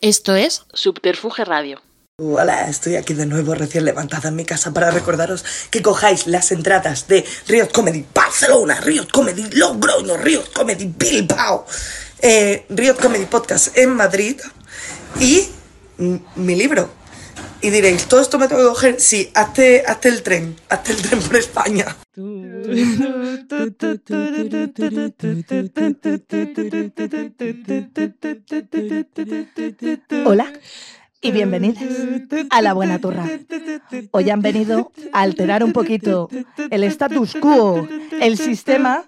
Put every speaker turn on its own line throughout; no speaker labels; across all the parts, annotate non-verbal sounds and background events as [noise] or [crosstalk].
Esto es Subterfuge Radio.
Hola, estoy aquí de nuevo recién levantada en mi casa para recordaros que cojáis las entradas de Riot Comedy Barcelona, Riot Comedy Logroño, Riot Comedy Bilbao, eh, Riot Comedy Podcast en Madrid y mm, mi libro. Y diréis, todo esto me tengo que coger, sí, hazte, hazte el tren, hazte el tren por España.
Hola y bienvenidas a La Buena Turra. Hoy han venido a alterar un poquito el status quo, el sistema,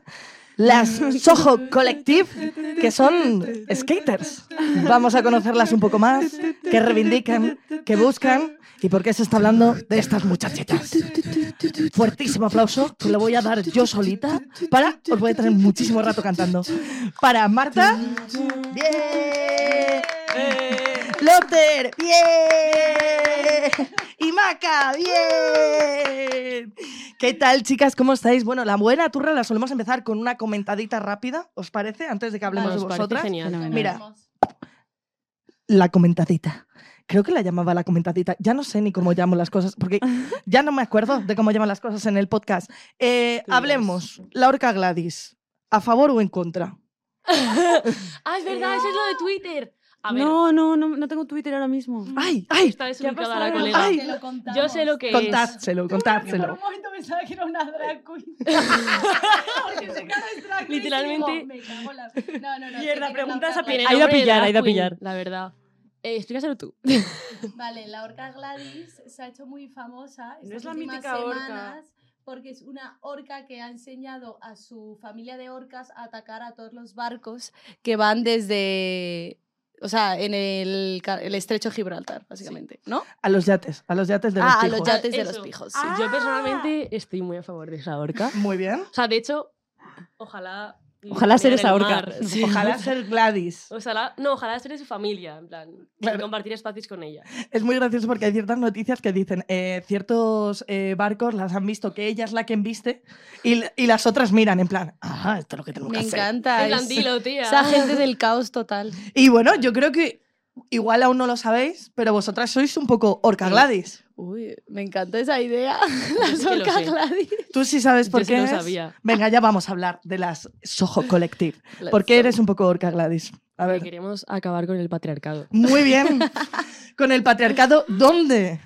las Soho Collective, que son skaters. Vamos a conocerlas un poco más, que reivindican, que buscan y por qué se está hablando de estas muchachitas. Fuertísimo aplauso, que lo voy a dar yo solita para, os voy a tener muchísimo rato cantando. Para Marta. ¡Bien! Lopter, bien. Y Maca, bien. ¿Qué tal, chicas? ¿Cómo estáis? Bueno, la buena turra la solemos empezar con una comentadita rápida, ¿os parece? Antes de que hablemos
Vale,
de
nos parece
vosotras.
genial.
Fenomenal.
Mira, la comentadita. Creo que la llamaba la comentadita. Ya no sé ni cómo llamo las cosas, porque
[laughs]
ya no me acuerdo de cómo llaman las cosas en el podcast. Eh,
Tú
hablemos. La orca Gladys. ¿A favor o en contra?
Ah, es verdad, eso es lo de Twitter. A ver,
No, no, no, no tengo Twitter ahora mismo. Ah,
¡Ay! ¡Ay!
está
¿Qué ha
desubicada
pasado?
la colega.
Ay,
Te lo contamos.
Yo sé lo que es.
Contádselo,
Por
contádselo.
un momento pensaba que era una drag queen. Porque se queda distraída y
Literalmente.
digo, "Oh, Me cago en la... No, no,
Mierda,
no. sé que era
pregunta
una
esa
drag
Tiene
Ha ido a
nombre de
pillar,
drag
ha ido a
queen,
pillar.
La verdad. Eh, explícaselo tú.
queen. Vale, la orca Gladys se ha hecho muy famosa estas
es la
últimas
mítica orca.
semanas porque es una orca que ha enseñado a su familia de orcas a atacar a todos los barcos que van desde... O sea, en el, ca- el estrecho Gibraltar, básicamente, ¿no?
A los yates, a los yates de los
Ah, a
pijos.
los yates de
Eso.
los pijos.
Ah.
Yo personalmente estoy muy a favor de esa orca.
Muy bien.
O sea, de hecho, ojalá. no
Ojalá ser
tengan
esa
el
orca.
mar. Sí. [laughs]
Ojalá ser Gladys.
Ojalá, no, ojalá ser de su familia, en plan,
Claro.
y compartir espacios con ella.
Es muy gracioso porque hay ciertas noticias que dicen eh, ciertos eh, barcos las han visto que ella es la que embiste y, y las otras miran en plan, ajá, esto es lo que tenemos
Me
que hacer".
encanta.
En plan,
es-
dilo, tía.
Esa gente del caos total.
Y bueno, yo creo que igual aún no lo sabéis, pero vosotras sois un poco orca
Sí.
Gladys.
Uy, me encanta esa idea.
sí
Las
que lo sé.
orcas Gladys.
Tú sí sabes
[laughs]
por
Yo sí
qué.
lo
es.
sabía.
Venga, ya vamos a hablar de las Soho Collective. ¿Por qué eres un poco orca Gladys? A
Porque
ver.
queremos acabar con el patriarcado.
Muy
[laughs]
bien. Con el patriarcado, ¿dónde?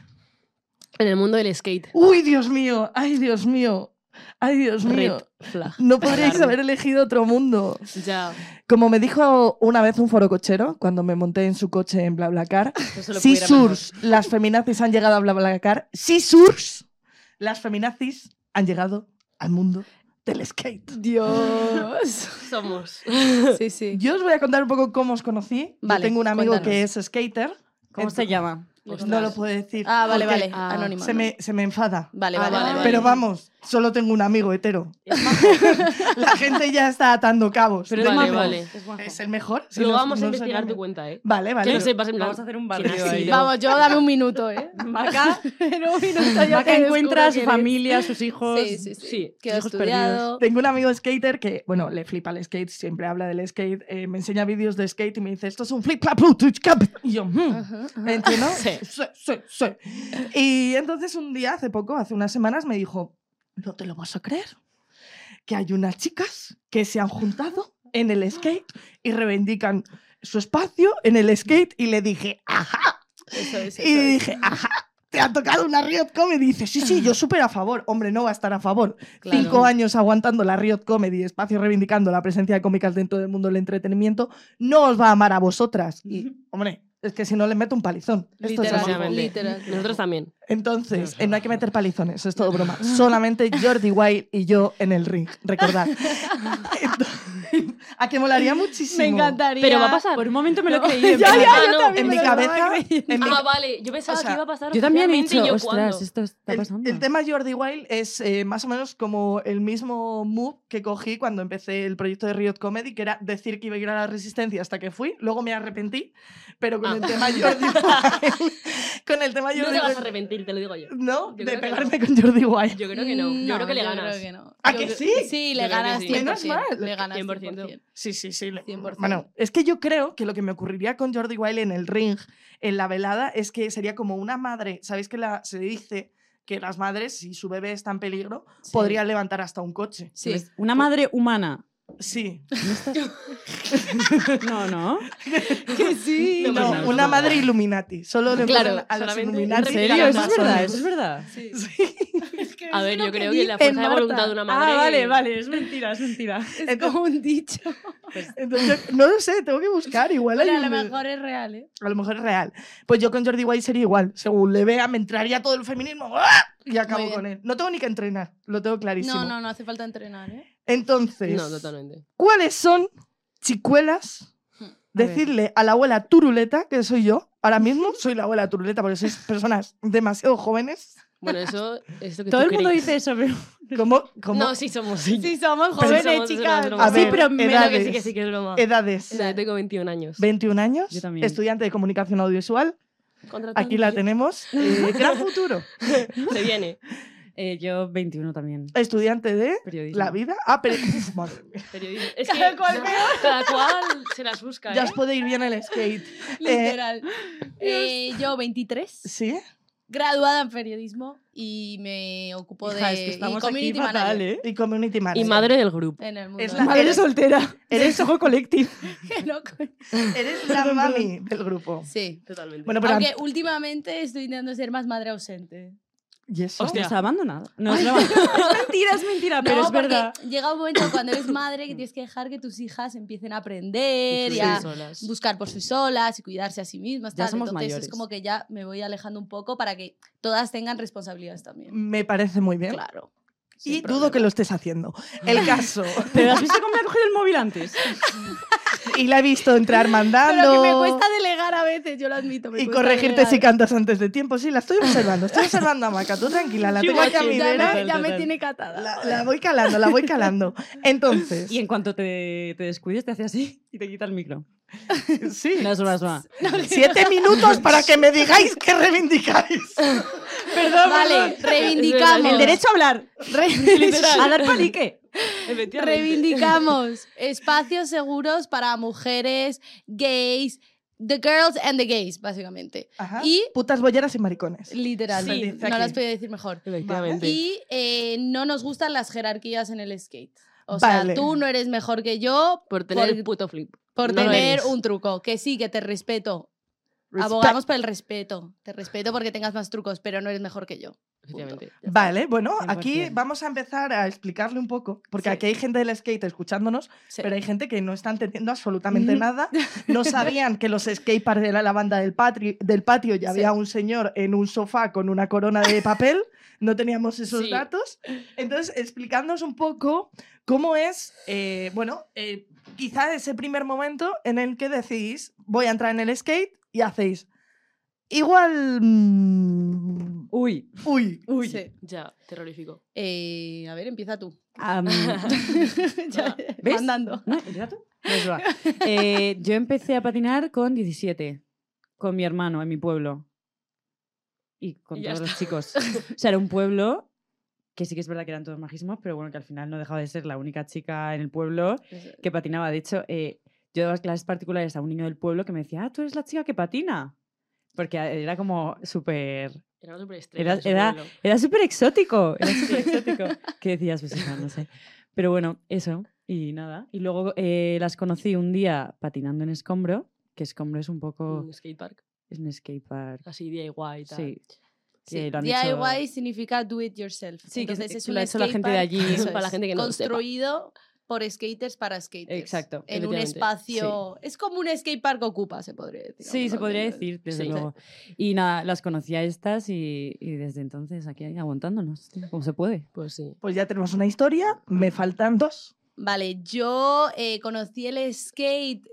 En el mundo del skate.
Uy, Dios mío, ay, Dios mío, ay, Dios mío.
Red flag.
No podríais
Alarma.
haber elegido otro mundo.
Ya.
Como me dijo una vez un forocochero cuando me monté en su coche en BlaBlaCar,
Eso lo
si
pudiera mejor.
Surs, las feminazis han llegado a BlaBlaCar, si Surs, las feminazis han llegado al mundo del skate.
Dios.
Somos.
[laughs] Sí, sí.
Yo os voy a contar un poco cómo os conocí. Yo
Vale,
tengo un amigo
cuéntanos.
que es skater.
¿Cómo se
Entonces,
llama?
No lo puedo decir.
Ah, vale,
porque
vale.
Ah,
Anónimo.
Se me, se me enfada.
Vale,
Ah,
vale,
vale,
vale.
Pero vamos, solo tengo un amigo hetero. [laughs] La gente ya está atando cabos.
Pero
del
vale,
tipo,
vale.
Es guapo.
¿Es el mejor? Si
Luego
no-
vamos a
no se
investigar tu
cambia.
cuenta, ¿eh?
Vale, vale.
Que lo
[laughs]
sepas en plan.
Vamos a hacer un
¿quién
barrio
ha
ahí.
sido?
Vamos, yo dame un minuto, ¿eh?
Maca,
Pero un minuto yo
Maca
te
encuentra a su
descubro quién
familia, a sus hijos.
eres. Sí, sí, sí.
Sí,
que he
hijos
estudiado.
Tengo un amigo skater que, bueno, le flipa el skate, siempre habla del skate, eh, me enseña vídeos de skate y me dice, esto es un flip, flap, flup, tuch, cap". Y yo, "Mm".
Ajá, ajá. [laughs]
¿entiendo?
Sí.
sí, sí, sí. Y entonces un día, hace poco, hace unas semanas, me dijo, no te lo vas a creer, que hay unas chicas que se han juntado en el skate y reivindican su espacio en el skate y le dije, ajá,
Eso es, eso
y
es.
dije, ajá. Te ha tocado una Riot Comedy. Y dice, sí, sí,
[laughs]
yo súper a favor. Hombre, no va a estar a favor.
Claro.
Cinco años aguantando la Riot Comedy, espacio reivindicando la presencia de cómicas dentro del mundo del entretenimiento, no os va a amar a vosotras. Y, hombre, es que si no le meto un palizón. Esto es así.
Literalmente.
Literal, literal.
Nosotros también.
Entonces, eh, no hay que meter palizones, es todo broma. Solamente Jordi Wild y yo en el ring,
[laughs]
recordad. Entonces, [laughs] a que molaría muchísimo.
Me encantaría.
Pero va a pasar.
Por un momento me lo
No.
creí.
Ya,
en plan,
ya,
Ah, no,
yo también
En mi
me lo estaba
cabeza,
creyendo.
en mi-
Ah, vale. Yo pensaba
o sea,
que iba a pasar.
[laughs] Yo también he
oficialmente,
dicho,
y yo,
ostras,
¿cuándo?".
esto está
el,
pasando.
el tema Jordi Wild es eh, más o menos como el mismo mood que cogí cuando empecé el proyecto de Riot Comedy, que era decir que iba a ir a la resistencia hasta que fui, luego me arrepentí, pero con
Ah. [laughs]
el tema Jordi Wild, con el tema
No
Jordi
te vas a
Wild-
fácil, te lo digo yo.
¿No?
Yo
De
creo que
pegarme con Jordi Wild.
Yo creo que no. Yo creo que le ganas.
Yo creo que no.
¿A
Yo
que
creo-
sí?
Yo creo
Sí, le
que
ganas
sí.
100%.
Menos mal.
Le ganas
100%.
100%.
Sí, sí, sí. le-
100%.
Bueno, es que yo creo que lo que me ocurriría con Jordi Wild en el ring, en la velada, es que sería como una madre. ¿Sabéis que la, se dice que las madres, si su bebé está en peligro,
Sí.
podrían levantar hasta un coche?
Sí.
Pues, Una madre humana.
Sí.
No, no.
Que sí.
No, pues
No,
nada,
una
no.
madre Illuminati. Solo le
Claro,
ponen a los
solamente
¿En
Illuminati.
serio? Eso es
Personas.
verdad,
[laughs]
eso es verdad.
Sí.
A ver, yo creo que la
dicen,
fuerza de voluntad de una madre.
Ah, vale, vale, es mentira, es mentira.
Es como un dicho.
Entonces, no lo sé, tengo que buscar. Igual hay
Bueno, a lo
un-
mejor es real, ¿eh?
a lo mejor es real. Pues yo con Jordi Wild sería igual. Según le vea, me entraría todo el feminismo ¡ah! y acabo
Muy bien.
con él. No tengo ni que entrenar, lo tengo clarísimo.
No, no, no hace falta entrenar, ¿eh?
Entonces,
No, totalmente.
¿cuáles son, chicuelas,
Hmm, a
decirle a la abuela turuleta, que soy yo, ahora mismo soy la abuela turuleta porque sois personas demasiado jóvenes,
Bueno, eso es lo que
Todo
tú
el mundo
querías.
dice eso, pero.
como, como
No, sí somos. Sí,
somos
somos, somos, somos.
A ver,
sí, pero me da que
edades.
sí, que sí, que es broma.
edades.
O sea, yo tengo 21 años.
21 años,
Yo también.
estudiante de comunicación audiovisual, aquí la tenemos,
[laughs]
eh, gran futuro,
Se viene.
[laughs] Eh, yo 21 también.
estudiante de
Periodismo.
la vida, ah, pero, [laughs] uf, madre mía.
Periodismo. Es
Cada
que
cual
cada cual se las busca.
ya
¿eh?
os puede ir bien el skate,
[laughs] Literal. Eh, yo 23,
¿sí?
graduada en periodismo y me ocupo
Hija,
de
es que
y
estamos aquí
community
fatal,
manager
¿eh?
Y community
Y
manager.
madre del grupo.
en el mundo.
Es la-
Madre
Eres-
soltera. Eres ojo colectivo.
Qué [laughs] loco.
[laughs] Eres la mami del grupo.
Sí.
Totalmente.
Bueno, pero...
Aunque últimamente estoy intentando ser más madre ausente.
¿Y eso?
Hostia, está abandonada. No, es broma. es mentira, es mentira, Ah, pero
No,
es verdad. Mm.
porque Llega un momento cuando eres madre que tienes que dejar que tus hijas empiecen a aprender y a
solas.
buscar por sí solas y cuidarse a sí mismas.
Ya
tal.
somos
Entonces
mayores.
es como que ya me voy alejando un poco para que todas tengan responsabilidades
Mm.
también.
Me parece muy bien.
Claro.
Y
Sin
dudo que
problema.
lo estés haciendo.
[laughs]
El caso.
Pero has visto cómo me ha cogido el móvil antes.
y la he visto entrar
Ah,
mandando.
Pero que me cuesta delegar a veces, yo lo admito. me
Y
cuesta
corregirte si
delegar.
cantas antes de tiempo. Sí, la estoy observando. Estoy observando a Maca. Tú tranquila, la
Sí,
tengo aquí a
watching,
mi
Ya me-
vera.
Ya, me
Total.
tiene catada.
La, la voy calando, la voy calando. Entonces,
Y en cuanto te, te descuides, te hace así y te quita el micro.
[laughs] sí.
No es broma, es broma.
Siete minutos para que me digáis que reivindicáis.
Perdón,
Vale,
Es
reivindicamos.
verdad.
El derecho a hablar.
Re-
Literal.
A dar palique.
reivindicamos espacios seguros para mujeres, gays, the girls and the gays, básicamente.
Ajá.
Y-
putas bolleras y maricones.
Literal.
Sí,
no lo has podido decir mejor.
Efectivamente.
Y eh, no nos gustan las jerarquías en el skate. O
Vale.
sea, tú no eres mejor que yo
Por tener
por-
el puto flip.
por
No lo
tener
eres.
un truco. Que sí, que te respeto.
Respect.
Abogamos por el respeto. Te respeto porque tengas más trucos, pero no eres mejor que yo.
Efectivamente.
Vale, bueno,
100%.
aquí vamos a empezar a explicarle un poco, porque aquí hay gente del skate escuchándonos,
Sí.
pero hay gente que no está entendiendo absolutamente nada. No sabían que los skateparks era la banda del, patri- del patio y había un señor en un sofá con una corona de papel. No teníamos esos
Sí.
datos. Entonces, explicándonos un poco cómo es, eh, bueno, eh, quizá ese primer momento en el que decidís, voy a entrar en el skate y hacéis. Igual. mm,
Uy,
uy.
uy.
Sí.
Ya, terrorífico.
Eh, a ver, empieza tú.
Am,
Ya,
¿Ves?
Mandando.
¿No? ¿Empieza tú? No es broma. Pues Eh, yo empecé a patinar con 17, con mi hermano en mi pueblo. Y con
Y ya
todos
[laughs]
los chicos. O sea, era un pueblo que sí que es verdad que eran todos majismos, pero bueno, que al final no dejaba de ser la única chica en el pueblo que patinaba. De hecho, eh, yo daba clases particulares a un niño del pueblo que me decía, ah, tú eres la chica que patina. Porque era como súper...
Era súper
Era-
estrella.
era- Era súper exótico. Era súper exótico. ¿Qué decías, pues, hija? No sé. Pero bueno, eso. Y nada. Y luego eh, las conocí un día patinando en escombro, que escombro es un poco...
Un skatepark.
Es un skatepark.
Así DIY y tal.
Sí.
Sí,
que lo han hecho-
DIY significa do it yourself.
Sí, que
Entonces
se-
es
que
un
lo ha hecho la gente de
skatepark,
allí,
eso
[laughs]
para la
es,
gente que no sepa.
Construido por skaters para skaters.
Exacto,
En un
efectivamente,
espacio. Es como un skatepark ocupa, se podría decir.
Sí, se
¿no?
podría
Yo-
decir, desde
Sí.
luego. Y nada, las conocí a estas y, y desde entonces aquí aguantándonos, tío, como se puede.
Pues sí.
Pues ya tenemos una historia, me faltan dos.
Vale, yo eh, conocí el skate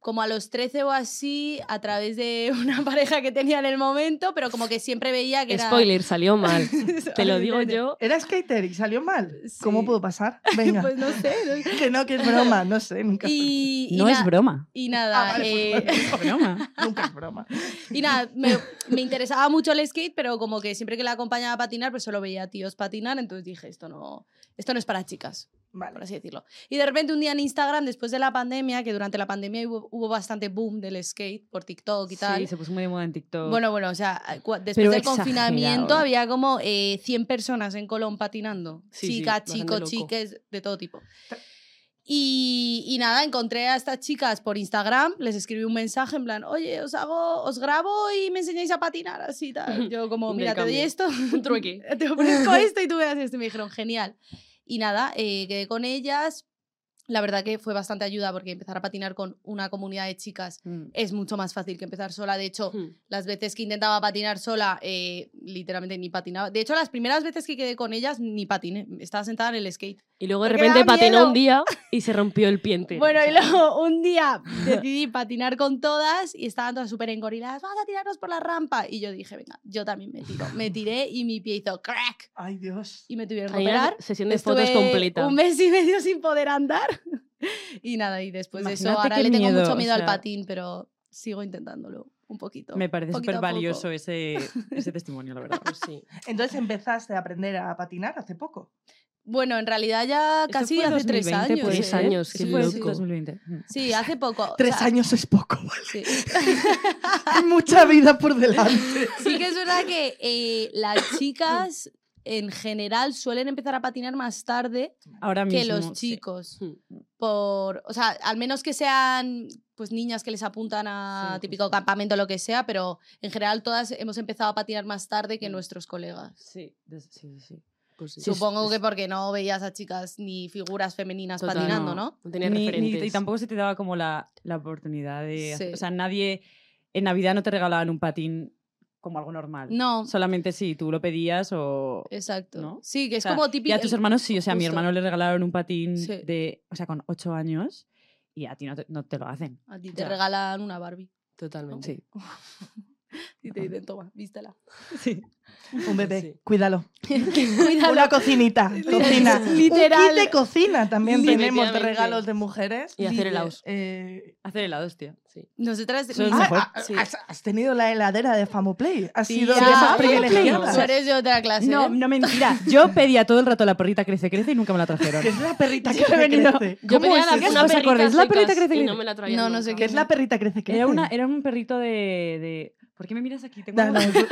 como a los 13 o así, a través de [laughs] una pareja que tenía en el momento, pero como que siempre veía que era...
Spoiler, salió mal. Te lo digo yo. [clears throat]
Era skater y salió mal.
Sí.
¿Cómo pudo
[laughs]
pasar? Venga.
[laughs] Pues no sé.
[laughs]
no sé.
que no, que es broma, no sé, nunca.
Y, y
No es
na-
broma.
Y nada,
Ah, vale,
eh,
pues bueno.
[laughs]
Es broma.
Nunca es broma.
y nada, me, me interesaba mucho el skate, pero como que siempre que la acompañaba a patinar, pues solo veía a tíos patinar, entonces dije, esto no, esto no es para chicas, por
Vale.
así decirlo. Y de repente un día en Instagram, después de la pandemia, que durante la pandemia hubo, hubo bastante boom del skate por TikTok y tal.
Sí, se puso muy de moda en TikTok.
Bueno, bueno, o sea, eh, cua- después
Pero
del
exagerado.
confinamiento había como eh, 100 personas en Colón patinando.
Sí, sí,
Chicas,
bastante
chicos,
loco.
chiques, de todo tipo. Y, y nada, encontré a estas chicas por Instagram, les escribí un mensaje en plan, oye, os hago, os grabo y me enseñáis a patinar,
[laughs]
así tal. Yo como, mira, te doy esto,
Intercambio. Un trueque.
[laughs] te ofrezco esto y tú me das esto. Y me dijeron, genial. Y nada, eh, quedé con ellas. La verdad que fue bastante ayuda porque empezar a patinar con una comunidad de chicas
Mm.
es mucho más fácil que empezar sola. De hecho,
Hmm.
las veces que intentaba patinar sola, eh, literalmente ni patinaba. De hecho, las primeras veces que quedé con ellas, ni patiné. Estaba sentada en el skate.
Y luego de
Porque me
repente
da
patinó
miedo.
un día y se rompió el pie entero,
Bueno, y
¿sabes?
luego [laughs] un día decidí patinar con todas y estaban todas súper engoriladas. Vamos a tirarnos por la rampa. Y yo dije, venga, yo también me tiro. Me tiré y mi pie hizo crack.
Ay, Dios.
Y me tuvieron que
Hay una
operar.
sesión de
Estuve
fotos completa.
Un mes y medio sin poder andar. [laughs] Y nada, y después de eso,
Imagínate
ahora
qué
le tengo
miedo,
mucho
o
miedo al
sea-
patín, pero sigo intentándolo un poquito.
Me parece
poquito a
súper
poco.
valioso ese, ese testimonio, la
[laughs]
verdad.
Pues sí. [clears throat]
Entonces empezaste a aprender a patinar hace poco.
Bueno, en realidad ya
Eso
casi
fue
hace tres
2020,
años.
puede
Tres
¿eh?
ser.
años,
Eso
qué
fue
loco.
2020. Mm.
Sí, hace poco. o
Tres
sea,
años es poco, [laughs] ¿vale?
[laughs]
Sí.
Hay mucha vida por
[laughs]
delante.
Sí que es verdad que eh, las chicas en general suelen empezar a patinar más tarde
Ahora mismo.
que los
sí.
chicos.
Hmm.
Por, o sea, al menos que sean pues niñas que les apuntan a
Sí,
típico
justo.
campamento o lo que sea, pero en general todas hemos empezado a patinar más tarde que
Mm.
nuestros colegas.
Sí, des- sí, sí.
Pues sí.
Supongo que porque no veías a chicas ni figuras femeninas
Total,
patinando,
no.
¿no?
No tenía
Ni- ni-
referentes.
y tampoco se te daba como la, la oportunidad de... hacer-
Sí.
O sea, nadie... En Navidad no te regalaban un patín como algo normal.
No,
Solamente si tú lo pedías o...
exacto.
¿no?
Sí, que es
O sea,
como
Y
típico.
a tus hermanos sí, o sea, a mi
justo.
hermano le regalaron un patín
Sí.
de... O sea, con ocho años y a ti no te, no te lo hacen.
A ti te
Ya.
regalan una Barbie.
Totalmente.
Sí.
Y te dicen, toma, vístela.
sí.
Un bebé,
Sí.
cuídalo.
[laughs] Cuídalo.
Una cocinita, cocina.
[laughs] Literal.
Un kit de cocina también
Literal.
tenemos de regalos de mujeres.
Y hacer helados.
Eh,
Hacer helados, tío.
Sí.
Nosotras.
Eso es
mis-
ah,
mejor.
ah,
Sí.
has, has tenido la heladera de Famoplay. Has sido de
Tía,
Ah,
esas
Famoplay, Tú
privilegiadas.
eres de otra clase.
No,
¿eh?
no mentira. Yo pedía todo el rato la perrita crece, crece y nunca me la
[laughs]
trajeron.
Que es la perrita
Yo
que
he venido-
crece.
Yo
¿Cómo
pedía
es
la
eso?
una
¿Os
perrita
acordáis? La
secas
perrita crece,
y
crece.
no me la traían
No, no sé
nunca.
Que es la perrita crece crece.
Era, una, era un perrito de, de- ¿Por qué me miras aquí? Tengo
No, no,
una-
yo-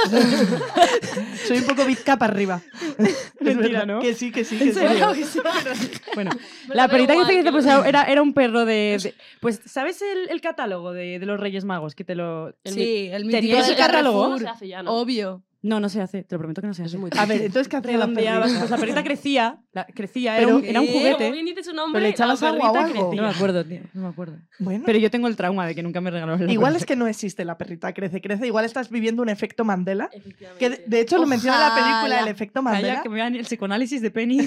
Soy un poco bizca para arriba. Es
[laughs] Mentira,
verdad.
¿no?
Que sí, que sí, que
¿En
sí.
serio? [laughs] bueno, la perrita crece, crece, pues [laughs] era, era un perro de... de- pues, ¿sabes el, el catálogo de, de los Reyes Magos? Que te lo...
El
sí, el
Tenías
mítico
el
del
catálogo.
Carrefour.
No se hace ya, ¿no?
Obvio.
No, no se hace. Te lo prometo que no se hace.
Eso es muy
A
triste.
ver,
[laughs]
entonces ¿qué hacía la
Redondeabas. Pues la
perrita?
perrita crecía. la- crecía.
Pero
Era un, era un
¿qué?
Eh, Como bien
juguete.
dice su nombre, ah,
le echabas
la
agua o
perrita
algo.
crecía.
No me acuerdo, tío. No me acuerdo.
Bueno,
Pero yo tengo el trauma de que nunca me regalaron la
igual
perrita.
es que no existe la perrita crece crece. Igual estás viviendo un efecto Mandela. Que de,
pues, Efectivamente.
de hecho lo menciona la película
Ojalá.
El efecto
Calla,
Mandela.
que me vean el psicoanálisis de [laughs] Penny.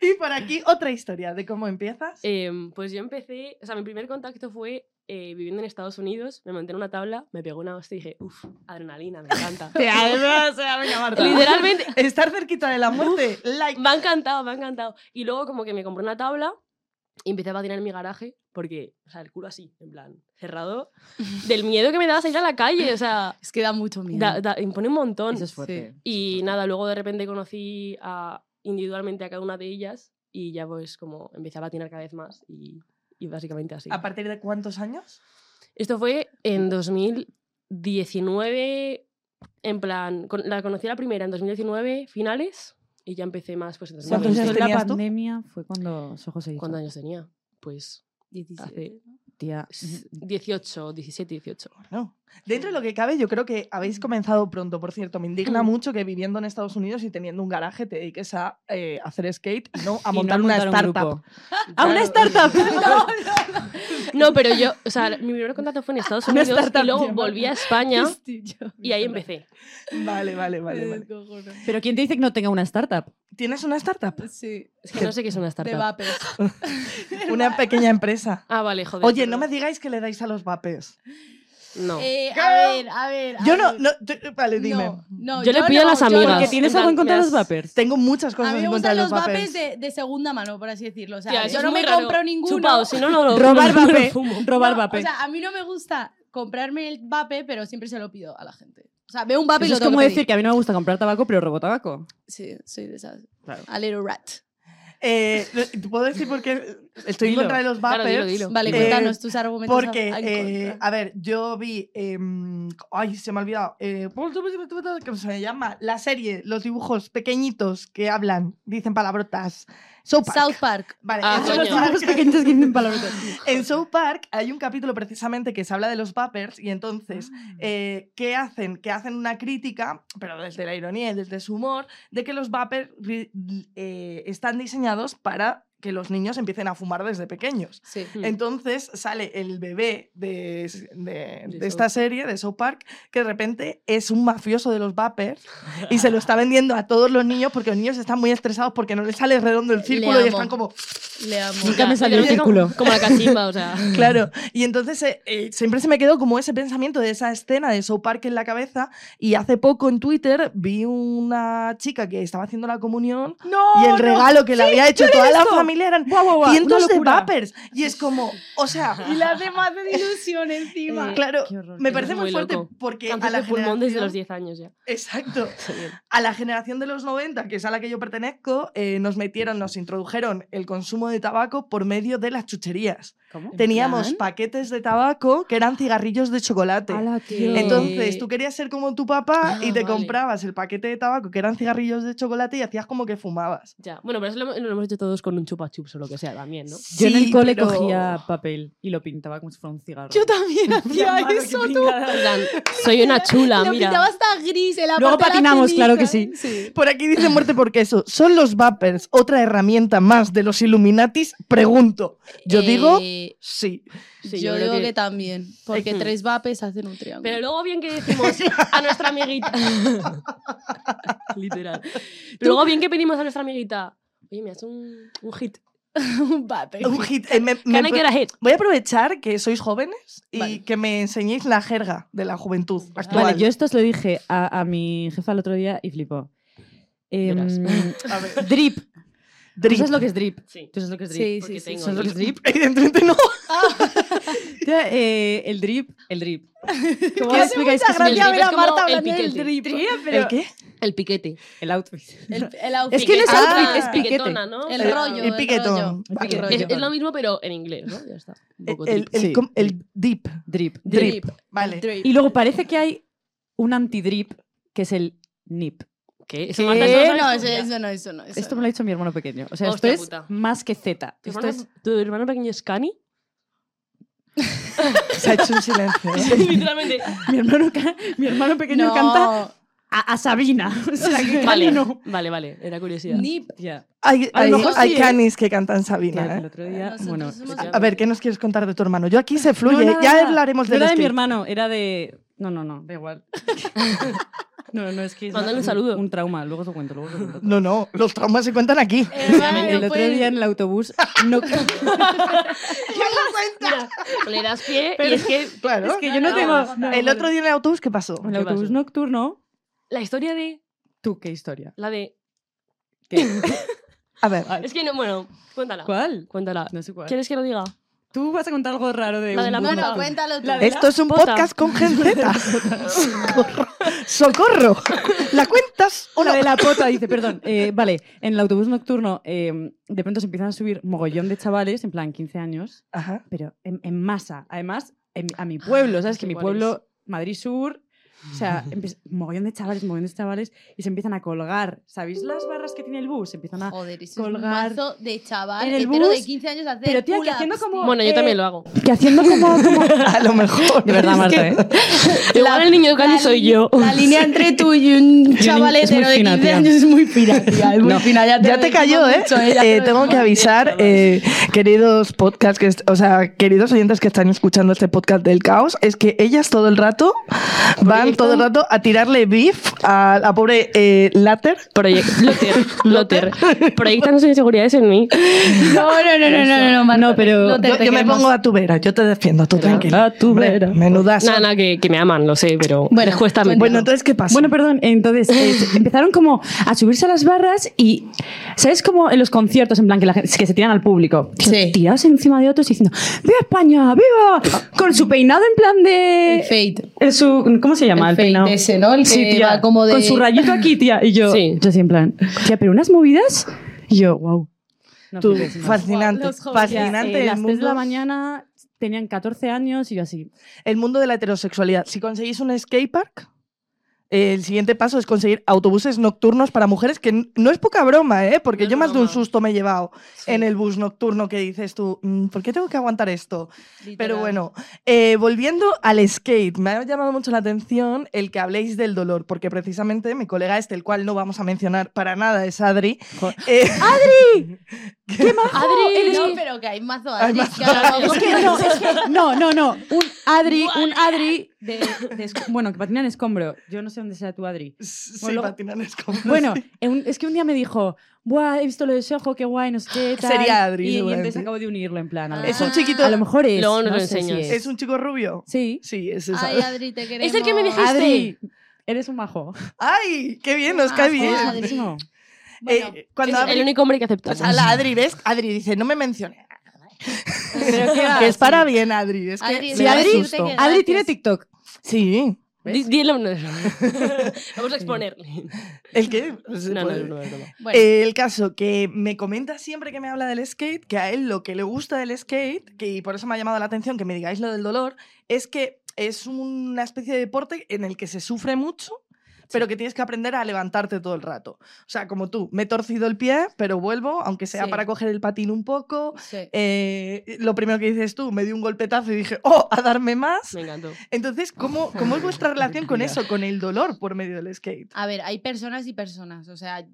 Y por aquí otra historia de cómo empiezas.
Eh,
Em, pues yo empecé, o sea, mi primer contacto fue eh, viviendo en Estados Unidos, me monté en una tabla, me pegó una hostia y dije, uff, adrenalina, me encanta.
[laughs] Te además, eh, venga, Marta.
Literalmente,
Estar cerquita de la muerte. Like.
me ha encantado, me ha encantado. Y luego como que me compré una tabla y empecé a patinar en mi garaje porque, o sea, el culo así, en plan,
[laughs]
cerrado, del miedo que me daba salir a la calle, o sea,
Ah, Es que da mucho miedo.
da- da- impone un montón.
Eso es fuerte.
Y nada, luego de repente conocí a, individualmente a cada una de ellas y ya pues como empecé a patinar cada vez más y, y básicamente así.
¿A partir de cuántos años?
Esto fue en 2019, en plan, con- la conocí la primera en 2019, finales, y ya empecé más pues en
¿Cuántos años
2020.
la
tenías tú?
pandemia fue cuando Soho se hizo.
¿Cuántos años tenía? Pues [laughs]
17.
hace
Tía,
[laughs]
18, 17, 18.
No. Dentro de lo que cabe, yo creo que habéis comenzado pronto, por cierto. Me indigna mucho que viviendo en Estados Unidos y teniendo un garaje te dediques a eh, hacer skate y no a
[laughs] Y no
montar una
montar un
startup.
grupo. [laughs]
¡A una startup!
No, pero yo, o sea, mi primer contacto
[laughs]
fue en Estados
Una
Unidos
startup
y luego
llamada-
volví a
[laughs]
España
[laughs]
y ahí
empezó.
empecé.
vale, vale, vale,
[laughs] Eh,
vale.
Pero ¿quién te dice que no tenga una startup?
¿Tienes una startup?
Sí,
Es que no sé qué
[laughs]
es una
de
startup.
vapes.
Una
[laughs]
pequeña empresa.
Ah, vale, joder.
Oye,
perdón.
no me digáis que le dais a los vapes.
No.
[laughs] [laughs] Eh, a ver, a ver. a
Yo no,
ver.
no tú- vale, dime.
No, no,
Yo le pido a las
yo
amigas.
Porque
Porque
tienes
en
algo en
plan,
contra
me
de los
has-
vapers.
Tengo muchas
A
cosas
mí me
en contra
gustan
de los
los
vapes.
vapes de, de segunda mano, por así decirlo. O sea,
Tía, eso
yo
es
no
muy
me
raro.
compro ninguno.
Chupado, si no, no lo
Robar
no lo
vape.
fumo. [laughs]
Robar
No,
vape.
O sea, a mí no me gusta comprarme el vape, pero siempre se lo pido a la gente. O sea, veo un vape y
Eso
lo
es
tengo
como
que
decir que a mí no me gusta comprar tabaco, pero robo tabaco.
pedir. Sí, soy de esas.
Claro.
A little rat.
Eh, ¿te ¿Puedo decir por qué estoy
Dilo.
en contra de los vapes?
Claro, dilo, dilo.
Vale,
Eh,
cuéntanos tus argumentos. a-
Porque,
en
eh,
contra.
a ver, yo vi. em, ay, se me ha olvidado. eh, ¿Cómo se llama? La serie, los dibujos pequeñitos que hablan, dicen palabrotas. South Park.
South Park.
Vale,
Ah,
en
coño.
South Park-
Los pequeños que dicen palabras.
[laughs] En South Park hay un capítulo precisamente que se habla de los vapers y entonces, eh, ¿qué hacen? Que hacen una crítica, pero desde la ironía y desde su humor, de que los vapers ri- eh, están diseñados para que los niños empiecen a fumar desde pequeños.
Sí.
Mm.
Entonces sale el bebé de, s- de-
De
de esta
South
serie, de South Park, que de repente es un mafioso de los vapers y se lo está vendiendo a todos los niños porque los niños están muy estresados porque no les sale redondo el círculo y
amo.
están como,
Le amo.
Nunca me
Ya,
salió el
literalmente
círculo.
Como, como la cachimba, o sea.
[laughs] claro. Y entonces eh, eh, siempre se me quedó como ese pensamiento de esa escena de South Park en la cabeza y hace poco en Twitter vi una chica que estaba haciendo la comunión
Oh, ¡No!
y el regalo que le había hecho toda la familia eran
¡Guau, guau, guau!
cientos de
locura. [laughs]
vapers. Y es como, o sea...
Y la hace más de ilusión encima.
Eh, claro,
qué horror,
me
qué
parece
horror.
muy
Muy
fuerte
loco.
porque a
Cáncer
la
de pulmón desde los
generación-
10 años ya.
Exacto.
Genial.
A la generación de los 90, que es a la que yo pertenezco, eh, nos metieron, nos introdujeron el consumo de tabaco por medio de las chucherías.
¿Cómo?
Teníamos
plan?
paquetes de tabaco que eran cigarrillos de chocolate.
¡Hala, tío!
Entonces, tú querías ser como tu papá
Ah,
y te
vale.
comprabas el paquete de tabaco que eran cigarrillos de chocolate y hacías como que fumabas.
Ya. Bueno, pero eso lo, lo hemos hecho todos con un chupa chups o lo que sea también, ¿no?
Yo en el
Sí,
cole
pero-
cogía papel y lo pintaba como si fuera un cigarro.
Yo
[laughs]
también hacía
Hermano, qué
eso, tú.
[laughs]
pringada.
En plan, soy una chula,
Lo pintaba
mira.
hasta gris. en la
Luego
parte de la
patinamos,
ceniza.
claro que sí.
Por aquí dice muerte por queso. ¿Son los vapers otra herramienta más de los Illuminatis? Pregunto. Yo digo
Eh,
sí.
Sí,
yo,
yo creo
digo que...
que-
también. Porque
Ujú.
tres vapes hacen un triángulo.
Pero luego bien que decimos a nuestra amiguita. [laughs] Literal. Pero luego bien que pedimos a nuestra amiguita. Oye, me hace un, un hit.
[laughs] un vape.
Un hit. Eh, me- me-
Can I get a hit?
Voy a aprovechar que sois jóvenes y
Vale.
que me enseñéis la jerga de la juventud actual. [laughs]
Vale, yo esto se lo dije a, a mi jefa el otro día y flipó. Em, [laughs]
Verás.
A ver,
drip. ¿Tú
drip.
sabes lo que es drip?
Sí.
¿Tú sabes lo que es drip?
Sí,
Porque
sí, sí.
tengo-
¿Sabes lo que es drip?
Evidentemente no.
Ya, eh, el drip, el drip. [laughs] ¿Cómo
Que
le
hace
explicáis
mucha
que es el
gracia
drip?
ver a
Es como
Marta
el
hablando del
piquete.
drip.
¿El qué?
El piquete.
El outfit.
El, el
Es
outfit.
que no es
Ah,
outfit, es piquete.
piquetona, ¿no?
El
O sea,
rollo.
El
el
piquetón.
rollo.
Vale.
rollo.
Es, es lo mismo, pero en inglés, ¿no? Ya está. Un poco
El,
trip.
el
Sí.
com- el dip.
Drip.
Drip.
Vale. [laughs]
Drip.
Y luego parece que hay un anti-drip que es el nip.
¿Qué? ¿Eso
¿Qué?
Marta, eso lo sabes
No,
tú
eso,
ya.
eso no, eso no. Eso
eh, Esto
no.
me lo ha dicho mi hermano pequeño. O sea,
Hostia
esto
puta.
es más que Z.
¿Tu,
Esto
hermano,
es
tu hermano pequeño es Cani?
Se ha hecho un silencio. ¿eh?
[laughs] Literalmente.
[laughs] mi hermano, ca- mi hermano pequeño canta a, a Sabina. [laughs] O sea, que
Vale,
no.
vale, vale. Era curiosidad.
Nip.
Ya.
Hay,
A lo
hay-
mejor
hay
sí, ¿eh?
canis que cantan Sabina.
Claro, el
¿eh?
otro día.
Nosotros
bueno,
somos-
Ah,
A ver, ¿qué nos quieres contar de tu hermano? Yo aquí se
No,
fluye.
nada,
ya
nada.
hablaremos
No
de
era de mi
hermano.
hermano, era de. No, no, no, da igual.
[laughs]
no, no, es que. es
Mándale un
un-
saludo.
Un trauma, luego te cuento, luego te cuento.
No, no, los traumas se cuentan aquí.
Ah,
Hermano,
El otro
pues,
día en el autobús no,
Le das pie y es que
[laughs] Claro.
es que yo no
no,
tengo
no,
el otro día en el autobús, ¿qué pasó?
en el
¿Qué pasó?
autobús nocturno
la historia de...
tú qué historia
La de... [laughs]
¿Qué?
A ver,
Es que no, bueno, cuéntala.
¿cuál?
Cuéntala.
no sé cuál
¿Quieres que lo diga?
tú vas a contar algo raro de
La de
un
la
bus
mano,
Bueno,
Nada.
nocturno.
cuéntalo tú.
La de-
Esto es un
Pota.
podcast con gente Z. Socorro. Socorro. ¿La cuentas o
la
no?
de la pota dice perdón eh, vale en el autobús nocturno eh, de pronto se empiezan a subir mogollón de chavales en plan 15 años
Ajá.
pero en, en masa. Además, en- a mi pueblo,
Ah,
¿sabes?
sí,
Que mi
¿cuál
pueblo, Madrid Sur, O sea, empieza- mogollón de chavales, mogollón de chavales, y se empiezan a colgar. ¿Sabéis las barras que tiene el bus? Se empiezan a...
Joder, eso
colgar
es un mazo de chaval
en el
hetero de
bus,
15 años hacer
Pero tía, que
pull-ups,
haciendo como...
Bueno, yo
eh,
también lo hago.
Que haciendo como... como-
A lo mejor.
De verdad,
Es
Marta,
que-
¿eh?
Igual el niño de Cali
la
soy
li- [laughs]
yo.
La línea entre tú y un chaval
es muy
hetero de
fina,
15
tía.
años es muy fina, tía. Es muy fina. Ya te,
Ya
lo
te
decimos
cayó, ¿eh?
mucho, Ya
Eh,
te lo
tengo que
decimos.
avisar, eh, queridos podcast, que est- o sea, queridos oyentes que están escuchando este podcast del caos, es que ellas todo el rato van todo el rato a tirarle beef a la pobre eh, Latter.
Proyec- Loter, Loter. Proyectan sus inseguridades en mí.
No, no, no, no, no, no, Marta,
No, pero-
no te-
Yo,
te
yo me
queremos.
pongo a tu vera, yo te defiendo, tú [laughs] tranquila.
A tu
Hombre,
vera.
Menudazo.
Nada, nada, que, que me aman, lo sé, pero
Bueno,
les cuesta
tú
meterlo.
Bueno, entonces, ¿qué pasa?
Bueno, perdón, entonces eh, se- empezaron como a subirse a las barras y ¿sabes como en los conciertos en plan que, la gente, que se tiran al público?
Sí.
Tirados encima de otros diciendo ¡Viva España! ¡Viva! Con su peinado en plan
El
de
fate.
el su ¿cómo se llama?
El
El,
fade
peinado.
ese, ¿no? El que va como de-
con su rayito aquí, tía, y yo
Sí.
yo así en plan, tía, pero unas movidas y yo, wow.
Tú, fascinante.
Los jóvenes,
pues, fascinante el,
eh, las 3 de
mundo,
la mañana tenían 14 años y yo así.
el mundo de la heterosexualidad. Si conseguís un skatepark, el siguiente paso es conseguir autobuses nocturnos para mujeres, que n- no es poca broma, ¿eh? Porque
No es
yo más de un
broma.
susto me he llevado
Sí.
en el bus nocturno que dices tú, "Mm, ¿por qué tengo que aguantar esto? Pero
Literal.
bueno, eh, volviendo al skate, me ha llamado mucho la atención el que habléis del dolor, porque precisamente mi colega este, el cual no vamos a mencionar para nada, es Adri. Eh,
Joder.
¡Adri! ¡Qué majo!
Adri, eres-
No, pero que hay mazo
Hay
Adri.
mazo
que ahora
Es
vamos-
que no,
[laughs]
es que no, no, no. Un Adri, un Adri de, de esco- bueno, que patina en escombro. Yo no sé dónde sea tu Adri.
[laughs] Sí,
Bueno, luego-
patinar es como-
Bueno, en un- es que un día me dijo, "Buah, he visto lo de Soho, qué guay, no sé qué tal".
Sería Adri,
Y- Y, entonces
seguramente.
acabo de unirlo en plan. A
Ah.
lo,
Es
mejor,
un chiquito-
a lo mejor es.
Luego nos
no
lo
sé si
enseñas.
[laughs] ¿Es un chico rubio?
Sí.
Sí, es esa.
Ay, Adri, te queremos. eh,
Es el que me dijiste.
Adri, eres un
[laughs]
majo.
¡Ay! ¡Qué bien! ¡Nos cae
Ah,
bien!
Adri.
Muchísimo.
Bueno,
Eh, cuando
Es
Adri-
el único hombre que
o
aceptamos.
sea, la Adri, ¿ves? Adri dice, no me mencione.
Pero qué va,
Que es para bien, Adri. Es que
Adri,
me
sí,
da
Adri,
susto.
te-
Adri tiene TikTok.
Sí.
Di- Dilo, no, no. [laughs] Vamos a exponerle.
¿El qué?
pues,
Se
No, no,
puede.
no, no,
[laughs]
no, no.
bueno,
Eh, el caso que me comenta siempre que me habla del skate, que a él lo que le gusta del skate, que, y por eso me ha llamado la atención que me digáis lo del dolor, es que es una especie de deporte en el que se sufre mucho, pero que tienes que aprender a levantarte todo el rato. O sea, como tú, me he torcido el pie, pero vuelvo, aunque sea
Sí.
para coger el patín un poco.
sí.
Eh, lo primero que dices tú, me di un golpetazo y dije, oh, a darme más.
Me encantó.
Entonces, ¿cómo, cómo es [laughs] vuestra relación con eso, con el dolor por medio del skate?
A ver, hay personas y personas. O sea,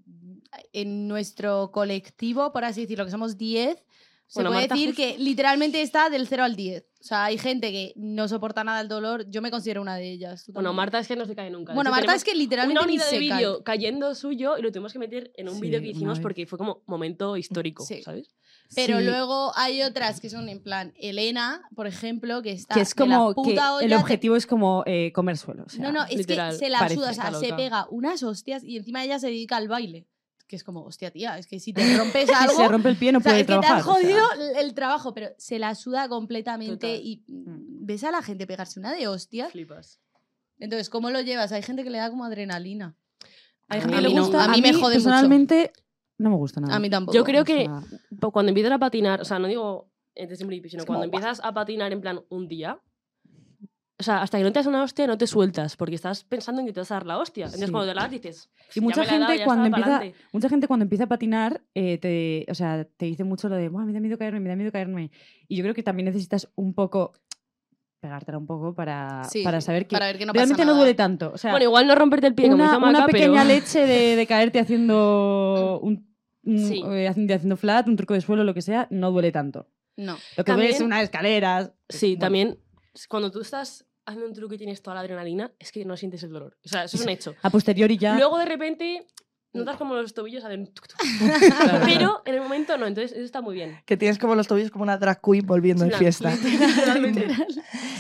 en nuestro colectivo, por así decirlo, que somos 10, se
Bueno,
puede
Marta
decir
justo-
que literalmente está del 0 al 10. O sea, hay gente que no soporta nada el dolor. Yo me considero una de ellas. ¿Tú
Bueno,
también?
Marta es que no se cae nunca.
Bueno,
De hecho,
Marta
tenemos
es que
una
literalmente ni
unidad de
se cae.
vídeo cayendo suyo y lo tuvimos que meter en un
Sí,
vídeo que
una
hicimos
vez. Mm,
porque fue como momento histórico,
Sí.
¿sabes?
Pero
Sí.
luego hay otras que son en plan Elena, por ejemplo, que está
Que es
Ah, de la
como que
puta olla,
el
te-
objetivo es como eh, comer suelo. o sea,
no, no, es
literal,
que se la
parece,
suda, o
está
sea, se
loca.
pega unas hostias y encima ella se dedica al baile. Que es como, hostia, tía, es que si te
[laughs]
rompes
Si
algo,
se rompe el pie no
o sea,
puede
es que te han
trabajar. o sea.
jodido el- el trabajo, pero se la suda completamente
Total.
y mm, ves a la gente pegarse una de hostias.
Flipas.
Entonces, ¿cómo lo llevas? Hay gente que le da como adrenalina.
Hay
A
gente
mí
que le
no,
gusta,
a
mí me jode mucho.
Personalmente no me gusta nada.
A mí tampoco.
Yo creo
no
que
es nada.
po- cuando empiezas a patinar, o sea, no digo eh, desde un principio, sino
como,
cuando
"Guau".
empiezas a patinar en plan un día, o sea, hasta que no te das una hostia no te sueltas porque estás pensando en que te vas a dar la hostia. Entonces
Sí.
cuando te la das dices,
Y mucha
me la he dado,
gente,
ya
cuando
estaba
empieza,
pa'lante.
mucha gente cuando empieza a patinar, eh, te, o sea, te dice mucho lo de, "Buah, me da miedo caerme, me da miedo caerme. Y yo creo que también necesitas un poco, pegártela un poco para,
Sí,
para saber que
para ver que no pasa
realmente no
nada.
duele tanto. O sea,
bueno, igual no romperte el pie como
una,
hizo Maca,
una pequeña
[laughs] pero...
leche de, de caerte haciendo un, un-
Sí.
eh, haciendo, haciendo flat, un truco de suelo, lo que sea, no duele tanto.
No.
Lo que duele
También-
es unas escaleras. pues,
Sí,
Bueno,
también cuando tú estás haciendo un truco y tienes toda la adrenalina, es que no sientes el dolor. O sea, eso es un hecho.
A posteriori ya.
Luego de repente notas como los tobillos hacen tuc, tuc.
claro.
pero en el momento no, entonces eso está muy bien.
Que tienes como los tobillos como una drag queen volviendo en
Claro,
fiesta.
[laughs] literalmente.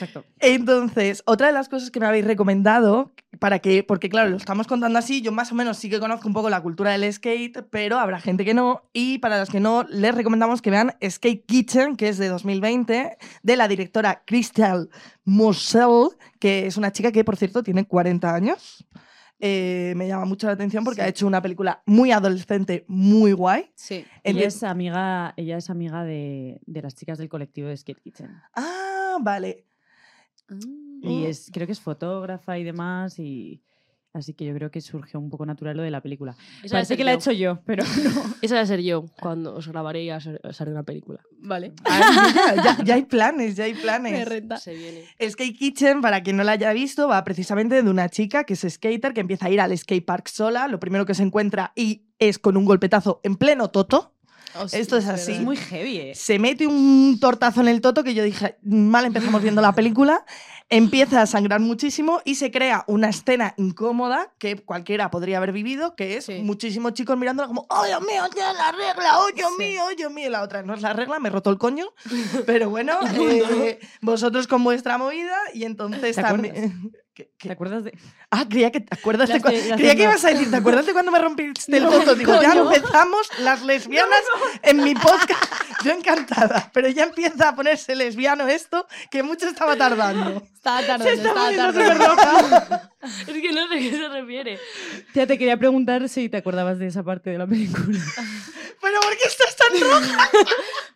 Exacto.
Entonces, otra de las cosas que me habéis recomendado, para que, porque claro, lo estamos contando así, yo más o menos sí que conozco un poco la cultura del skate, pero habrá gente que no, y para los que no, les recomendamos que vean Skate Kitchen, que es de 2020, de la directora Crystal Mosel, que es una chica que, por cierto, tiene 40 años. Eh, me llama mucho la atención porque
Sí.
ha hecho una película muy adolescente, muy guay.
Sí.
Ella
Enti-
es amiga, ella es amiga de, de las chicas del colectivo de Skate Kitchen.
Ah, vale.
Oh.
Y es, creo que es fotógrafa y demás. Y, así que yo creo que surgió un poco natural lo de la película.
Esa debe
Parece
ser
que la he
yo.
hecho yo,
[laughs]
pero no.
Esa debe ser yo cuando os grabaré y os os haré una película.
Vale.
Ay, Ah, mira, ya, ya hay planes, ya hay
[laughs] Me
Pues,
planes.
renta.
Se viene.
Skate Kitchen, para quien no la haya visto, va precisamente de una chica que es skater, que empieza a ir al skate park sola, lo primero que se encuentra y es con un golpetazo en pleno toto.
Hostia,
Esto es
verdad.
así.
Es muy heavy, ¿eh?
Se mete un tortazo en el toto que yo dije, mal empezamos viendo la película, empieza a sangrar muchísimo y se crea una escena incómoda que cualquiera podría haber vivido, que es
Sí.
muchísimos chicos mirándola como, ¡oh, Dios mío, ya es la regla! ¡oh, Dios
Sí.
mío, oh, Dios mío! Y La otra no es la regla, me roto el coño, pero bueno, eh, vosotros con vuestra movida y entonces
¿Te
también... [laughs] ¿Qué- qué?
¿Te acuerdas de...?
Ah, creía que te acuerdas
Las
de cua-
de- las
creía
de
que
no.
ibas a decir, ¿te acuerdas de cuando me
[laughs]
rompiste el toto? Digo, ya
coño.
empezamos las lesbianas en mi podcast. [laughs] Yo encantada, pero ya empieza a ponerse lesbiano esto, que mucho estaba tardando.
Estaba
Se
tardando,
está
estaba
poniendo
tardando.
súper roja.
Es que no sé a qué se refiere.
Ya te quería preguntar si te acordabas de esa parte de la película.
Pero ¿por qué estás tan roja?
[laughs]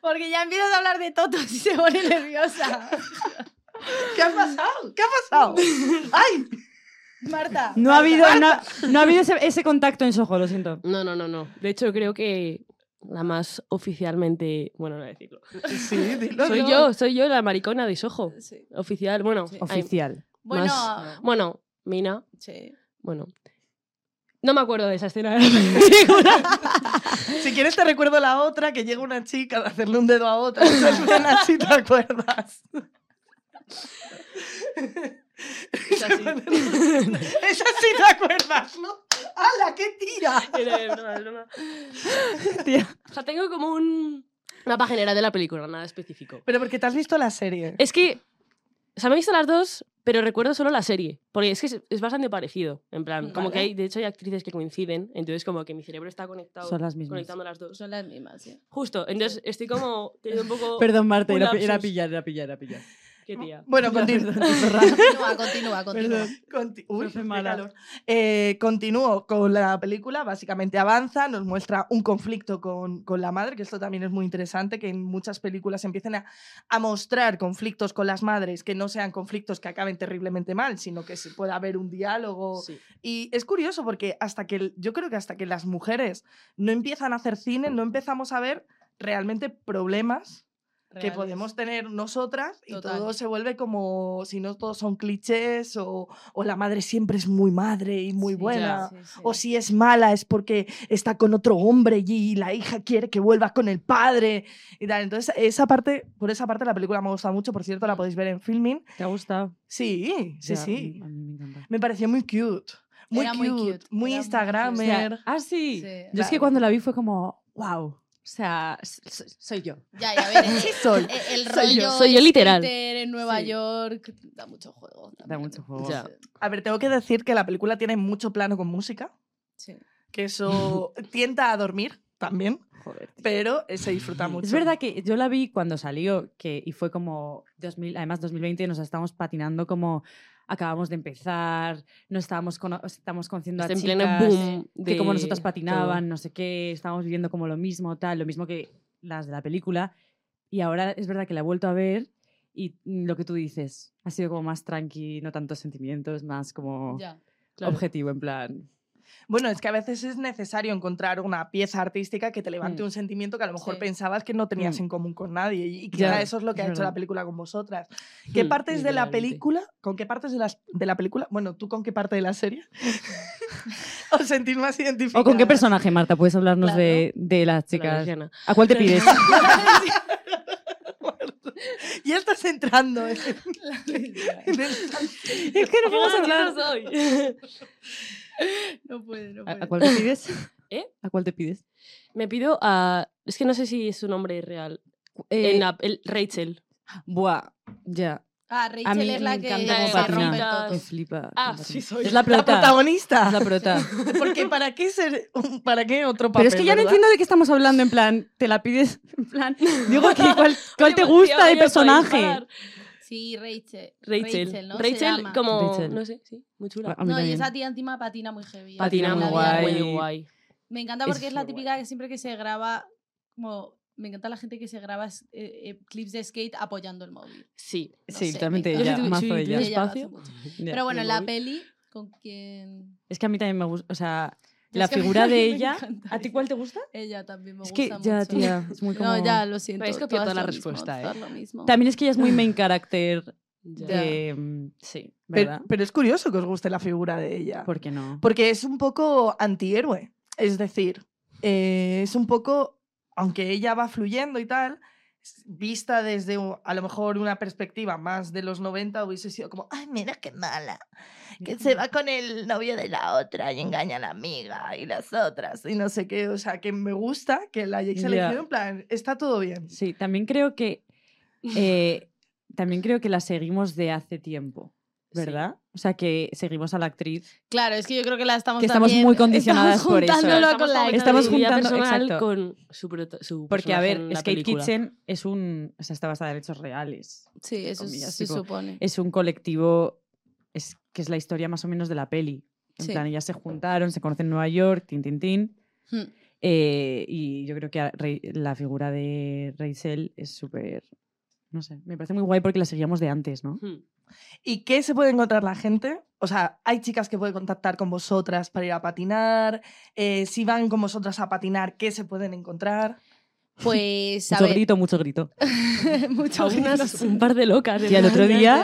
Porque ya empiezas a hablar de totos y se pone
[laughs]
nerviosa.
¿Qué ha pasado? ¿Qué ha pasado? ¡Ay!
Marta.
No ha habido, na- no ha habido ese, ese contacto en Soho, lo siento.
No, no, no, no. De hecho, creo que la más oficialmente. Bueno, no voy a decirlo.
Sí, dilo.
Soy
dilo.
yo, soy yo la maricona de Soho.
Sí.
Oficial, bueno.
Sí.
ay,
Oficial.
Bueno,
Más- Bueno, Mina,
sí.
bueno. No me acuerdo de esa escena [laughs]
[laughs]
de la película.
Si quieres te recuerdo la otra, que llega una chica a hacerle un dedo a otra. Esa es buena, [laughs] si te acuerdas.
[laughs]
Esa [laughs] sí te acuerdas, ¿no? ¡Hala, qué tía!
Era de broma, de broma.
Tía.
O sea, tengo como un, una página general de la película, nada específico.
Pero porque te has visto la serie.
Es que, o sea, me he visto las dos, pero recuerdo solo la serie. Porque es que es, es bastante parecido. En plan, como que
Vale.
hay, de hecho, hay actrices que coinciden. Entonces, como que mi cerebro está conectado,
Son las mismas.
conectando las dos.
Son las mismas, ¿sí?
Justo, entonces estoy como teniendo un poco.
[laughs] Perdón, Marta,
Un
era, pi- era
lapsus.
pillar, era pillar, era pillar.
¿Qué tía?
[laughs]
[laughs]
Bueno, continúo.
Continúa, continúa, continúa.
Perdón.
Conti- Uy,
[laughs] No soy
qué
mala.
calor. Eh, continúo con la película, básicamente avanza, nos muestra un conflicto con, con la madre, que esto también es muy interesante, que en muchas películas empiecen a, a mostrar conflictos con las madres que no sean conflictos que acaben terriblemente mal, sino que se pueda haber un diálogo.
Sí.
Y es curioso porque hasta que, el- yo creo que hasta que las mujeres no empiezan a hacer cine, no empezamos a ver realmente problemas que
Reales.
podemos tener nosotras y
Total.
todo se vuelve como si no todos son clichés o, o la madre siempre es muy madre y muy
Sí,
buena.
sí, sí.
O si es mala es porque está con otro hombre y la hija quiere que vuelva con el padre y tal. Entonces, esa parte, por esa parte la película me gusta mucho, por cierto,
Mm.
la podéis ver en filming.
¿Te ha gustado?
Sí, sí,
Ya,
sí.
A mí me encanta.
Me pareció muy cute. Muy
Era
cute, muy,
muy cute, era muy
O
Instagramer.
cute.
sea, ah, sí.
Sí,
Yo es
claro.
que cuando la vi fue como, wow.
[laughs]
O sea, s- s- soy yo.
Ya, ya, a
[laughs]
ver,
Sí
eh,
soy.
eh, el rollo
Soy yo, soy yo literal.
skater en Nueva
Sí.
York da mucho juego. también.
mucho juego.
Ya.
A ver, tengo que decir que la película tiene mucho plano con música,
Sí.
que
[laughs]
eso tienta a dormir también.
Joder. tío.
pero eh, se disfruta mucho.
Es verdad que yo la vi cuando salió que, y fue como 2000, además 2020 nos estábamos patinando como acabamos de empezar, no estábamos, cono- estábamos conociendo
Está
a
en
chicas,
pleno boom. De
que como nosotras
todo.
patinaban, no sé qué, estábamos viviendo como lo mismo, tal, lo mismo que las de la película. Y ahora es verdad que la he vuelto a ver y mm, lo que tú dices ha sido como más tranqui, no tantos sentimientos, más como
Ya.
Claro.
objetivo, en plan.
Bueno, es que a veces es necesario encontrar una pieza artística que te levante
Mm.
un sentimiento que a lo mejor
Sí.
pensabas que no tenías
Mm.
en común con nadie. Y, y
Ya,
quizá eso es lo que
es
ha hecho
verdad. Mm,
la película con vosotras. ¿Qué
Hmm,
partes de la
literalmente.
película, con qué partes de la, de la película, bueno, tú con qué parte de la serie [laughs] os sentís más identificados?
¿O con qué personaje, Marta? ¿Puedes hablarnos
Claro.
de, de las
De la
chicas?
lesbiana.
¿A cuál te pides?
[laughs] Ya estás entrando en,
[laughs]
en el-
es que no podemos
Ah, yo
hablar. [laughs]
soy.
no puede, no
¿A,
puede.
a cuál te pides?
[laughs] ¿Eh?
¿A cuál te pides?
Me pido a. Es que no sé si es su nombre real.
Eh,
En la- el- Rachel.
Buah, ya.
Ah, Rachel
mí
es la
me
que
encanta
cómo
se
patina.
rompe
Ah,
todo.
Me flipa.
Ah,
me
sí,
flipa.
soy
Es la
yo.
la
prota.
protagonista.
Es la prota.
Porque ¿para qué, ser, un- ¿para qué otro papel?
Pero es que ya no
verdad?
entiendo de qué estamos hablando, en plan, te la pides, [laughs] en plan, digo [laughs] que cuál, cuál te
Oye,
gusta
tía,
de
yo soy
personaje.
par.
Sí, Rachel.
Rachel.
Rachel,
Rachel,
¿no? Se llama.
como.
Rachel.
No sé, sí, muy chula.
A mí
No, y
también.
esa tía encima patina muy heavy.
Patina
La
muy
vida
guay.
real.
guay.
Me encanta
Es
porque es, la
súper guay.
típica que siempre que se graba como me encanta la gente que se graba eh, eh, clips de skate apoyando el móvil.
Sí.
No
sí,
sé,
totalmente
me-
ella,
Sí, sí,
mazo
sí,
ella.
sí.
Ella lo hace
espacio.
mucho.
Ya.
Pero bueno,
el
la
móvil.
peli con quien...
Es que a mí también me gusta, o sea,
Yo
la
es que [laughs] a mí
figura de
también me
ella.
encanta
¿A ti
ella.
cuál te gusta?
Ella también me
es
gusta
que ya,
mucho.
tía, es muy como...
[laughs] No, ya, lo siento.
Habéis copiado toda
todas
la
lo mismo,
respuesta,
todas
¿eh?
lo mismo.
También es que ella es muy main
[laughs]
character.
Ya.
Ya.
de, mm, sí,
Pero-
¿verdad?
Pero, es curioso que os guste la figura de ella.
¿Por qué no?
Porque es un poco antihéroe. Es decir, eh, es un poco, aunque ella va fluyendo y tal, s- vista desde u- a lo mejor una perspectiva más de los 90, hubiese sido como, ay, mira qué mala, que se va con el novio de la otra y engaña a la amiga y las otras y no sé qué. O sea, que me gusta que la hayáis
Ya.
elegido en plan, está todo bien.
Sí, también creo que eh, también creo que la seguimos de hace tiempo,
Sí.
¿verdad? O sea que seguimos a la actriz.
Claro, es que yo creo que la estamos
Que estamos
también-
muy condicionadas
estamos
por eso.
juntándola
Estamos
con la
como
Estamos
identidad
juntando-
personal
exacto.
con su, prota- su
Porque a
personaje
ver,
en la
Skate
película.
Kitchen es un, o sea, está basada en hechos reales.
Sí, eso
comillas,
se
tipo,
supone.
Es un colectivo es que es la historia más o menos de la peli. En
Sí.
plan, ellas se juntaron, se conocen en Nueva York, tin tin tin.
Hmm.
Eh, y yo creo que a Rei- la figura de Rachel es súper no sé, me parece muy guay porque la seguíamos de antes, ¿no?
Hmm.
¿Y qué se puede encontrar la gente? O sea, hay chicas que pueden contactar con vosotras para ir a patinar. eh, si van con vosotras a patinar, ¿qué se pueden encontrar?
Pues, a
Mucho
[laughs] ver,
grito, mucho grito.
mucho grito.
Algunas, un par de
[laughs]
locas.
Y al otro día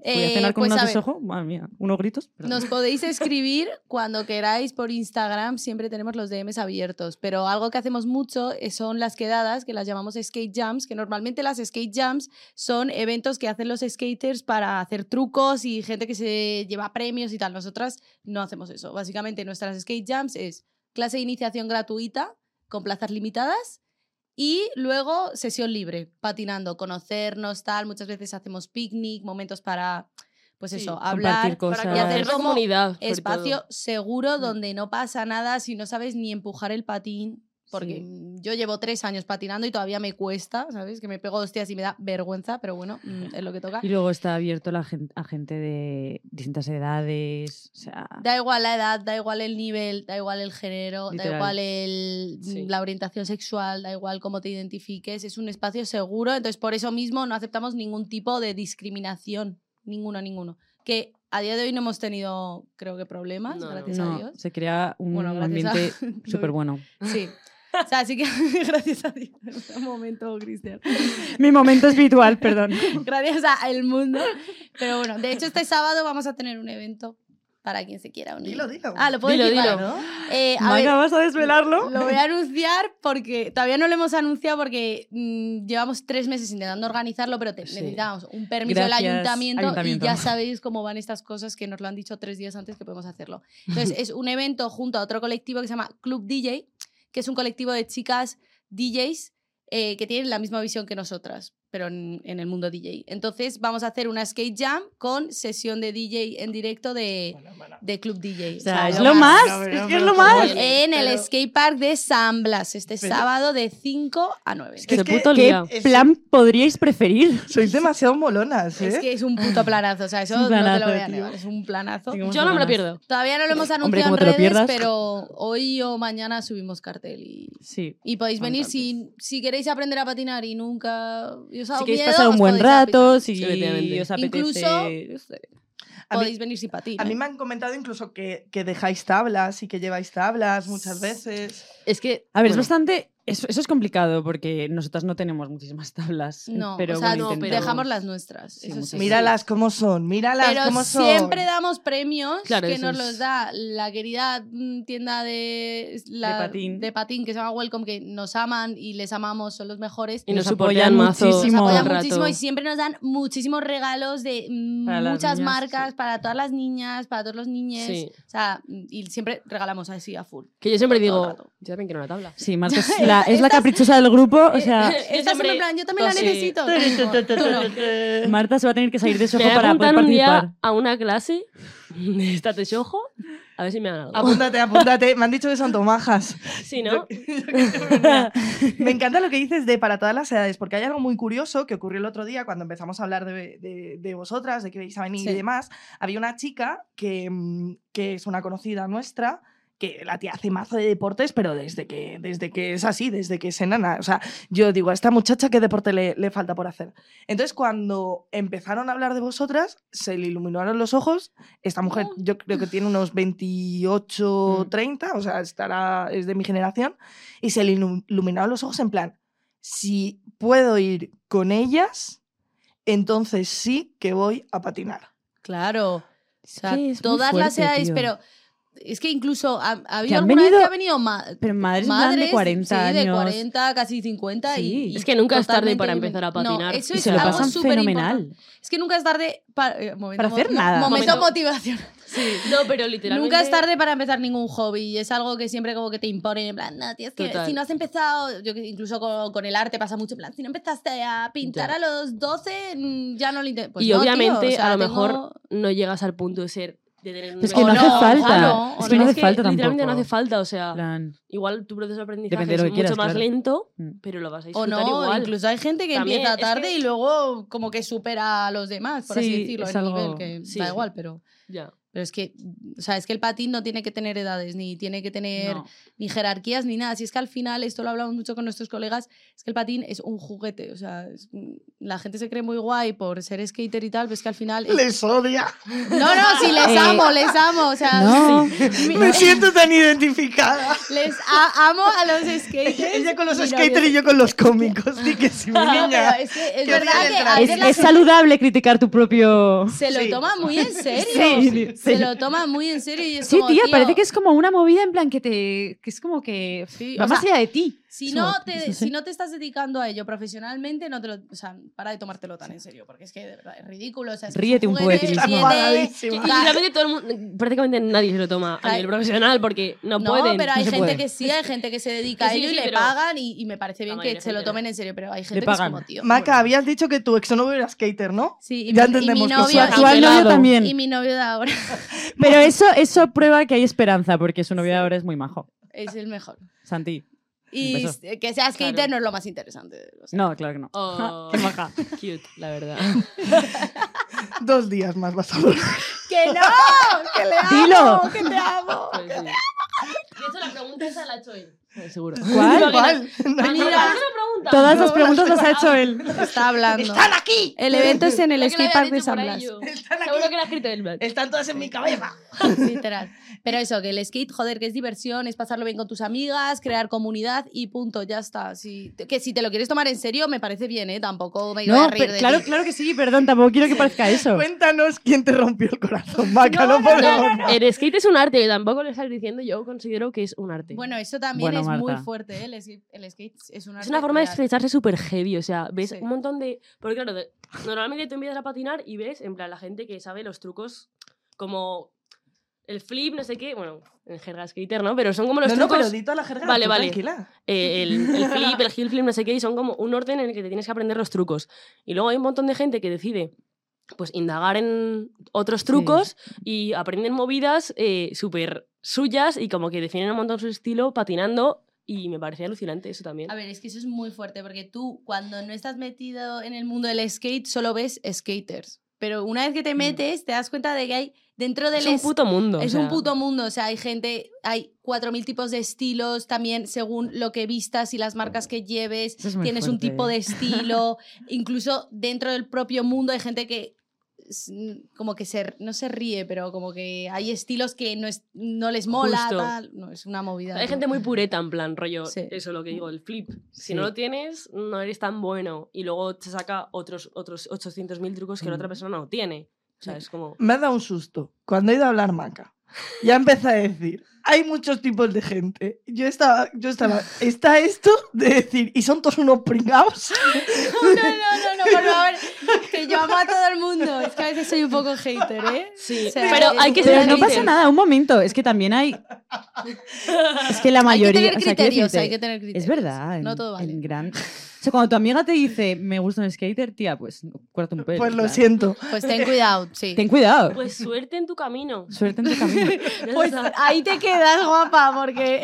voy a
Eh,
cenar con
pues,
unos
a ver,
desojo, madre mía, unos gritos. pero-
Nos podéis escribir cuando queráis por Instagram, siempre tenemos los DMs abiertos, pero algo que hacemos mucho eh, son las quedadas, que las llamamos skate jams, que normalmente las skate jams son eventos que hacen los skaters para hacer trucos y gente que se lleva premios y tal. Nosotras no hacemos eso. Básicamente nuestras skate jams es clase de iniciación gratuita con plazas limitadas y luego sesión libre, patinando, conocernos, tal. Muchas veces hacemos picnic, momentos para, pues
Sí,
eso,
compartir
hablar
cosas.
Para conocer la
como
comunidad. sobre
espacio
todo.
seguro
Mm.
donde no pasa nada si no sabes ni empujar el patín. Porque
Sí.
mm, yo llevo tres años patinando y todavía me cuesta, ¿sabes? Que me pego hostias y me da vergüenza, pero bueno, mm, es lo que toca.
Y luego está abierto la gen- a gente de distintas edades. O sea,
Da igual la edad, da igual el nivel, da igual el género,
Literal.
da igual el- mm,
Sí.
la orientación sexual, da igual cómo te identifiques. Es un espacio seguro, entonces por eso mismo no aceptamos ningún tipo de discriminación. Ninguno, ninguno. Que a día de hoy no hemos tenido, creo que, problemas,
No, no.
gracias a
no,
Dios.
se crea un
Bueno, gracias a-
[laughs]
[laughs]
ambiente
no vi-
súper bueno.
Sí. [laughs] O sea, así que gracias a Dios. Un momento, Cristian.
Mi momento espiritual, perdón.
Gracias a el mundo. Pero bueno, de hecho, este sábado vamos a tener un evento para quien se quiera unir.
Dilo, dilo.
Ah, lo puedo
Dilo,
decir.
dilo.
Vale. Eh, a ver,
Maga, ¿vas [laughs] a desvelarlo?
lo voy a anunciar porque todavía no lo hemos anunciado porque mm, llevamos tres meses intentando organizarlo, pero te-
Sí.
necesitábamos un permiso del
Gracias,
ayuntamiento,
ayuntamiento. [laughs]
y ya sabéis cómo van estas cosas que nos lo han dicho tres días antes que podemos hacerlo. Entonces, es un evento junto a otro colectivo que se llama Club DJ, que es un colectivo de chicas DJs eh, que tienen la misma visión que nosotras, pero en, en el mundo DJ. Entonces, vamos a hacer una skate jam con sesión de DJ en directo de, de Club DJ.
O sea,
O sea,
es
lo
lo más.
no, Ah, pero-
es que es lo
pero-
más.
Oye,
en el
pero-
skate park de San Blas, este
Pero-
sábado de 5 a 9.
que
Qué
es que-
puto
¿Qué
liado.
es-
plan podríais [laughs] preferir?
Sois demasiado molonas, ¿eh?
Es que es un puto planazo, o sea, eso
Es un
no te
planazo,
lo voy a
tío.
negar, es un planazo.
Yo no me lo pierdo.
Todavía no lo hemos
Hombre,
anunciado
¿cómo te lo
en redes,
pierdas?
pero hoy o mañana subimos cartel y,
Sí.
y podéis venir si,
Fantástico.
si queréis aprender a patinar y nunca y os
Si
ha dado
queréis
miedo,
pasar un
os
buen
podéis
rato,
apitar.
si
Efectivamente.
os apetece.
Incluso-
no sé.
a, mí,
Podéis venir sin patinar.
a mí me han comentado incluso que, que dejáis tablas y que lleváis tablas muchas veces.
Es que.
A
bueno,
ver, es bastante. Eso, eso es complicado porque nosotras no tenemos muchísimas tablas.
No,
pero
o sea,
bueno,
no, pero-
intentamos.
dejamos las nuestras.
Sí,
eso
muchas
sí.
gracias.
Míralas cómo son, míralas
Pero
cómo son.
siempre damos premios
Claro,
que
eso
nos
es.
los da la querida mm, tienda de, la-
De patín.
de patín que se llama Welcome, que nos aman y les amamos, son los mejores.
Y nos
nos
apoyan
apoyan
mazo.
Nos
muchísimo.
todo el
apoyan
rato.
muchísimo y siempre nos dan muchísimos regalos de mm,
Para las
muchas
niñas,
marcas,
sí.
para todas las niñas, para todos los niñes.
Sí.
O sea, mm, y siempre regalamos así a full.
Que yo siempre
Todo el
digo.
rato.
Yo también quiero una tabla.
Sí, Marta [laughs] es la, es la caprichosa del grupo. O
[laughs]
sea,
Eh,
Esta siempre en plan, yo también la
Sí.
necesito. Tú no.
Eh,
[laughs]
Marta se va a tener que salir de su
Me
ojo
voy a
para poder
apuntar un
participar.
día a una clase de estate ojo a ver si me dan algo.
Apúntate, apúntate. Me han dicho que son tomajas.
Ah,
Sí, ¿no?
[laughs] Me encanta lo que dices de para todas las edades, porque hay algo muy curioso que ocurrió el otro día cuando empezamos a hablar de, de- de vosotras, de que vais a venir
Sí.
y demás. Había una chica que, mm, que es una conocida nuestra que la tía hace mazo de deportes, pero desde que, desde que es así, desde que es enana. O sea, yo digo, a esta muchacha, ¿qué deporte le, le falta por hacer? Entonces, cuando empezaron a hablar de vosotras, se le iluminaron los ojos. Esta mujer, yo creo que tiene unos 28,
Mm.
30, o sea, estará, es de mi generación, y se le ilu- iluminaron los ojos en plan, si puedo ir con ellas, entonces sí que voy a patinar.
Claro. O sea,
que es muy
todas las
fuerte,
edades,
tío.
pero es que incluso ha, ha habido
han
alguna vez
venido-
que ha venido ma-
Pero madre es
madres
de 40
sí,
años.
de 40, casi 50 y-
Sí.
y
Es que nunca es tarde para
totalmente
empezar a
diferente.
patinar.
No, eso
Y
es
se lo
algo
pasan
superimportante.
fenomenal.
Es que nunca es tarde para, eh, momento
Para hacer
mo-
nada.
Momento,
Momento.
motivación.
No, pero literalmente.
Nunca es tarde para empezar ningún hobby y es algo que siempre como que te imponen en plan, no, tienes que,
Total.
si no has empezado, yo que incluso con, con el arte pasa mucho en plan, si no empezaste a pintar
Ya.
a los 12, mm, ya no lo intentas.
y obviamente, a lo mejor no llegas al punto de ser. De tener un
Pero es que
O
no hace
no,
falta.
ojalá,
es
o no.
que no
Pero
hace
es que
falta tampoco.
Literalmente no hace falta, o sea.
Plan,
Igual tu proceso de aprendizaje
Depende de lo
es
que
mucho
quieras,
más
claro.
lento,
Mm.
pero lo vas a
O
disfrutar
no,
igual.
incluso hay gente que
También,
empieza
es que-
tarde y luego como que supera a los demás, por
Sí,
así decirlo,
es
el
algo-
nivel, que
sí.
da igual, pero,
Ya.
pero es que, mm, o sea, es que el patín no tiene que tener edades, ni tiene que tener
no.
ni jerarquías, ni nada. Si es que al final, esto lo hablamos mucho con nuestros colegas, es que el patín es un juguete, o sea, es un- la gente se cree muy guay por ser skater y tal, pero es que al final... es-
Les odia.
No,
[laughs]
no, sí, les
Eh,
amo, les amo, o sea...
No.
mi-
Me siento tan identificada.
Les a- amo a los skaters.
Ella con los
Mi novio-
skaters y yo con los cómicos. Sí que sí, mi
No, pero
niña.
es que es
Qué horrible
verdad que
trato.
a
Es,
veces la
es saludable criticar tu propio.
Se lo
Sí.
toma muy en serio.
Sí, sí.
Se lo toma muy en serio y es
Sí,
como,
tía, parece que
tío,
es como una movida en plan que te. que es como que.
Sí,
va
o
más
sea,
allá de ti.
si
Es
no,
como,
te,
no sé.
si no te estás dedicando a ello profesionalmente, no te lo, o sea, para de tomártelo tan en serio, porque es que de verdad es ridículo, o sea, es
Ríete un
juguete,
poquitín.
ríete,
Está paradísima.
Claro.
Literalmente todo el mundo, prácticamente nadie se lo toma a
Claro.
nivel profesional porque no,
No,
pueden.
pero hay
se
gente
puede.
que sí, hay gente que se dedica
[laughs]
a
Sí,
ello
sí,
y le
pero
pagan y, y me parece bien
mayoría
que
de
se lo
gente no.
tomen en serio, pero hay gente que es
pagan.
como tío.
Maca,
bueno.
habías dicho que tu ex no era skater, ¿no?
Sí, y
ya
mi- y mi
entendemos que
novio-
su
actual
y mi
novio
novio-
también.
Y mi novio de ahora [laughs]
Pero eso, eso prueba que hay esperanza, porque su novia ahora es muy majo.
es el mejor.
Santi.
Y
beso.
s- que sea skater
Claro.
no es lo más interesante. o sea.
No, claro que no.
[laughs] Oh,
Qué maja.
cute, la verdad.
[laughs]
Dos días más vas a volver.
¡Que no! ¡Que le amo!
Dilo.
¡Que te amo!
Pues sí. De hecho, la pregunta esa la ha hecho él. Seguro.
¿Cuál?
Imagina-
Igual. No hay
Ah,
Mira.
¿cuál es la pregunta?
Todas
No,
las preguntas las ha hecho él.
Está hablando.
¡Están aquí!
El evento es en
creo
el
que lo había
skatepark de
dicho
San
por
Blas.
ahí yo.
Están aquí.
Seguro que la ha escrito él. Blas.
Están todas en mi cabeza.
Literal. Pero eso, que el skate, joder, que es diversión, es pasarlo bien con tus amigas, crear comunidad y punto, ya está. Si, que si te lo quieres tomar en serio, me parece bien, ¿eh? Tampoco me voy a
No,
reír
pero-
de
claro,
ti.
claro que sí, perdón, tampoco quiero que parezca eso.
Cuéntanos quién te rompió el corazón, Maca, no, por favor.
El skate es un arte, tampoco lo estás diciendo, yo considero que es un arte.
Bueno, eso también
Bueno,
es muy
Marta.
fuerte, ¿eh? El skate, el skate es un
es
arte
una forma de
real.
estrecharse súper heavy, o sea, ves
Sí.
un montón de... Porque claro, de- normalmente tú empiezas a patinar y ves, en plan, la gente que sabe los trucos como el flip, no sé qué, bueno, en jerga skater, ¿no? Pero son como los
No, no,
trucos...
pero di toda la jerga.
Vale,
tú
vale.
Tranquila.
eh, el, el flip, el heel flip, no sé qué, y son como un orden en el que te tienes que aprender los trucos. Y luego hay un montón de gente que decide pues indagar en otros trucos y aprenden movidas eh, súper suyas y como que definen un montón su estilo patinando y me parecía alucinante eso también.
A ver, es que eso es muy fuerte, porque tú cuando no estás metido en el mundo del skate, solo ves skaters. Pero una vez que te metes, te das cuenta de que hay dentro del
Mm. es un
skate
puto mundo. o
Es un
sea.
puto mundo, o sea, hay gente, hay 4.000 tipos de estilos también según lo que vistas y las marcas que lleves,
Eso es muy
tienes un
fuerte. [laughs]
tipo de estilo, incluso dentro del propio mundo hay gente que s- como que se, no se ríe, pero como que hay estilos que no, es, no les mola,
Justo.
tal. no, es una movida.
Hay
tío.
gente
[laughs]
muy pureta, en plan, rollo,
Sí.
eso lo que digo, el flip. Si
Sí.
no lo tienes, no eres tan bueno. Y luego te saca otros, otros 800.000 trucos que la
Mm.
otra persona no tiene. O sea,
Sí.
es como...
Me ha dado un susto. Cuando he ido a hablar Maca, ya empieza a decir, hay muchos tipos de gente. Yo estaba, yo estaba, está esto de decir, y son todos unos pringados.
No, no, no, no, por favor, que yo amo a todo el mundo, es que a veces soy un poco hater, ¿eh?
Sí,
O sea,
pero hay que ser
Pero no
líder.
pasa nada, un momento. Es que también hay. Es que la mayoría.
hay que tener
o sea, quiero
criterios,
decirte,
hay que tener criterios.
Es verdad.
No
en-
todo vale.
en gran... O sea, cuando tu amiga te dice, me gusta un skater, tía, pues cuérdate un pelo.
Pues
en
lo
plan,
siento.
Pues ten cuidado, sí.
Ten cuidado.
Pues suerte en tu
[laughs]
camino. [laughs]
Suerte en tu camino.
Pues
ah,
ahí te quedas guapa porque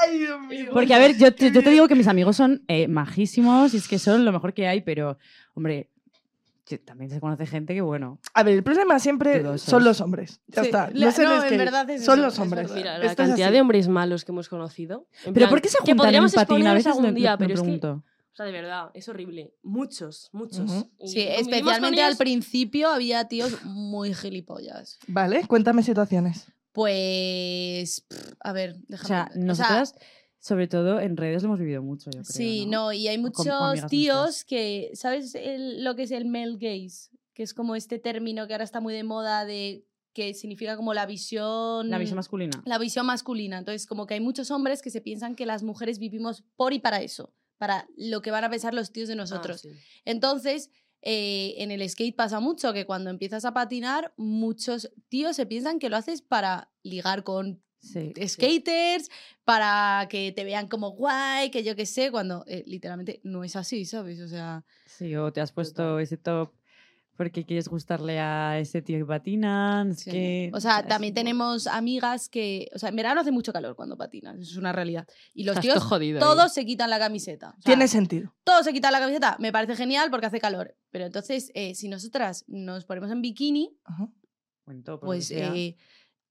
Ay, Dios mío.
[laughs] Porque, a ver, yo te, yo te digo que mis amigos son eh, majísimos y es que son lo mejor que hay, pero, hombre, sí, también se conoce gente que, bueno,
A ver, el problema siempre
Dudosos.
son los hombres. Ya
Sí.
está.
La-
No, sé
no,
les
en
que-
verdad es
son
eso,
los
es
hombres.
verdad.
Mira, la
Esto es
cantidad
así.
de hombres malos que hemos conocido. en
¿Pero
plan,
por qué se
Que
juntan
podríamos
en patín? A
exponerlos
veces
algún
me-
día,
me
pero es que-
pregunto.
O sea, de verdad, es horrible. Muchos, muchos.
Ujú.
Y
Sí,
convivimos con
especialmente
ellos-
al principio había tíos muy gilipollas.
Vale, cuéntame situaciones.
Pues, pff, a ver, déjame.
O sea,
ver.
nosotras, sobre todo en redes, lo hemos vivido mucho, yo creo.
sí, no, y hay
O con- o
muchos
amigas
tíos
nuestras.
que, ¿sabes el- lo que es el male gaze? Que es como este término que ahora está muy de moda de que significa como la visión
La visión masculina.
la visión masculina. Entonces, como que hay muchos hombres que se piensan que las mujeres vivimos por y para eso, para lo que van a pensar los tíos de
Ah,
nosotros.
sí.
Entonces, eh, en el skate pasa mucho que cuando empiezas a patinar, muchos tíos se piensan que lo haces para ligar con
Sí.
skaters, para que te vean como guay, que yo qué sé, cuando eh, literalmente no es así, ¿sabes? O sea,
Sí, o te has puesto
Total.
ese top porque quieres gustarle a ese tío que patinan. es
sí.
que,
o sea
es
también
un-
tenemos amigas que, o sea, en verano hace mucho calor cuando patinas, eso es una realidad. Y los
Estás
tíos,
todo jodido ahí.
todos se quitan la camiseta. O sea,
Tiene sentido.
todos se quitan la camiseta, me parece genial porque hace calor. Pero entonces, eh, si nosotras nos ponemos en bikini,
Ajá.
un top, o lo que
pues
sea.
eh,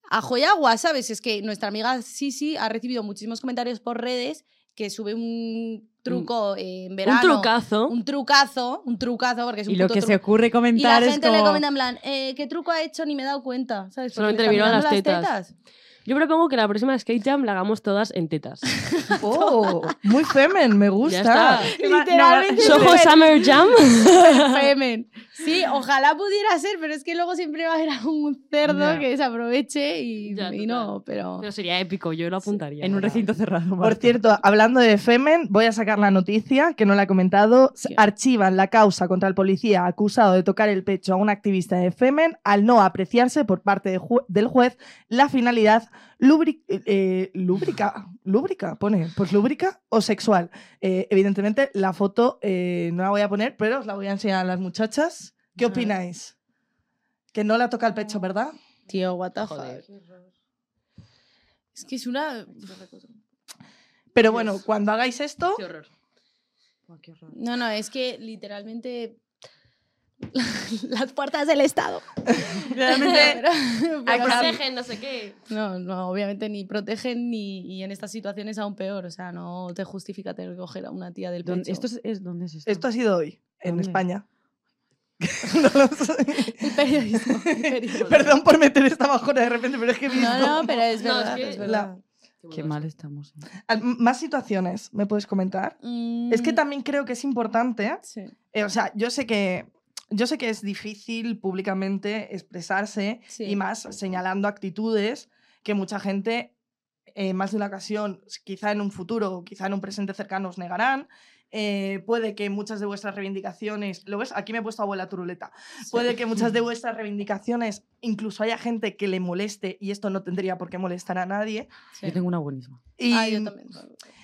ajo y agua, ¿sabes? Es que nuestra amiga Sisi ha recibido muchísimos comentarios por redes que sube un truco eh, en verano.
Un trucazo.
Un trucazo, un trucazo, porque es un
y lo
puto
que se
truco.
ocurre
Y la
comentar es
gente
como...
le comenta en plan, eh, ¿qué truco ha hecho? Ni me he dado cuenta, ¿sabes? Porque
Solamente
me
le miró
está
a las
mirando
tetas. Yo propongo que la próxima Skate Jam la hagamos todas en tetas.
Oh, muy femen, me gusta.
está.
Literalmente.
Soho Summer Jam.
[laughs] Femen. Sí, ojalá pudiera ser, pero es que luego siempre va a haber algún cerdo
Ya.
que desaproveche y,
Ya,
y no, pero...
Pero sería épico, yo lo apuntaría.
En un recinto cerrado.
Por
Marta.
cierto, hablando de Femen, voy a sacar la noticia que no la he comentado. S-
Bien.
Archivan la causa contra el policía acusado de tocar el pecho a un activista de Femen al no apreciarse por parte de ju- del juez la finalidad lubri- eh, lúbrica, lúbrica, pone, pues lúbrica o sexual. Eh, evidentemente, la foto eh, no la voy a poner, pero os la voy a enseñar a las muchachas. ¿Qué
A ver.
opináis? Que no la toca el pecho, ¿verdad?
Tío, what the
Joder.
fuck. Es que es una...
Pero bueno, cuando hagáis esto,
Qué horror.
No, no, es que literalmente... [laughs] las puertas
[laughs]
del Estado.
realmente
[laughs] Pero- pero-
Protegen, no sé qué.
no, no, obviamente ni protegen ni... Y en estas situaciones aún peor. O sea, no te justifica tener que coger a una tía del
¿Dónde-
pecho.
¿Esto es, es- ¿Dónde es esto?
esto ha sido hoy, en
¿Dónde?
[laughs]
España. [laughs] No lo sé.
El periodismo. el periodismo.
Perdón por meter esta bajona de repente, pero es que he visto.
No, no, pero es
[laughs] No, es
verdad.
que
es
la-
verdad.
Qué mal estamos. ¿eh?
Al- Más situaciones, ¿me puedes comentar? Es que
Mm,
también creo que es importante,
Sí.
eh, o sea, yo sé que yo sé que es difícil públicamente expresarse
Sí.
y más señalando actitudes que mucha gente en más de una ocasión, quizá en un futuro, o quizá en un presente cercano os negarán. Eh, puede que muchas de vuestras reivindicaciones, ¿lo ves? Aquí me he puesto abuela turuleta. Puede que
[laughs]
muchas de vuestras reivindicaciones incluso haya gente que le moleste y esto no tendría por qué molestar a nadie.
Sí.
Yo tengo una buenísima.
Y,
Ah, yo también.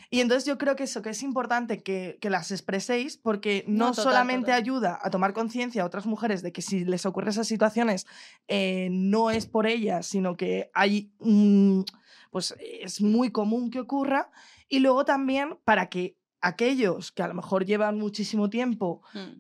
y entonces yo creo que eso que es importante que, que las expreséis porque no,
No, total,
solamente
total.
ayuda a tomar conciencia a otras mujeres de que si les ocurre esas situaciones eh, no es por ellas, sino que hay un- pues es muy común que ocurra y luego también para que aquellos que a lo mejor llevan muchísimo tiempo
Mm.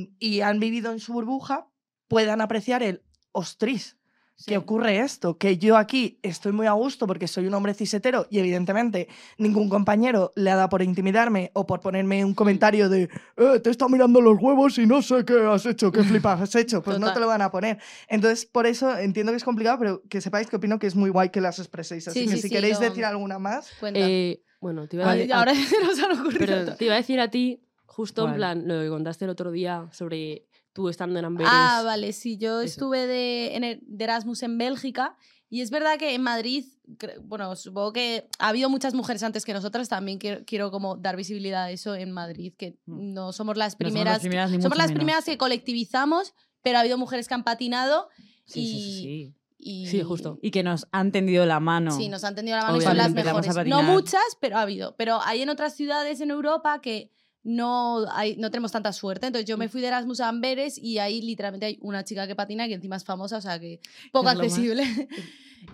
mm, y han vivido en su burbuja puedan apreciar el ostris
Sí.
que ocurre esto, que yo aquí estoy muy a gusto porque soy un hombre cisetero y evidentemente ningún compañero le ha dado por intimidarme o por ponerme
Mm.
un comentario de "Eh, te está mirando los huevos y no sé qué has hecho,
[laughs]
qué flipas has hecho, pues no te
Total.
lo van a poner. Entonces, por eso entiendo que es complicado, pero que sepáis que opino que es muy guay que las expreséis. Así
Sí,
que
sí,
si
sí,
queréis
yo-
decir alguna más,
Cuenta.
Eh, bueno, te iba a
Ay,
decir-
ahora [laughs] se nos han ocurrido.
Pero
todo.
te iba a decir a ti, justo en
¿Cuál?
plan, lo que contaste el otro día sobre tú estando en Amberes.
Ah, vale, sí, yo
Eso.
estuve de, en el- de Erasmus en Bélgica y es verdad que en Madrid, cre- bueno, supongo que ha habido muchas mujeres antes que nosotras, también quiero, quiero como dar visibilidad a eso en Madrid, que
Mm.
no somos las
No somos
primeras,
las primeras, ni
somos
mucho
las
menos.
primeras que colectivizamos, pero ha habido mujeres que han patinado
Sí, sí,
y-
sí, sí.
y...
Sí, justo.
Y que nos han tendido la mano.
Sí, nos han tenido la mano y son
Obviamente.
las
Cuando
empezamos
mejores.
a
No
patinar.
muchas, pero ha habido. Pero hay en otras ciudades en Europa que no, hay, no tenemos tanta suerte. Entonces
Mm.
yo me fui de Erasmus a Amberes y ahí literalmente hay
[laughs]
una chica que patina que encima es famosa, o sea que poco
Es lo más.
accesible.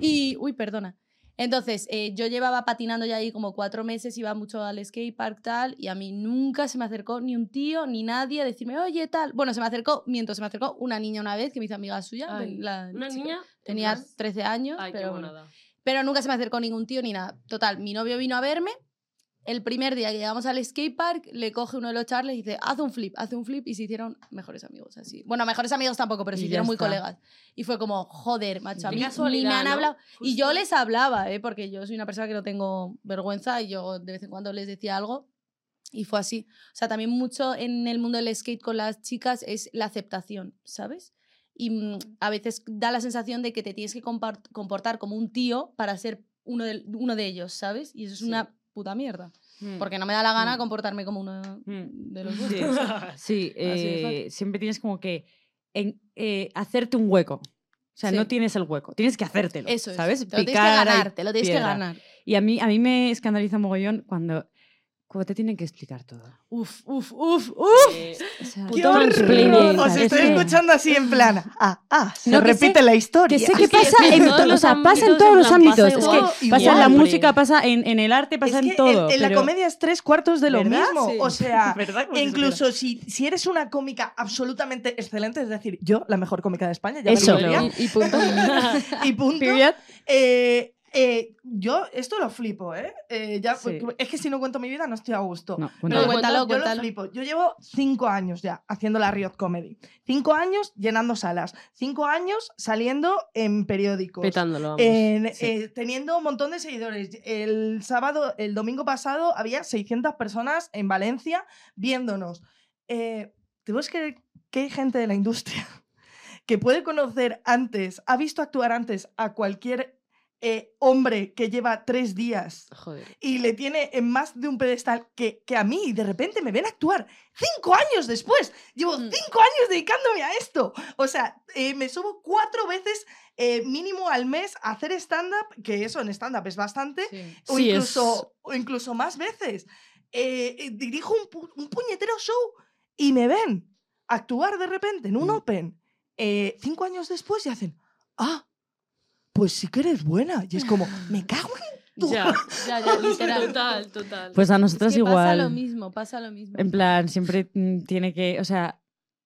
y, uy, perdona. Entonces, eh, yo llevaba patinando ya ahí como cuatro meses, iba mucho al skatepark tal, y a mí nunca se me acercó ni un tío ni nadie a decirme, oye, tal. Bueno, se me acercó, miento, se me acercó una niña una vez que me hizo amiga suya.
Ay,
la
Una
chica.
niña.
Tenía
¿Más?
13 años,
Ay, qué
pero bueno.
monada.
Pero nunca se me acercó ningún tío ni nada. Total, mi novio vino a verme. El primer día que llegamos al skatepark, le coge uno de los charles y dice, haz un flip, haz un flip. Y se hicieron mejores amigos, así. Bueno, mejores amigos tampoco, pero
Y
se
ya
hicieron muy
está.
colegas. Y fue como, joder, macho, a
Qué
mí ni me
casualidad,
han
¿no?
hablado. Y yo
Justo. [laughs]
les hablaba, ¿eh? porque yo soy una persona que no tengo vergüenza y yo de vez en cuando les decía algo. Y fue así. O sea, también mucho en el mundo del skate con las chicas es la aceptación, ¿sabes? Y mm, a veces da la sensación de que te tienes que compar- comportar como un tío para ser uno de, uno de ellos, ¿sabes? Y eso es
Sí.
una puta mierda.
Mm.
Porque no me da la gana
Mm.
comportarme como uno
Mm.
de los dos.
Sí, sí
de
eh,
fácil.
siempre tienes como que en- eh, hacerte un hueco. O sea,
Sí.
no tienes el hueco, tienes que hacértelo.
Eso es.
¿Sabes?
Te lo tienes que
Picar ahí
ganar, te lo tienes que
piedra.
ganar.
Y a mí, a mí me escandaliza mogollón cuando, cuando te tienen que explicar todo.
Uf, uf, uf, uf.
Eh,
O sea,
¡Qué
todo
horror!
mansplaining,
Os
¿sabes?
estoy
Es que-
escuchando así en plan, ah, ah, se
No, que
repite la historia. Ah,
Que sé que pasa
es que
en,
en todos
to- o
los
sea, pasa en
ámbitos,
todos
en
los
plan, pasa
ámbitos. Es que
igual,
pasa en la
igual.
música, pasa en, en el arte, pasa
Es
en
que
todo.
en, en la
pero-
comedia es tres cuartos de lo
¿Verdad?
mismo.
Sí.
O sea,
[laughs] ¿Verdad? Como si
incluso si, si eres una cómica absolutamente excelente, es decir, yo, la mejor cómica de España, ya me
Eso.
lo diría,
Claro.
Y, y
[laughs]
punto.
y punto.
supiera.
Eh, eh, yo esto lo flipo, ¿eh? Eh, ya,
Sí.
Es que si no cuento mi vida no estoy a gusto.
No,
Pero
cuéntalo.
No, cuéntalo,
yo
cuéntalo.
lo flipo. Yo llevo cinco años ya haciendo la Riot Comedy. Cinco años llenando salas. Cinco años saliendo en periódicos.
Pues,
Petándolo, vamos.
En-
sí.
eh, teniendo un montón de seguidores. El sábado, el domingo pasado, había 600 personas en Valencia viéndonos. Eh, ¿Te puedes creer que hay gente de la industria [laughs] que puede conocer antes, ha visto actuar antes a cualquier eh, hombre que lleva tres días
[laughs]
Joder.
y le tiene en más de un pedestal que, que a mí y de repente me ven actuar cinco años después. Llevo
Mm.
cinco años dedicándome a esto. O sea, eh, me subo cuatro veces eh, mínimo al mes a hacer stand-up, que eso en stand-up es bastante, o,
Sí, es-
incluso, o incluso más veces. Eh, eh, dirijo un, pu- un puñetero show y me ven actuar de repente en un
Mm.
open eh, cinco años después y hacen, ah, pues sí que eres buena. Y es como, me cago en tu
Ya,
[laughs]
Ya, ya, [laughs] literal.
total, total.
Pues a
Es
nosotros
que pasa
igual.
lo mismo, pasa lo mismo.
En plan, siempre mm, tiene que, o sea,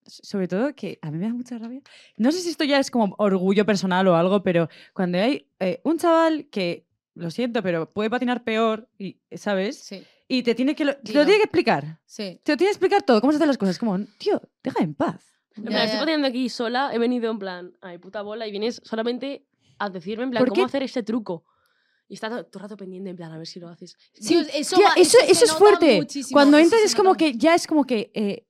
s- sobre todo que a mí me da mucha rabia. No sé si esto ya es como orgullo personal o algo, pero cuando hay eh, un chaval que, lo siento, pero puede patinar peor, y, eh, ¿sabes?
Sí,
Y te tiene que, lo, te
Dilo.
lo tiene que explicar.
sí.
Te lo tiene que explicar todo, cómo se hacen las cosas. Como, tío, deja en paz.
En
Ya,
plan, estoy
ya.
patinando aquí sola, he venido en plan, ay, puta bola, y vienes solamente a decirme en plan,
¿Por
¿cómo
qué?
hacer este truco? Y estás todo el rato pendiente, en plan, a ver si lo haces.
Sí,
Dios, eso,
Tía,
va-
eso,
se
eso es
nota
fuerte.
muchísimo,
Cuando
eso
entras
se
es como
nota
que, ya es como que, eh,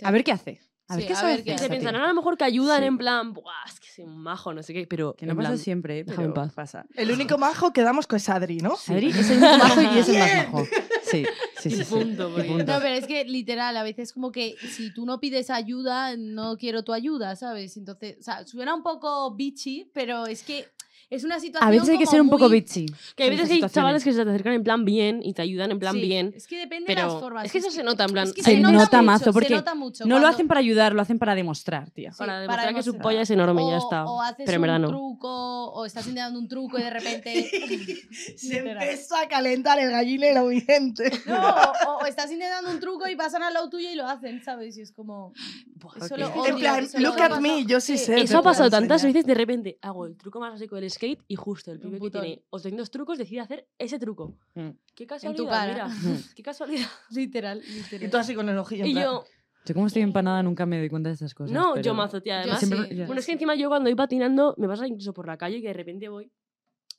mucho.
a ver qué hace. A ver
Sí,
qué
a
sabe
ver qué
Y
hacer
hace.
se
esta tía.
pensarán, a lo mejor que ayudan
Sí.
en plan, Buah, es que soy un majo, no sé qué, pero
Que no
en
pasa
plan,
siempre, eh,
déjame
pero
en paz.
pasa.
El único majo que damos con es Adri, ¿no?
Sí.
Adri es el único majo y es el más
Bien.
majo. Sí, sí, sí.
y
sí.
punto, porque-
punto.
No, pero es que literal, a veces como que si tú no pides ayuda, no quiero tu ayuda, ¿sabes? Entonces, o sea, suena un poco bitchy, pero es que es una situación.
A veces hay que
como
ser un poco
muy-
bitchy.
Que hay veces que
en esas
hay
situaciones.
chavales que se te acercan en plan bien y te ayudan en plan
Sí,
bien,
Es que depende de las
pero
formas.
es que eso se nota en plan...
es que
se
hay-
nota mazo,
mucho, se
porque
nota mucho
No lo
cuando-
hacen para ayudar, lo hacen para demostrar, tía.
Sí,
Para
para
demostrar que su
demostrar.
polla es enorme,
o,
ya está.
o haces
Pero en
un
verdad no.
truco, o estás intentando un truco y de repente.
[laughs]
Se
Literal.
empezó a calentar el gallinero, mi [laughs] gente.
No, o, o estás intentando un truco y pasan al lado tuyo y lo hacen, ¿sabes? Y es como.
Buah,
Eso
que-
lo
En
odio,
plan,
eso lo
look at
odio.
me, yo sí
Sí,
sé.
Eso ha
te puedo
pasado tantas
enseñar.
veces, de repente hago el truco más básico del skate y justo el
Un
pibe que
putón.
tiene 800 trucos decide hacer ese truco.
Mm.
Qué casualidad,
cara.
mira. Qué casualidad.
Literal, literal.
Y tú así con el ojillo. en
Y
plan,
yo,
Yo como estoy empanada nunca me doy cuenta de estas cosas.
no,
pero-
yo mazo, tía,
Yo
además.
siempre-
sí,
ya.
yo
Bueno, es que
sí.
encima yo cuando voy patinando me pasa incluso por la calle que de repente voy,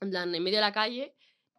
en plan, en medio de la calle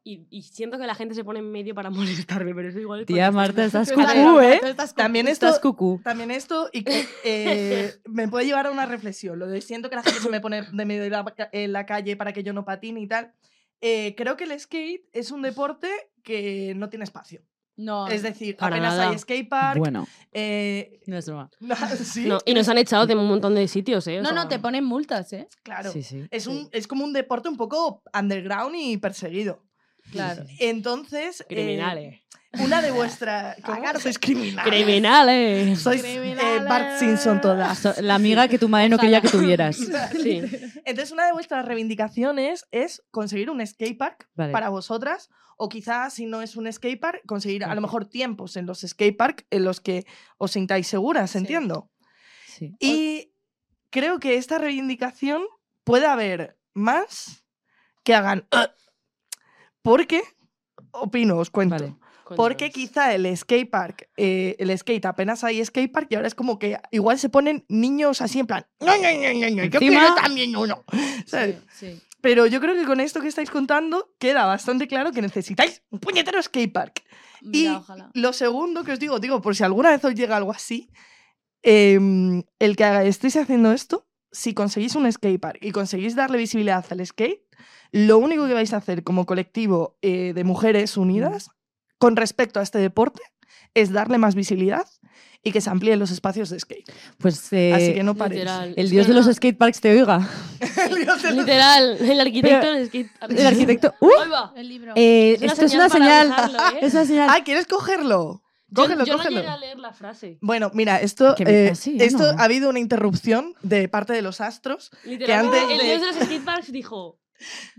y, y siento que la gente se pone en medio para [laughs] molestarme, pero eso igual... es
Tía
porque
Marta,
estoy- [laughs]
estás
Tú estás
cucú,
loca,
¿eh?
tú estás
También esto,
Estás cucú.
también esto y [laughs] que, eh, me puede llevar a una reflexión. Lo de siento que la gente se me pone de medio de la, ca- en la calle para que yo no patine y tal. Eh, creo que el skate es un deporte que no tiene espacio.
No.
Es decir,
Para
apenas
nada.
hay skatepark.
Bueno.
eh, [laughs]
No es broma.
no, sí,
No, y nos han echado de un montón de sitios, ¿eh? O
no,
sea,
no, te ponen multas, ¿eh?
claro.
Sí, sí.
Es, un, es como un deporte un poco underground y perseguido.
Claro.
Entonces, eh,
Criminales.
una [laughs] de vuestras... ¿Cómo? [laughs] Sois criminales.
Criminales.
[laughs] Sois eh,
Criminales.
Bart Simpson [laughs] todas.
So- La amiga que tu madre no quería
[laughs]
que tuvieras.
Sí.
Entonces, una de vuestras reivindicaciones es conseguir un skatepark
Vale.
para vosotras, o quizás, si no es un skatepark, conseguir a lo mejor tiempos en los skatepark en los que os sintáis seguras,
Sí.
entiendo.
Sí.
Y creo que esta reivindicación puede haber más que hagan. "Ah", Porque, opino, os cuento.
Vale.
Porque quizá el skatepark, eh, el skate, apenas hay skatepark y ahora es como que igual se ponen niños así en plan, no, no, no, no, no, yo
Encima-
quiero también uno. ¿sabes?
Sí, sí.
Pero yo creo que con esto que estáis contando queda bastante claro que necesitáis un puñetero skatepark.
Mira,
Y-
ojalá.
Lo segundo que os digo, digo, por si alguna vez os llega algo así, em, el que haga- estéis haciendo esto, si conseguís un skatepark y conseguís darle visibilidad al skate, lo único que vais a hacer como colectivo eh, de
Mm.
mujeres unidas con respecto a este deporte es darle más visibilidad y que se amplíen los espacios de
[laughs]
skate.
Pues eh,
Así que no paréis.
Literal.
el dios de los skateparks te
[laughs]
oiga.
Literal, el arquitecto
Pero-
del skate-
El arquitecto. ¡Uh!
[laughs] Ahí va.
El libro.
Eh,
Es una
esto es
señal
una
para
señal.
dejarlo, ¿eh?
Es una señal.
Ah, ¿quieres cogerlo?
Yo-
Cógelo,
yo,
cógelo.
no llegué a leer la frase.
Bueno, mira, esto,
Que me-
eh,
ah, sí,
esto
no.
ha habido una interrupción de parte de los astros.
Literalmente,
antes
el
de-
dios de los skateparks dijo...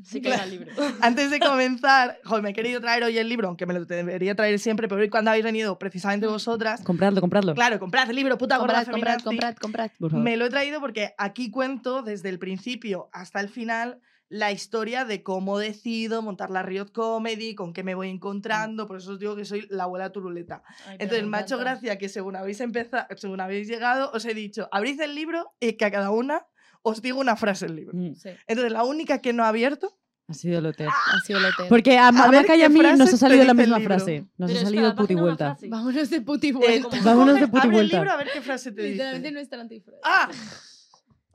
Se queda el
Claro.
libro.
Antes de comenzar, joder, me he querido traer hoy el libro, aunque me lo debería traer siempre, pero hoy cuando habéis venido precisamente vosras,
Compradlo, compradlo.
claro, comprad el libro, puta gorda
Comprad, comprad,
feminazi.
comprad, comprad.
Por favor.
Me lo he traído porque aquí cuento desde el principio hasta el final la historia de cómo decido montar la Riot Comedy, con qué me
Mm.
voy encontrando, por eso os digo que soy la abuela turuleta. Entonces, me ha hecho gracia que según habéis empezado, según habéis llegado, os he dicho, abrís el libro y que a cada una os digo una frase del libro.
Mm,
Sí,
Entonces, la única que no ha abierto,
ha sido el hotel.
ha sido el hotel.
Porque a, a
ver
Maca y
qué
a mí nos
frases
ha
te
salido la
dice el
misma
libro.
frase. Nos
Pero
ha
espera,
salido
la
puti
página, una
vuelta.
frase.
[laughs] Vámonos de
[laughs]
puti
eh,
vuelta.
tú
Vámonos
coge-
de puti
abre el
vuelta.
libro a ver qué frase te
Literalmente
dice.
nuestra antifrase.
¡Ah!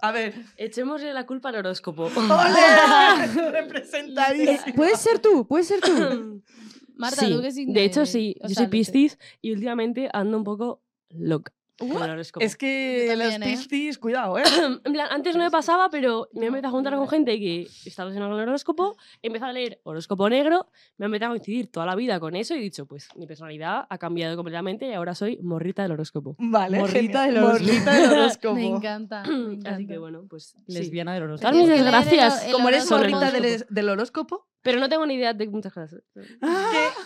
A ver. [laughs]
Echémosle la culpa al horóscopo.
[laughs] ¡Ole! Representadísimo.
Eh, Puedes ser tú, puedes ser tú.
[laughs] Marta,
Sí,
¿tú qué signo
De hecho,
eres?
sí.
O
Yo
sea,
soy
lo que-
Piscis y últimamente ando un poco loca. con el horóscopo.
Es que
Yo también,
los
¿eh?
piscis, cuidado, ¿eh?
[laughs] En plan, antes no me pasaba, pero me he empezado a juntar con gente que estaba obsesionada con el horóscopo, he empezado a leer horóscopo negro, me he empezado a coincidir toda la vida con eso y he dicho, pues mi personalidad ha cambiado completamente y ahora soy morrita del horóscopo.
[laughs] Vale.
Morrita
genial.
del horóscopo.
Morrita del
Me
horóscopo.
encanta. me
Mm, Así que
encanta.
bueno, pues sí.
Lesbiana del horóscopo.
Todas mis
Tienes que leer el-
desgracias,
el
Como eres
Son el
morrita del,
horóscopo.
del horóscopo, Ah,
Pero no tengo ni idea de muchas cosas.
¿qué, [laughs]
No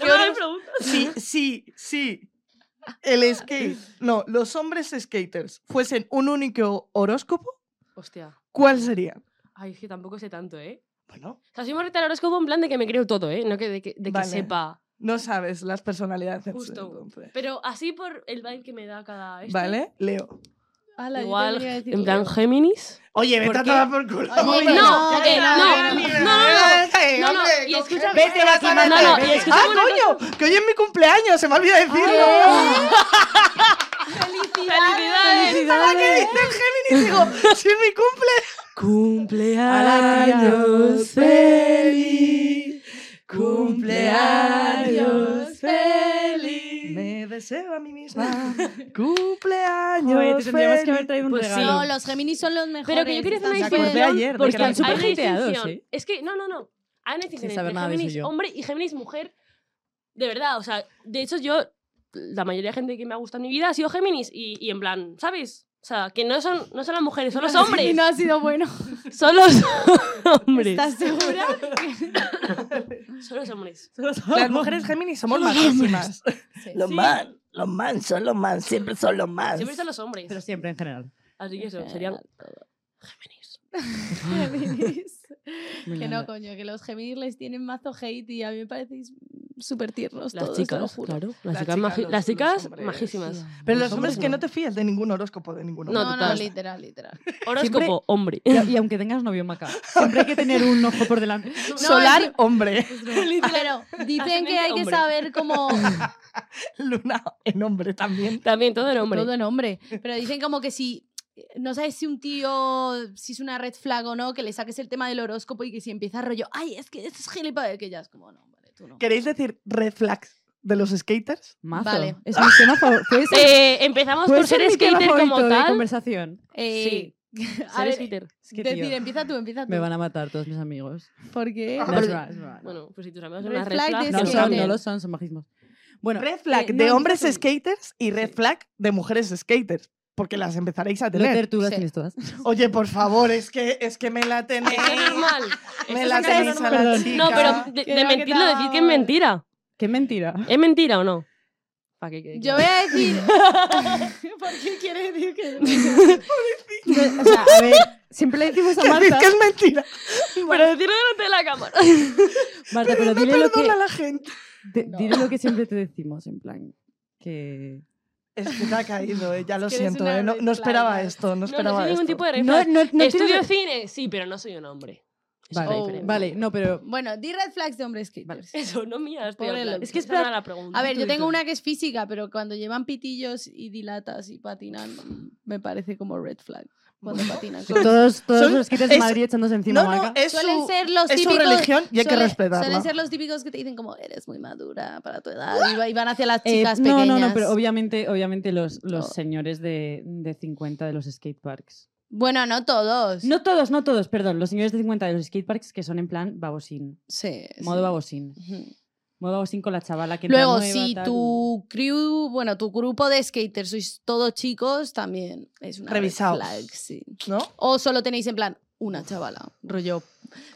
qué
me hagas
horos-
preguntas.
Sí, sí, sí. El skate. No, los hombres skaters fuesen un único horóscopo,
Hostia.
¿cuál sería?
Ay, es que tampoco sé tanto, ¿eh?
Bueno,
O sea, soy morrita del horóscopo en plan de que me creo todo, ¿eh? No que de que, de que
Vale.
sepa.
no sabes las personalidades del
Justo.
entonces.
Pero así por el vibe que me da cada... este.
¿Vale? Leo.
Ala, yo te
Igual,
venía a decir
en plan
Leo.
Géminis.
Oye, vete
¿Por
a
qué?
tomar por culo.
Oye,
hombre.
no,
Ya
ok,
está,
no,
ya
no,
está,
no, no,
ya está,
no,
este, Eh, hombre,
y
coge-
escucha-
vete de aquí,
no, no,
Manolo,
y
vete.
escucha
Ah,
una
coño, que hoy es mi cumpleaños, se me olvida decirlo.
¡Felicidades!
Estaba que dice el Géminis, digo, si es mi cumple.
Cumpleaños
feliz,
cumpleaños
feliz. Me deseo a mí misma. cumpleaños
Oye, te tendríamos que haber
feliz.
traído un
Pues sí.
regalo.
No, los Géminis son los mejores.
Pero que yo quiero hacer una
están
acordé
distinción.
súper-
ayer de
porque
que eran
hay una
súper hateados,
distinción.
¿eh?
Es que, no, no, no. Hay una distinción
saber
entre
nada de eso
Géminis
yo.
hombre y Géminis mujer. De verdad, o sea, de hecho yo, la mayoría de gente que me ha gustado en mi vida ha sido Géminis y, y en plan, ¿sabes? O sea, que no son, no son las mujeres, son los
Y
hombres.
no ha sido bueno.
[laughs]
Son los hombres.
[laughs] ¿Estás segura?
[laughs] Son los hombres.
Las mujeres Géminis somos majísimas.
Sí.
Los man, los man son los man, siempre son los man.
Siempre son los hombres.
Pero siempre en general.
Así que eso, serían Géminis.
[laughs] Géminis.
Me
que no,
encanta.
coño, que los Géminis les tienen mazo hate y a mí me parecéis súper tiernos
Las
todos, te lo
chicas,
juro.
claro. Las,
Las
chicas,
chicas,
magi- las
los- los
chicas
hombres.
majísimas.
Pero los
Los
hombres
hombres
que
no.
no te fíes de ningún horóscopo, de ninguno.
No,
No, no,
total.
literal, literal.
Horóscopo
Siempre-
hombre.
Y, y aunque tengas novio Maca, siempre hay que tener un ojo por delante.
Solar, hombre. [laughs]
Pero dicen que hay que
Hombre.
saber cómo...
Luna en hombre
[laughs]
también.
También todo el hombre.
Todo en hombre. Pero dicen como que si... No sabes si un tío, si es una red flag o no, que le saques el tema del horóscopo y que si empieza rollo, ay, es que esto es gilipollas, que ya es como, no, vale, tú no.
¿Queréis decir red flags de los skaters?
Mazo.
Vale.
Es mi tema favorito. ¿Puede ser,
Eh, empezamos
puede
por ser,
mi tema
skater como
favorito de
tal.
conversación.
Eh,
Sí.
A ver,
¿Sabes Twitter?
Es que,
decir,
tío,
empieza tú, empieza tú.
me van a matar todos mis amigos.
¿Por qué?
No, es broma, es broma.
Bueno, pues si tus amigos son
Red
una red
flag
flag,
de
no
No,
ese
son,
son,
Twitter.
no lo son, son majismos. Bueno,
Red flag
eh,
de
no,
hombres
no son-
skaters y red flag de mujeres skaters. Porque las empezaréis a tener.
Luther, tú las
Sí.
tienes todas.
Oye, por favor, es que, es que me la tenéis.
Esto es [laughs] normal. Esto
Me
es
la
normal.
tenéis a la
Perdón.
chica.
No, pero de,
Que
de
no, que
mentirlo, decir que es
no.
mentira.
Qué mentira.
¿Es mentira o no? Pa' que quede
Yo voy
claro.
a decir. [laughs] ¿Por qué quiere decir que.?
o sea, a ver, siempre
[laughs]
le decimos a
Que decís
Marta.
que es [laughs] mentira.
Pero decirlo delante de la [laughs] cámara.
Marta, pero
Me
dile lo que,
perdona la gente.
de-
No.
dile lo que siempre te decimos, en plan, que...
Es que te ha caído, eh, ya lo
Es que eres
siento.
una
eh, No,
red
no esperaba
flag.
esto, no
No, no
esperaba
soy
esto.
ningún tipo de
No,
reflejo.
no, no
Estudio
tienes-
cine, sí, pero no soy un hombre. Eso es
Vale,
diferente.
vale, no, pero...
Bueno, di red flags de hombres
[laughs]
skaters.
Vale.
Eso, no mías. tío,
Ponelo.
claro. Es
Es que
que
espera-
espera la pregunta.
A ver,
Tú
yo
di
tengo
tú.
una que es física, pero cuando llevan pitillos y dilatas y patinan, me parece como red flag. Cuando patinan.
Todos, todos
Son-
los quitas de
es-
Madrid echándose encima
No, no,
Marca.
es
suelen
su,
ser los
es su
típicos.
religión y hay que
suele-
respetarla.
Suelen ser los típicos que te dicen como eres muy madura para tu edad y va- y van hacia las
Eh,
chicas
no,
pequeñas.
no, no, pero obviamente, obviamente los, los
Oh.
señores de, de 50 de los skateparks.
Bueno, no todos.
No todos, no todos, perdón, los señores de 50 de los skateparks que son en plan babosín,
Sí. sí.
modo babosín.
Ujú.
Modo babosín con la chavala que entra
Luego,
nueva,
si
tal.
tu crew, bueno, tu grupo de skaters sois todos chicos, también es una red
Revisaos.
flag, sí.
¿no?
O solo tenéis en plan una chavala, rollo.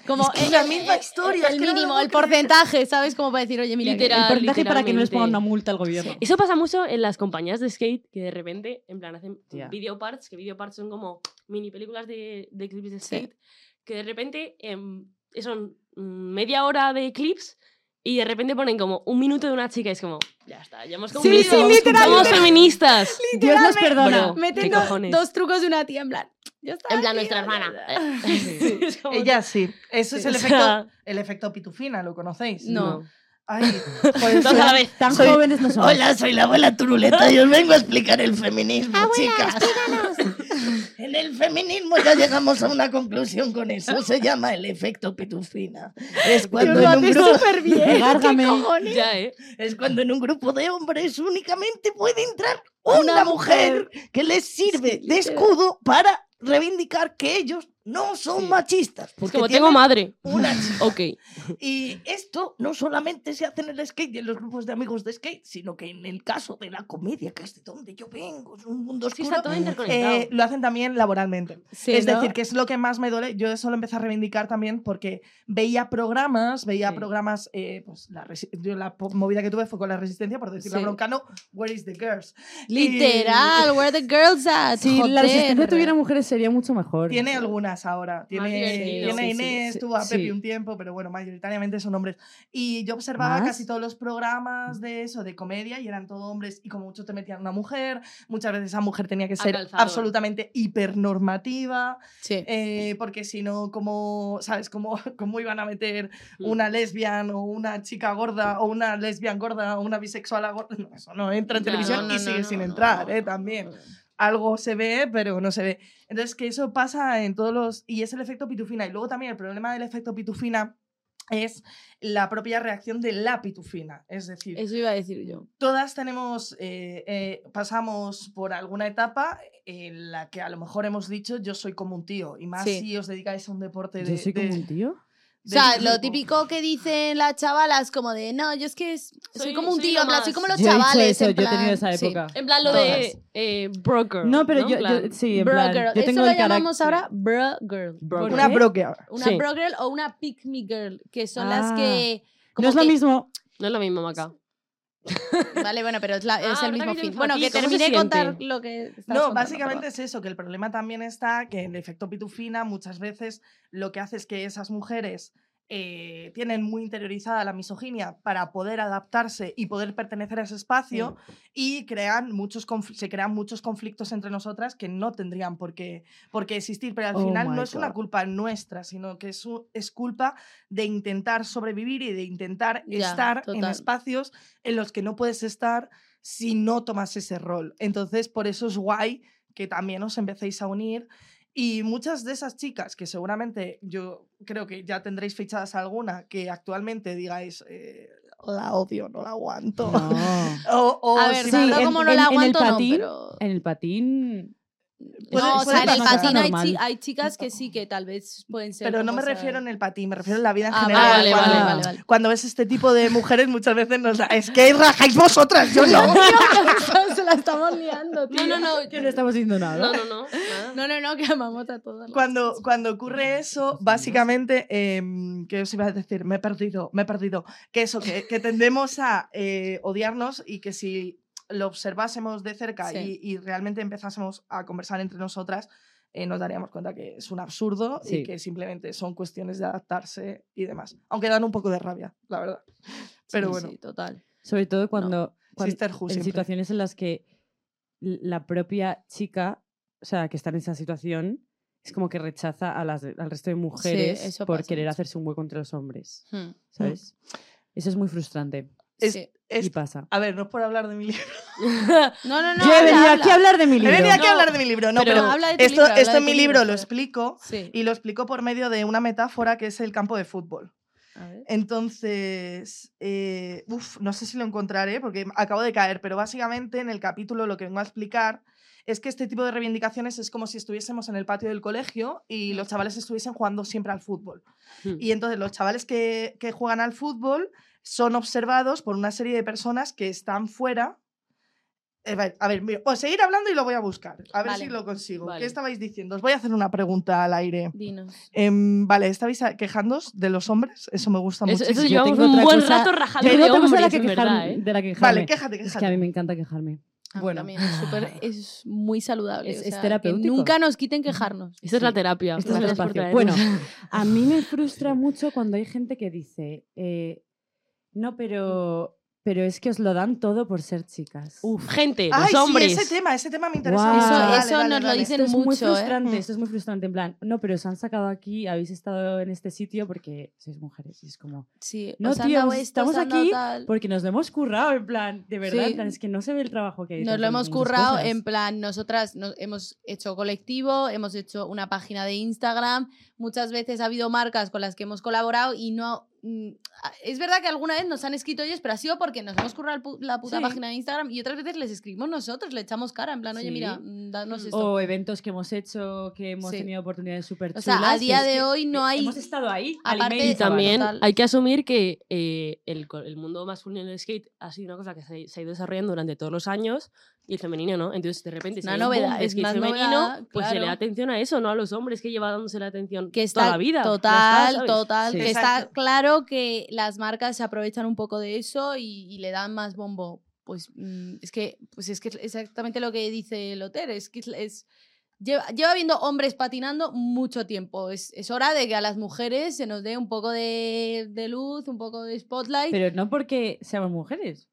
Como
Es que es
eh,
la
eh,
misma
eh,
historia, es
El
que no lo
mínimo,
puedo
el
creer.
porcentaje, ¿sabes? Como para decir, oye, mira, que-
El
Literal.
porcentaje para que no les pongan
literalmente.
una multa al gobierno.
Eso pasa mucho en las compañías de skate que de repente, en plan, hacen
Ya.
video parts, que video parts son como mini películas de, de clips de
Sí.
skate, que de repente em, son mm, media hora de clips y de repente ponen como un minuto de una chica y es como, ya está, ya hemos
Sí,
cumplido.
sí, literal,
Somos
literal.
feministas.
Dios nos
Literalmente,
perdona.
Bro,
Metiendo
¿qué cojones? [laughs]
dos trucos de una tía, en plan. Ya está,
En plan,
tío,
nuestra
ya
hermana.
está.
Es como-
Ella Eh, sí. Eso es
Sí,
el
o
efecto,
sea,
[laughs]
el efecto pitufina, ¿lo conocéis?
No. [laughs]
Ay, joder,
Dos a
soy-
la vez.
Tan
Soy-
jóvenes no son.
Hola, soy la abuela Turuleta y os vengo a explicar el feminismo, chicas. [laughs] En el feminismo ya llegamos a una conclusión con eso. Se llama el efecto pitufina. Es
Tío, lo
cuando, en un
haces
grupo,
súper
[laughs]
bien.
Gárgame.
¿Qué cojones?
Ya, ¿eh?
es cuando en un grupo de hombres únicamente puede entrar una, mujer que les sirve
Sí,
de
literal.
escudo para reivindicar que ellos no son machistas.
Es
Porque
como
tienen
tengo madre.
una chica.
Ok.
Y esto no solamente se hace en el skate y en los grupos de amigos de skate, sino que en el caso de la comedia, que es de donde yo vengo, es un mundo
Sí,
oscuro.
está todo interconectado.
eh, lo hacen también laboralmente.
Sí,
es
¿no?
decir, que es lo que más me duele. Yo eso lo empecé a reivindicar también porque veía programas, veía
Sí.
programas, eh, pues la, resi- yo la po- movida que tuve fue con la resistencia, por decirlo
Sí.
broncano, Where is the girls?
Literal, where the girls at.
Si la
joder.
resistencia tuviera mujeres sería mucho mejor.
Tiene algunas ahora. Tiene,
divertido.
tiene
Sí,
sí,
Inés,
sí,
tuvo a
sí.
Pepe un tiempo, pero bueno, mayoritariamente son hombres. Y yo observaba
¿Más?
casi todos los programas de eso, de comedia, y eran todos hombres, y como mucho te metían una mujer, muchas veces esa mujer tenía que ser
calzador.
absolutamente hipernormativa.
Sí.
Eh, porque si no, ¿cómo, ¿sabes? ¿Cómo, [laughs] ¿Cómo iban a meter
Mm.
una lesbian o una chica gorda o una lesbian gorda o una bisexual gorda? [laughs] No, eso no entra en
Ya,
televisión
no,
y
no,
sigue
no,
sin
no,
entrar,
no,
¿eh?
no,
También. Algo se ve, pero no se ve. Entonces, que eso pasa en todos los... Y es el efecto pitufina. Y luego también el problema del efecto pitufina es la propia reacción de la pitufina. Es decir,
Eso iba a decir yo.
todas tenemos, eh, eh, pasamos por alguna etapa en la que a lo mejor hemos dicho yo soy como un tío, y más
Sí.
si os dedicáis a un deporte de...
Yo soy
de-
como un tío.
O
de
sea,
ese
lo
tipo.
típico que dicen las chavalas, como de, no, yo es que es- soy,
Soy-
como un
soy
tío,
lo
en plan,
más".
soy como los
yo he dicho
chavales.
eso,
en
yo he tenido
plan-
esa
sí.
época.
En plan, lo
Todas.
de eh, broker.
No, pero yo,
En plan,
yo- sí, en
Bro
plan,
girl.
yo
Eso
tengo
lo
el carácter.
llamamos ahora bro girl.
Bro
¿Por
girl.
Una
¿eh?
qué?
broker.
Una
Sí.
bro girl o una pick me girl, que son las
Ah.
que... como
No es lo
que-
mismo.
No es lo mismo, Maca.
Vale, bueno, pero es, la- es
Ah, ¿verdad
el mismo
que
fin.
tienes
Bueno,
aquí?
que
¿Cómo se
terminé de contar
siente?
lo que...
No,
estabas contando,
básicamente
perdón.
es eso, que el problema también está que el efecto pitufina muchas veces lo que hace es que esas mujeres eh, tienen muy interiorizada la misoginia para poder adaptarse y poder pertenecer a ese espacio y crean muchos conf- se crean muchos conflictos entre nosotras que no tendrían por qué, por qué existir, pero al
Oh
final
my
no es una
God.
culpa nuestra, sino que es, u- es culpa de intentar sobrevivir y de intentar
Ya,
estar en
total.
espacios en los que no puedes estar si no tomas ese rol. Entonces, por eso es guay que también os empecéis a unir. Y muchas de esas chicas, que seguramente yo creo que ya tendréis fichadas alguna, que actualmente digáis, eh, la odio, no la aguanto.
No.
[laughs] O, o
A ver,
si
sí,
[laughs] no,
me-
no
en-
como no
en-
la
en el
aguanto, no,
patín,
pero...
En el patín
Puede-
no, o
puede
sea, en el
pasar.
patín hay,
Normal.
chi- hay chicas que sí que tal vez pueden ser.
Pero no me
como esa-
refiero en el patín, me refiero en la vida en
Ah,
general.
vale,
cuando,
vale, vale, vale.
cuando ves este tipo de mujeres, muchas veces nos da. Es que rajáis vosotras,
[laughs]
yo no.
Se la estamos liando, tío.
No, no, no.
Que no estamos diciendo
No,
nada.
no, no. nada.
No, no, no, que amamos a todas. las-
Cuando, cuando ocurre eso, básicamente, em, ¿qué os iba a decir? Me he perdido, me he perdido. Que eso, que, que tendemos a eh, odiarnos y que si lo observásemos de cerca
Sí.
y, y realmente empezásemos a conversar entre nosotras, eh, nos daríamos cuenta que es un absurdo y
Sí.
que simplemente son cuestiones de adaptarse y demás. Aunque dan un poco de rabia, la verdad. Pero
Sí,
bueno,
Sí, total.
Sobre todo cuando, cuan-
Sisterhood
en
siempre.
situaciones en las que l- la propia chica, o sea, que está en esa situación, es como que rechaza a las, de- al resto de mujeres
eso
por
pasa
querer
mucho.
hacerse un hueco entre los hombres,
Hmm,
¿sabes? Eso es muy frustrante
Es-
sí.
Es-
y pasa.
a ver, no es por hablar
[laughs]
de mi libro.
[laughs]
No, no, no.
Yo he
habla,
venido
habla.
aquí a hablar de mi
He
libro.
venido aquí a
No,
hablar de mi libro, no,
pero
pero,
habla de tu
esto,
libro, habla
esto
de
en mi
tu libro,
libro lo
joder.
explico
Sí.
y lo explico por medio de una metáfora que es el campo de fútbol.
A ver.
Entonces, eh, uf, no sé si lo encontraré porque acabo de caer, pero básicamente en el capítulo lo que vengo a explicar es que este tipo de reivindicaciones es como si estuviésemos en el patio del colegio y los chavales estuviesen jugando siempre al fútbol.
Hmm.
Y entonces los chavales que, que juegan al fútbol son observados por una serie de personas que están fuera. Eh, va- A ver, mira, os seguir hablando y lo voy a buscar. A ver
Vale.
si lo consigo.
Vale.
¿Qué estabais diciendo? Os voy a hacer una pregunta al aire.
Dinos.
Em, vale, estabais a- quejándoos de los hombres. Eso me gusta
Eso,
mucho.
eso
yo
llevamos
tengo
un
otra
buen
cosa-
rato rajando
Yo tengo
de
otra cosa
hombres,
de la que
en verdad,
quejarme,
¿eh?
de la que quejarme.
Vale, quéjate,
es
quéjate.
que a mí me encanta quejarme.
Bueno.
Bueno.
es,
[laughs]
súper- es muy saludable.
Es-
o
es
sea,
terapéutico.
Que nunca nos quiten quejarnos.
Esta es la terapia.
Este es el
gracias por
espacio.
traernos.
Bueno, a mí me frustra mucho cuando hay gente que dice, eh, no, pero, pero es que os lo dan todo por ser chicas.
Uf, gente,
Ay,
los
sí,
hombres.
ese tema, ese tema me interesa.
Guau.
mucho.
Eso-
Vale,
eso
vale,
nos lo
vale.
dicen.
esto es muy
mucho, ¿eh?
frustrante,
Mm.
esto es muy frustrante. En plan, no, pero os han sacado aquí, habéis estado en este sitio porque sois mujeres. Y es como,
Sí,
No,
os han
tío,
dado
si
esto, os
estamos
han dado
aquí
tal.
porque nos lo hemos currado, en plan, de verdad,
Mm. Sí.
en plan, es que no se ve el trabajo que hay.
Nos
detrás
lo
de
hemos
muchas
currado
cosas.
en plan, nosotras nos- hemos hecho colectivo, hemos hecho una página de Instagram, muchas veces ha habido marcas con las que hemos colaborado y no... mm, a- Es verdad que alguna vez nos han escrito ellos, pero ha sido porque nos hemos currado el pu- la puta
Sí.
página de Instagram y otras veces les escribimos nosotros, le echamos cara, en plan, oye,
Sí.
mira, mm, danos
Mm.
esto. O,
O eventos que hemos hecho, que hemos
Sí.
tenido oportunidades súper chulas.
sea, a
y
día
es
de
que
hoy no hay...
Hemos estado ahí,
Aparte-
Y
Eh,
también
total.
hay que asumir que eh, el, co- el mundo masculino del skate ha sido una cosa que se, se ha ido desarrollando durante todos los años y el femenino no. Entonces, de repente, si
Una
hay un boom
novedad,
de
es
skate
más
femenino,
novedad,
pues se le da
claro.
atención a eso, no a los hombres que lleva dándose la atención
que está
toda la vida. Ya está,
total,
¿sabes?
total,
Sí.
que está
Exacto.
claro que las marcas se aprovechan un poco de eso y, y le dan más bombo. Pues mm, es que pues es que es exactamente lo que dice Loter, es que es, es- lleva, lleva viendo hombres patinando mucho tiempo. Es, es hora de que a las mujeres se nos dé un poco de, de luz, un poco de spotlight.
Pero no porque seamos mujeres.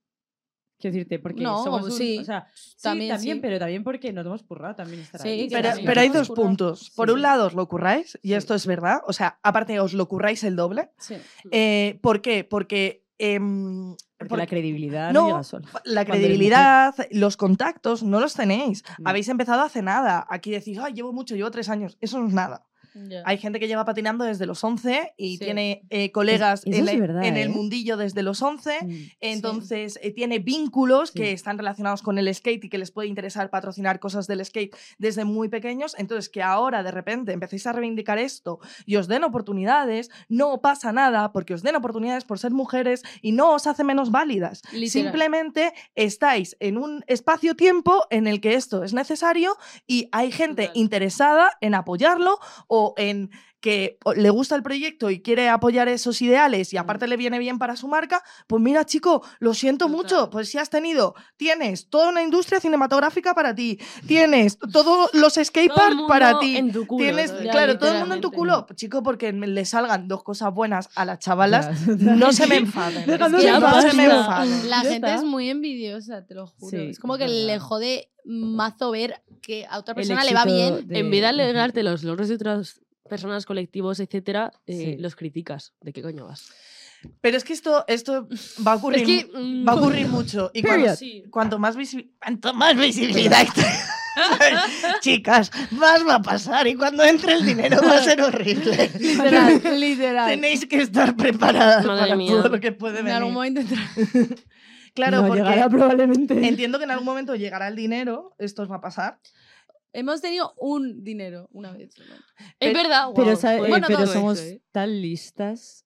Quiero decirte, porque
No,
somos un-
sí.
o sea, sí,
También,
también,
sí.
pero también porque nos hemos currado también estar
Sí,
ahí.
que
Pero,
sí,
pero hay
nos
dos
curramos.
puntos. Por
Sí,
un
sí.
lado, os lo curráis, y
Sí.
esto es verdad. O sea, aparte, os lo curráis el doble.
Sí.
Eh, ¿Por qué? Porque. em,
Porque
por-
la credibilidad
No,
no, llega sola.
la
Cuando eres
credibilidad, los contactos, no los tenéis.
No.
Habéis empezado hace nada. Aquí decís, ay, llevo mucho, llevo tres años. Eso no es nada.
Ya.
Hay gente que lleva patinando desde los 11 y
Sí.
tiene eh, colegas
eso
en,
es
la-
verdad,
en el
¿eh?
mundillo desde los 11.
Mm.
Entonces eh, tiene vínculos
Sí.
que están relacionados con el skate y que les puede interesar patrocinar cosas del skate desde muy pequeños. Entonces que ahora de repente empecéis a reivindicar esto y os den oportunidades, no pasa nada porque os den oportunidades por ser mujeres y no os hace menos válidas.
Literal.
Simplemente estáis en un espacio-tiempo en el que esto es necesario y hay gente
Total.
interesada en apoyarlo o en que o- le gusta el proyecto y quiere apoyar esos ideales y aparte le viene bien para su marca, pues mira, chico, lo siento
Total.
mucho, pues si has tenido, tienes toda una industria cinematográfica para ti, tienes todos los
Todo el
skateparks
mundo
para ti.
En tu culo,
Tienes,
¿sabes?
Ya,
claro, todo el mundo en tu
literalmente.
culo, chico, porque me- le salgan dos cosas buenas a las chavalas,
[laughs] Ya.
[laughs] no
[laughs]
se me enfaden.
Dejadnos
en
no se
paz,
me
ya.
enfaden.
La
Ya
gente
está.
es muy envidiosa, te lo juro.
Sí,
es como
es
que le
verdad.
jode mazo ver que a otra
El
persona le va
éxito
bien
de-
en vez de
[laughs]
alegrarte los logros de otras personas, colectivos, etcétera, eh,
Sí.
los criticas. ¿De qué coño vas?
Pero es que esto, esto va a ocurrir,
mm,
va a ocurrir mucho. Y cuando,
Period.
sí.
cuanto más, visi- cuanto más visibilidad [laughs] chicas, más va a pasar. Y cuando entre el dinero va a ser horrible.
[laughs]
Literal, literal.
Tenéis que estar preparadas
Madre
para
mía.
todo lo que puede
En algún
venir.
momento entra-
Claro,
No,
porque
llegará probablemente.
entiendo que en algún momento llegará el dinero, esto os va a pasar.
Hemos tenido un dinero una vez. solamente.
Es
Pero-
verdad,
Pero,
guau.
sabe- eh,
Bueno,
pero
todo
somos
eso, ¿eh?
tan listas.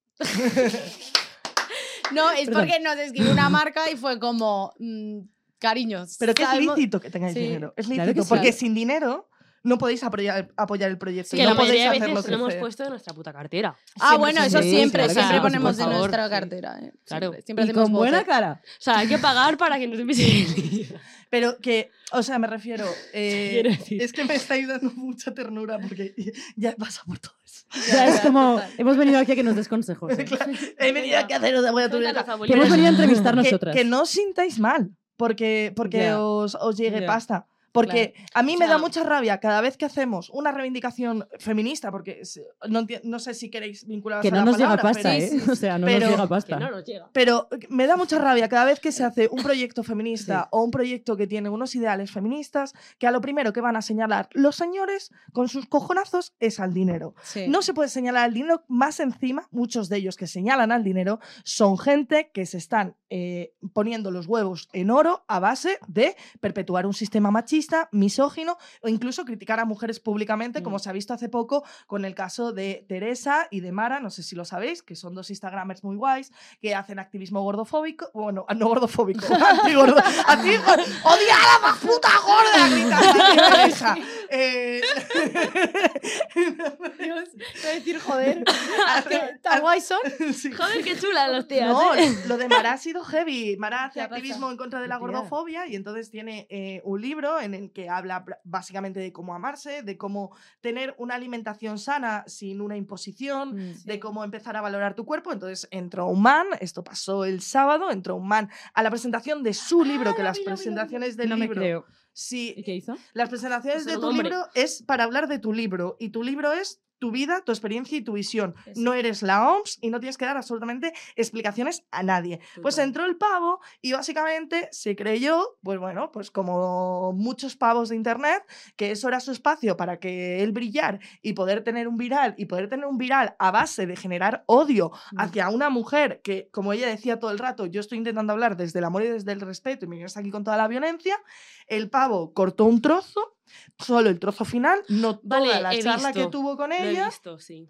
No, es
Perdón.
porque nos escribió una marca y fue como, mm, cariños.
Pero que es
sabemos-
lícito que tengáis
Sí,
dinero. Es lícito,
claro que sí.
porque sin dinero no podéis apoyar, apoyar el proyecto.
Sí,
y
que
no
la
podéis
mayoría de
hacerlo
veces lo hemos
crecer.
puesto de nuestra puta cartera.
Ah, bueno, eso
sí,
siempre,
claro que
siempre
sí,
ponemos
por
de
favor,
nuestra
sí.
cartera. ¿eh?
Claro.
Siempre, siempre
y
hacemos
con buena
voces.
cara.
O sea, hay que pagar para que nos empiece.
Pero que, o sea,
[laughs]
me refiero. eh,
Quiero decir.
es que me estáis dando mucha ternura porque [laughs] ya he pasado por todo eso.
O sea, es
ya,
como,
total.
hemos venido aquí a que nos des consejos. ¿eh?
Claro, He venido aquí a haceros de buena
Cuéntanos,
ternura.
abuelita.
Que hemos venido a entrevistar
Que,
nosotras.
que no os sintáis mal porque, porque
Ya.
os, os llegue
Ya.
pasta. Porque a mí
O
me da
sea-
mucha rabia cada vez que hacemos una reivindicación feminista, porque es- no, enti- no sé si queréis vincularos
Que
a
no
la
nos llega
palabra,
pasta,
pero-
¿eh? O sea, no
pero-
nos llega
Que
pasta.
no nos llega.
Pero eh, me da mucha rabia cada vez que se hace un proyecto feminista o un proyecto que tiene unos ideales feministas, que a lo primero que van a señalar los señores con sus cojonazos es al dinero.
Sí.
No se puede señalar al dinero, más encima, muchos de ellos que señalan al dinero son gente que se están eh, poniendo los huevos en oro a base de perpetuar un sistema machista, misógino o incluso criticar a mujeres públicamente, como
Mm.
se ha visto hace poco con el caso de Teresa y de Mara, no sé si lo sabéis, que son dos Instagramers muy guays que hacen activismo gordofóbico, bueno, no
[laughs]
gordofóbico, antigordo, anti odia a la más puta gorda,
[laughs]
grita Teresa. Eh, [laughs]
Dios, te voy a decir, joder,
[laughs] hace-
tan guay son.
[laughs] sí.
Joder, qué chula las tías.
No,
¿eh?
[laughs]
lo de Mara ha sido heavy. Mara hace
Ya pasa.
activismo en contra de la
Tía.
gordofobia y entonces tiene eh, un libro en el que habla br- básicamente de cómo amarse, de cómo tener una alimentación sana sin una imposición,
Mm,
de cómo empezar a valorar tu cuerpo. Entonces entró un man, esto pasó el sábado, entró un man a la presentación de su libro, que las
vi, Ah, lo vi, lo vi.
presentaciones del
no me
libro...
creo.
Sí,
¿Y qué hizo?
las presentaciones
Es
de
un
tu
hombre.
libro es para hablar de tu libro y tu libro es tu vida, tu experiencia y tu visión.
Eso.
No eres la OMS y no tienes que dar absolutamente explicaciones a nadie. Pues
Total.
entró el pavo y básicamente se creyó, pues bueno, pues como muchos pavos de internet, que eso era su espacio para que él brillar y poder tener un viral y poder tener un viral a base de generar odio
Mm.
hacia una mujer que, como ella decía todo el rato, yo estoy intentando hablar desde el amor y desde el respeto y me vienes aquí con toda la violencia, el pavo cortó un trozo, solo el trozo final, no toda
Vale,
la
he
charla que
visto,
tuvo con
Lo he
ella.
visto, sí.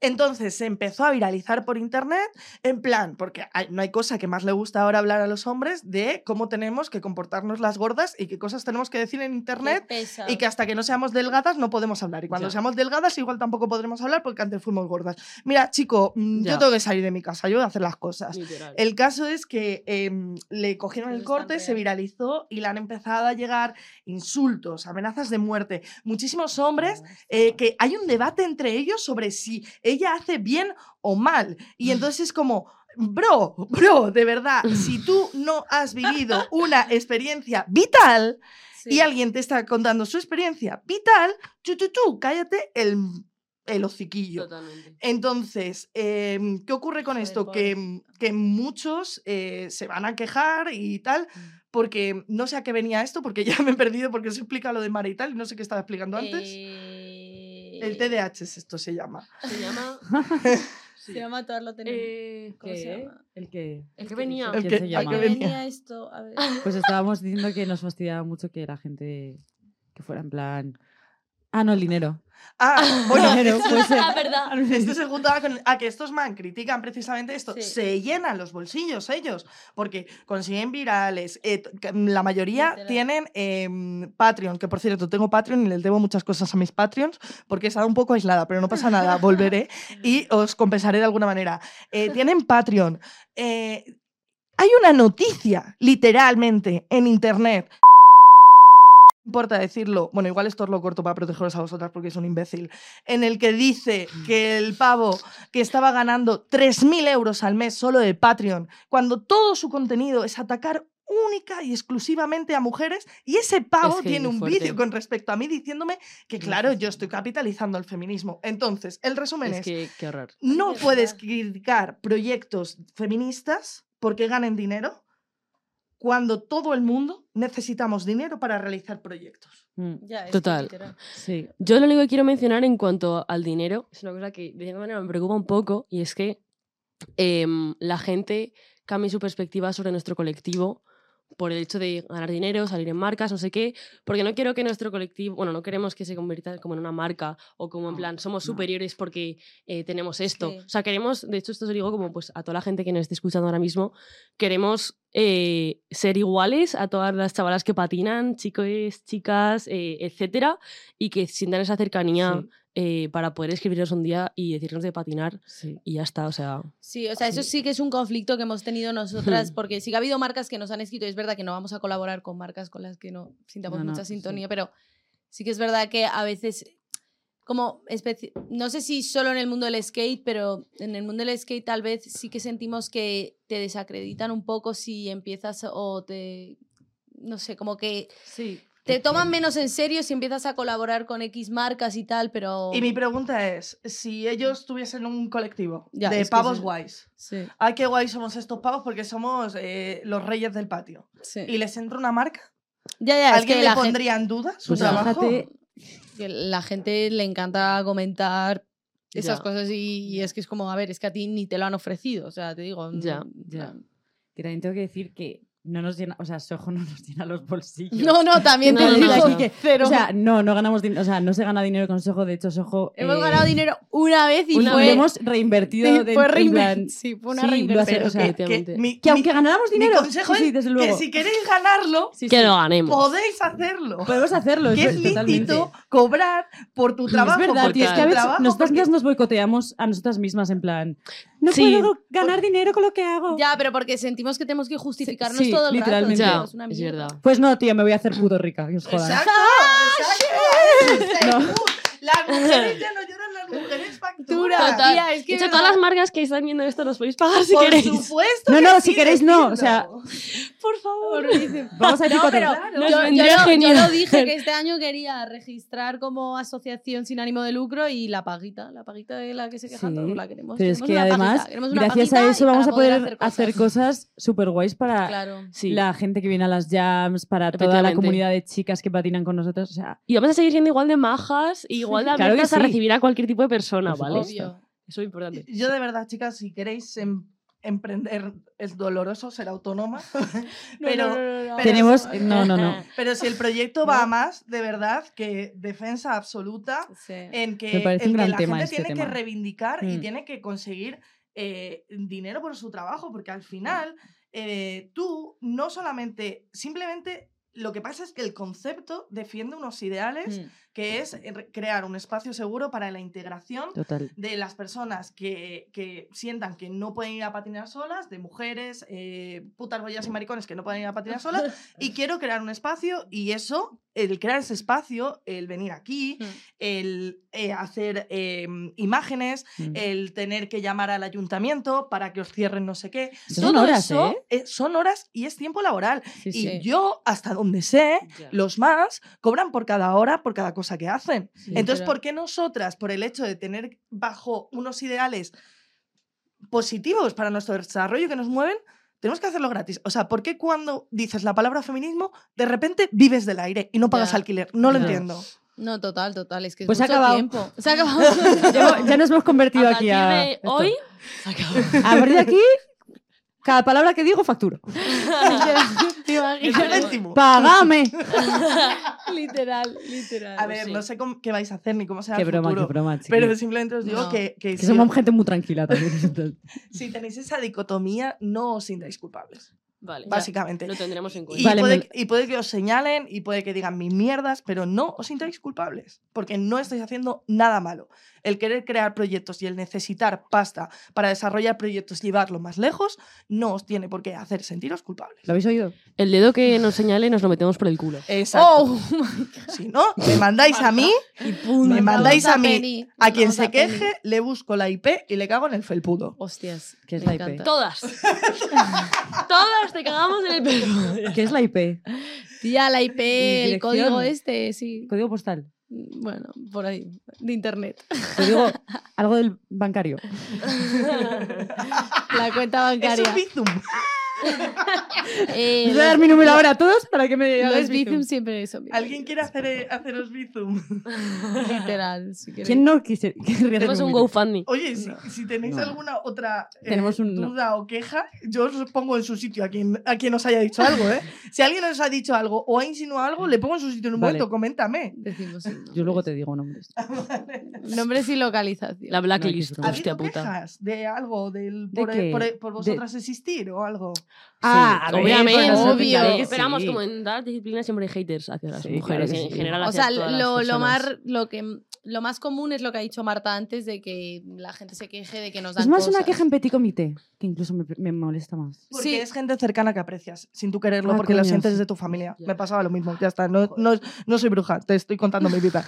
Entonces se empezó a viralizar por internet, en plan, porque hay- no hay cosa que más le gusta ahora hablar a los hombres de cómo tenemos que comportarnos las gordas y qué cosas tenemos que decir en internet. Y que hasta que no seamos delgadas no podemos hablar. Y cuando
Ya.
seamos delgadas igual tampoco podremos hablar porque antes fuimos gordas. Mira, chico, mm, yo
Ya.
tengo que salir de mi casa, yo voy a hacer las cosas.
Literal.
El caso es que em, le cogieron
Eso
el
es tan
corte, se
real.
viralizó y le han empezado a llegar insultos, amenazas de muerte. Muchísimos
Ah,
hombres eh, que hay un debate entre ellos sobre si ella hace bien o mal. Y
Ah.
entonces es como... Bro, bro, de verdad, si
[laughs]
tú no has vivido una experiencia vital y alguien te está contando su experiencia vital, tú, tú, tú, cállate el, el hociquillo.
Totalmente.
Entonces, em, ¿qué ocurre con
Joder,
esto? Que, mm, que muchos eh, se van a quejar y tal,
Mm.
porque no sé a qué venía esto, porque [laughs] ya me he perdido porque se explica lo de Mara y tal, y no sé qué estaba explicando
Eh,
Eh,
antes. El TDAH es esto se llama.
Se llama. Sí.
Se llama Todas lo tenemos.
Eh,
¿Cómo se llama?
El que...
El que venía.
El
ah, ¿Quién
que-
se
al
llama?
que
Que
venía.
venía esto, a ver.
Pues estábamos diciendo que nos fastidiaba mucho que la gente que fuera en plan... Ah, no, el dinero.
Ah, bueno,
Dinero,
esto-
puede ser.
La verdad.
[laughs] esto se juntaba con a que estos man critican precisamente esto.
Sí.
Se llenan los bolsillos ellos, porque consiguen virales. eh, t- que la mayoría
Literal.
tienen em, Patreon, que por cierto, tengo Patreon y les debo muchas cosas a mis Patreons, porque he estado un poco aislada, pero no pasa nada, volveré y os compensaré de alguna manera. Eh, tienen Patreon. Eh, hay una noticia, literalmente, en internet. No importa decirlo, bueno, igual esto os lo corto para protegeros a vosotras porque es un imbécil, en el que dice que el pavo que estaba ganando 3.000 euros al mes solo de Patreon, cuando todo su contenido es atacar única y exclusivamente a mujeres, y ese pavo
Es que
tiene un
fuerte.
vídeo con respecto a mí diciéndome que, claro, yo estoy capitalizando el feminismo. Entonces, el resumen es,
Es que, qué horror.
no
de
puedes
verdad.
criticar proyectos feministas porque ganen dinero cuando todo el mundo necesitamos dinero para realizar proyectos.
Mm,
Ya, es que
Total.
literal.
Sí.
Yo lo único que quiero mencionar en cuanto al dinero es una cosa que de cierta manera me preocupa un poco y es que em, la gente cambie su perspectiva sobre nuestro colectivo por el hecho de ganar dinero, salir en marcas, no sé qué, porque no quiero que nuestro colectivo, bueno, no queremos que se convierta como en una marca o como en
No,
plan somos
no.
superiores porque eh, tenemos esto.
Sí.
O sea, queremos, de hecho esto se lo digo como pues a toda la gente que nos esté escuchando ahora mismo, queremos eh, ser iguales a todas las chavalas que patinan, chicos, chicas, eh, etcétera, y que sientan esa cercanía
Sí,
eh, para poder escribirnos un día y decirnos de patinar
sí.
y ya está, o sea,
Sí, o sea, eso sí que es un conflicto que hemos tenido nosotras,
[laughs]
porque sí que ha habido marcas que nos han escrito, y es verdad que no vamos a colaborar con marcas con las que no sintamos
No, no,
pues
mucha
sí.
sintonía, pero sí que es verdad que a veces, como, especi- no sé si solo en el mundo del skate, pero en el mundo del skate tal vez sí que sentimos que te desacreditan un poco si empiezas o te, no sé, como que
Sí.
te toman menos en serio si empiezas a colaborar con X marcas y tal, pero...
Y mi pregunta es, si ellos tuviesen un colectivo
Ya,
de
es que
pavos
sí.
guays,
Sí,
¡ay, qué guay somos estos pavos! Porque somos eh, los reyes del patio.
sí.
Y les entra una marca,
ya, ya, Eh. Ah, es
¿alguien
que
le
la gente-
pondría en duda su
Pues
trabajo?
fíjate,
que la gente le encanta comentar esas
Ya.
cosas y, y es que es como, a ver, es que a ti ni te lo han ofrecido, o sea, te digo.
Ya,
mm,
ya. que también tengo que decir que no nos llena, o sea, Soho [laughs] no nos llena los bolsillos.
[laughs] No, no, también te
No, no, no,
digo
no.
[laughs] que cero.
O sea, no, no ganamos dinero, o sea, no se gana dinero con Soho, de hecho Soho...
hemos
eh,
ganado dinero una vez y
una
fue,
lo
vez.
[laughs]
hemos
sí,
reinvertido de,
fue
en
reinver-
plan-
sí, fue una
sí, lo
reinversión.
hace- o sea,
Que- que
efectivamente.
mi-
que
mi-
auné ganáramos
mi
dinero,
consejo
sí, sí,
es
desde luego.
Que si queréis ganarlo,
Sí,
que
sí,
lo ganemos.
podéis hacerlo.
Podemos hacerlo,
Que
eso
es
es totalmente.
lícito cobrar por tu trabajo.
es verdad,
por
tío, es
tu
que a veces
trabajo,
nosotras
porque-
mismas nos boicoteamos a nosotras mismas en plan, no
Sí.
puedo ganar dinero con lo que hago.
Ya, pero porque sentimos que tenemos que justificarnos
Sí, sí,
todo el
literalmente.
rato. tío,
Ya,
es una
es
mierda.
verdad.
Pues no, tío, me voy a hacer puto rica, que os jodan.
Exacto, exacto.
No.
Según, Las mujeres ya no lloran, las mujeres facturan.
Total.
Tía, es que
De hecho,
es
todas
verdad.
las marcas que están viendo esto los
[laughs]
podéis pagar si
Por
queréis.
supuesto.
No,
que
no,
sí,
si queréis no,
decidlo.
o sea,
Por favor.
vamos a decir
No, pero
Nos
yo, yo,
vendría
lo- yo
genial.
lo dije que este año quería registrar como asociación sin ánimo de lucro y la paguita, la paguita de la que se queja
Sí,
todo, la queremos.
Pero es
queremos
que
una paguita,
además,
queremos una
gracias a
paguita
eso
y
vamos a
para
poder
cosas.
hacer cosas súper guays para
Claro.
Sí.
la gente que viene a las jams, para toda la
Efectivamente.
comunidad de chicas que patinan con nosotros. O sea,
Y vamos a seguir siendo igual de majas, igual de
[laughs] Claro que
abiertas a
sí.
recibir a cualquier tipo de persona,
Por
¿vale?
supuesto.
Obvio.
Eso es importante.
Yo de verdad, chicas, si queréis em- emprender, es doloroso ser autónoma.
[laughs]
[laughs] pero, pero-
tenemos. No,
[laughs]
no, no.
pero si el proyecto va a más, de verdad, que defensa absoluta
Sí.
en que,
Me parece
en
un
que
gran
la
tema
gente
este
tiene
tema.
que reivindicar y
Mm.
tiene que conseguir eh, dinero por su trabajo, porque
Mm.
al final eh, tú no solamente, simplemente lo que pasa es que el concepto defiende unos ideales
Mm.
que es eh, re- crear un espacio seguro para la integración
Total.
de las personas que, que sientan que no pueden ir a patinar solas, de mujeres, eh, putas bollas y maricones que no pueden ir a patinar solas,
[laughs]
y quiero crear un espacio y eso, el crear ese espacio, el venir aquí,
Mm.
el eh, hacer eh, imágenes,
Mm.
el tener que llamar al ayuntamiento para que os cierren no sé qué,
Mm. Son
todo
horas,
eso,
¿eh?
eh, son horas y es tiempo laboral.
Sí,
y
sí.
yo, hasta donde sé,
Ya.
los más cobran por cada hora, por cada cosa que hacen.
Sí,
Entonces,
pero-
¿por qué nosotras, por el hecho de tener bajo unos ideales positivos para nuestro desarrollo que nos mueven, tenemos que hacerlo gratis? O sea, ¿por qué cuando dices la palabra feminismo, de repente vives del aire y no pagas
Ya.
alquiler? No lo
Ya. [laughs]
entiendo.
No, total, total. Es que es
Pues se ha
mucho
acabado.
tiempo. Se ha
[laughs]
acabado.
Ya, ya nos hemos convertido
a
aquí
partir
a.
de
esto.
hoy,
A partir de aquí, cada palabra que digo, facturo.
Te
El
imaginas.
céntimo.
¡Pagame!
literal, literal.
A ver,
sí.
no sé cómo- qué vais a hacer ni cómo será
Qué
el
broma, qué
futuro.
broma, chiqui.
Pero simplemente os digo
No.
que, que
que
si,
somos gente muy tranquila también. [laughs]
si tenéis esa dicotomía, no os sintáis culpables,
vale,
básicamente.
lo tendremos en
Y,
cuenta.
Vale,
puede,
me-
y puede que os señalen y puede que digan mis mierdas, pero no os sintáis culpables, porque no estáis haciendo nada malo. El querer crear proyectos y el necesitar pasta para desarrollar proyectos y llevarlo más lejos, no os tiene por qué hacer sentiros culpables.
¿Lo habéis oído?
El dedo que nos señale nos lo metemos por el culo.
Exacto.
Oh,
Si no, me mandáis a mí, me mandáis a mí.
Penny,
A quien
vamos
se
Penny.
queje, le busco la IP y le cago en el felpudo.
Hostias,
¿Qué es
me
la IP?
encanta.
Todas. Todas te cagamos en el pelo.
¿Qué es la IP?
Tía, la IP, el
dirección?
código este, sí.
Código postal.
Bueno, por ahí, de internet.
Te digo
[laughs]
algo del bancario.
La cuenta
Es
bancaria.
un bizum.
[laughs]
Eh,
Voy a dar mi número ahora a todos para que me
Los
hagáis
Bizum
bizum.
siempre son bizum,
¿Alguien quiere hacer, eh, haceros bizum?
literal. si queréis.
¿Quién no quise? [laughs] querría
Tenemos
hacer
un
bizum?
GoFundMe.
Oye, si, si tenéis
No.
alguna otra eh,
Tenemos un no.
duda o queja, yo os pongo en su sitio a quien, a quien os haya dicho algo,
[laughs]
¿eh? Si alguien os ha dicho algo o ha insinuado algo, le pongo en su sitio en un
Vale.
momento, coméntame.
Decimos
Yo luego te digo nombres.
Nombres y localización.
La blacklist.
No,
¿Ha
que
Hostia
habido
puta.
quejas de algo, del,
¿De
por,
qué?
por- por
De-
vosotras existir o algo?
Ah, a ver,
Obviamente,
bueno,
obvio.
claro que sí.
Esperamos, como en todas las disciplinas, siempre hay haters hacia las
Sí,
mujeres
claro que
en
sí.
general.
O
hacia
sea,
todas las
lo, lo,
personas.
más, lo, que, lo más común es lo que ha dicho Marta antes de que la gente se queje de que nos dan
Es más una
cosas.
queja en petit comité, que incluso me, me molesta más.
Porque
Sí.
es gente cercana que aprecias, sin tú quererlo,
Ah,
porque lo
coño,
sientes
sí.
de tu familia.
Ya.
Me pasaba lo mismo, ya está. No, no, no soy bruja, te estoy contando mi vida.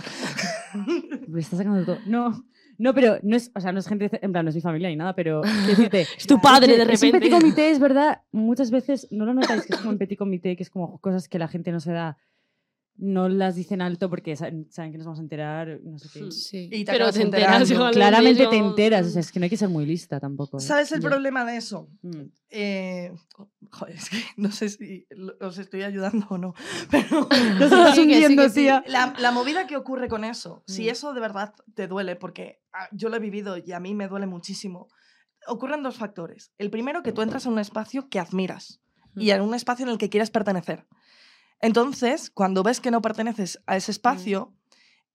Me está sacando todo. No, no, pero no es, o sea, no es gente, en plan, no es mi familia ni nada, pero quiero decirte,
Es tu padre, de
Es un petit
repente.
comité, es verdad. Muchas veces no lo notáis que es como un petit comité, que es como cosas que la gente no se da, no las dicen alto porque saben, saben que nos vamos a enterar, no sé
Hmm.
[laughs] qué.
Sí.
Y te
Pero
acabas
te enteras
enterando.
igual.
Claramente
Pero-
te enteras, o sea, es que no hay que ser muy lista tampoco.
¿Sabes el
Ya.
problema de eso? [laughs]
Mm.
Eh, joder, es que no sé si lo- os estoy ayudando o no, pero
Nos
Sí,
[laughs] estás
que sí,
hundiendo,
que sí.
tía.
la, la movida que ocurre con eso, si
Mm.
eso de verdad te duele, porque ah, yo lo he vivido y a mí me duele muchísimo, ocurren dos factores. El primero, que tú entras a un espacio que admiras y en un espacio en el que quieres pertenecer. Entonces, cuando ves que no perteneces a ese espacio,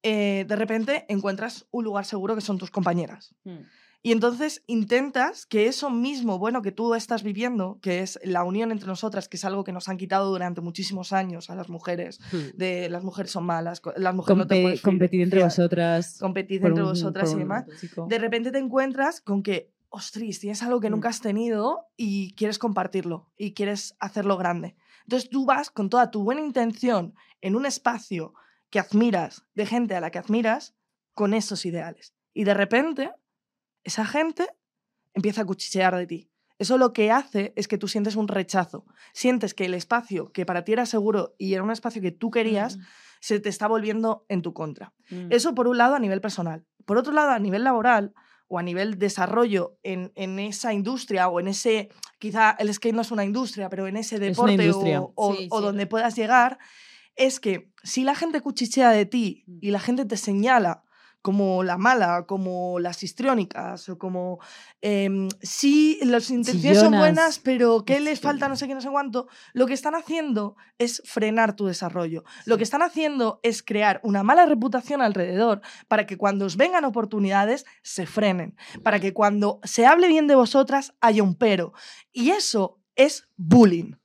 eh, de repente encuentras un lugar seguro que son tus compañeras.
Mm.
Y entonces intentas que eso mismo bueno que tú estás viviendo, que es la unión entre nosotras, que es algo que nos han quitado durante muchísimos años a las mujeres, de las mujeres son malas, co- las mujeres no Hmm. te
Compe-
puedes fiar-
competir entre
fiar-
vosotras.
competir
por
entre
un-
vosotras
por
y
un
demás.
chico.
De repente te encuentras con que, ostras, tienes algo que
Mm.
nunca has tenido y quieres compartirlo y quieres hacerlo grande. Entonces tú vas con toda tu buena intención en un espacio que admiras, de gente a la que admiras, con esos ideales. Y de repente, esa gente empieza a cuchichear de ti. Eso lo que hace es que tú sientes un rechazo. Sientes que el espacio que para ti era seguro y era un espacio que tú querías,
Mm.
se te está volviendo en tu contra.
Hmm.
Mm.
Eso por un lado a nivel personal. Por otro lado, a nivel laboral o a nivel desarrollo en, en esa industria o en ese, quizá el skate no es una industria, pero en ese
una
deporte
industria.
o, o-
Sí,
o
sí.
donde puedas llegar, es que si la gente cuchichea de ti
Mm.
y la gente te señala como la mala, como las histriónicas o como em, sí, este las intenciones son
Chillonas.
buenas, pero ¿qué les
Sí.
falta? No sé qué, no sé cuánto. Lo que están haciendo es frenar tu desarrollo. Lo que están haciendo es crear una mala reputación alrededor para que cuando os vengan oportunidades se frenen, para que cuando se hable bien de vosotras haya un pero. Y eso es bullying.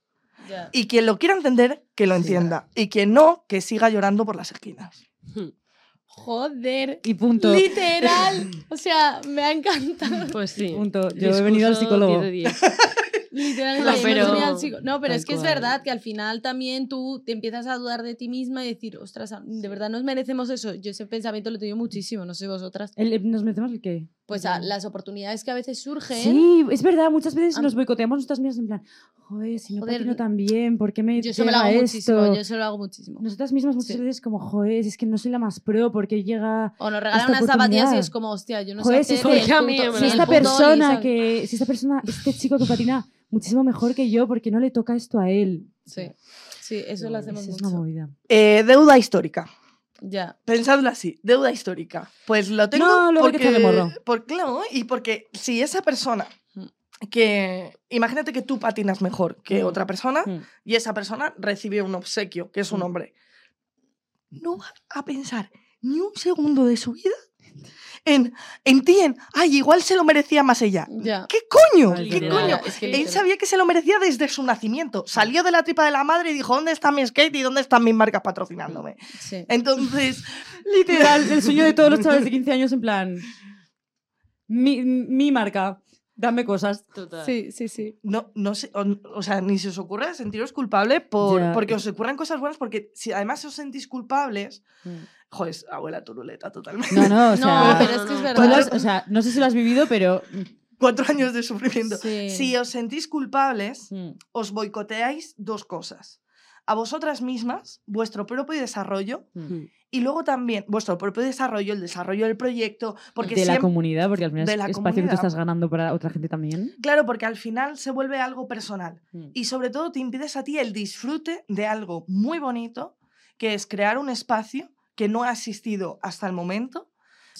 Ya.
Y quien lo quiera entender, que lo
Sí.
entienda. Y quien no, que siga llorando por las esquinas.
Joder.
Y punto. [laughs]
Literal. O sea, me ha encantado.
Pues sí.
Punto. Yo he venido al
Discurso
psicólogo.
10 de 10.
Literalmente.
No,
no
pero-
tenía el psico- no, pero
Tal
es que es
cual.
verdad que al final también tú te empiezas a dudar de ti misma y decir, ostras, de verdad nos merecemos eso. Yo ese pensamiento lo he tenido muchísimo, no sé vosotras.
El- el- ¿Nos metemos el qué?
Pues a las oportunidades que a veces surgen.
Sí, es verdad, muchas veces
Am-
nos boicoteamos nuestras mismas en plan, joder, si no
Joder,
patino tan bien, ¿por qué me
Yo eso me lo
llega
hago
esto?
muchísimo, yo eso lo hago muchísimo.
Nosotras mismas muchas
Sí.
veces como, joder, es que no soy la más pro, porque llega
O nos regalan
Esta
unas zapatillas y
oportunidad.
es como, hostia, yo no
Joder,
sé
si
hacer
esta-
el
si
punto-
si
el
esta
punto ni,
persona
¿sabes?
que si esta persona, este chico que patina muchísimo mejor que yo porque no le toca esto a él.
Sí, sí, eso
Esa
lo hacemos
es una
mucho.
movida.
Eh, deuda histórica.
Ya.
Pensadlo así, deuda histórica. Pues lo tengo
No, luego hay que
porque,
echarle morro.
por- claro, y porque si esa persona que imagínate que tú patinas mejor que
Mm.
otra persona
Mm.
y esa persona recibe un obsequio, que es un
Mm.
hombre, no va a pensar ni un segundo de su vida en en ti, en, ay, igual se lo merecía más ella.
Ya.
¿Qué coño?
Ay,
¿Qué
literal,
coño?
es que
Él
literal.
sabía que se lo merecía desde su nacimiento.
Mm.
Salió de la tripa de la madre y dijo, ¿dónde está mi skate y dónde están mis marcas patrocinándome?
Sí.
Entonces,
Literal, el sueño de todos los chavales de 15 años en plan, mi, mi marca, dame cosas.
Total.
Sí, sí, sí.
no, no sé, o, o sea, ni se os ocurre sentiros culpable por,
Ya.
porque os ocurran cosas buenas, porque si además os sentís culpables, joder, abuela turuleta totalmente.
Mm.
[laughs]
No, no, o sea,
[laughs] no, pero es
no,
que es
no.
tú lo
verdad.
has- o sea, no sé si lo has vivido, pero...
Cuatro años de sufrimiento.
Sí.
Si os sentís culpables,
mm,
os boicoteáis dos cosas. a vosotras mismas vuestro propio desarrollo
Mm.
y luego también vuestro propio desarrollo, el desarrollo del proyecto, porque
de la
siempre-
comunidad, porque al final
de
es
la
espacio que
comunidad.
tú estás ganando para otra gente también.
claro, porque al final se vuelve algo personal
Mm.
y sobre todo te impides a ti el disfrute de algo muy bonito, que es crear un espacio que no ha existido hasta el momento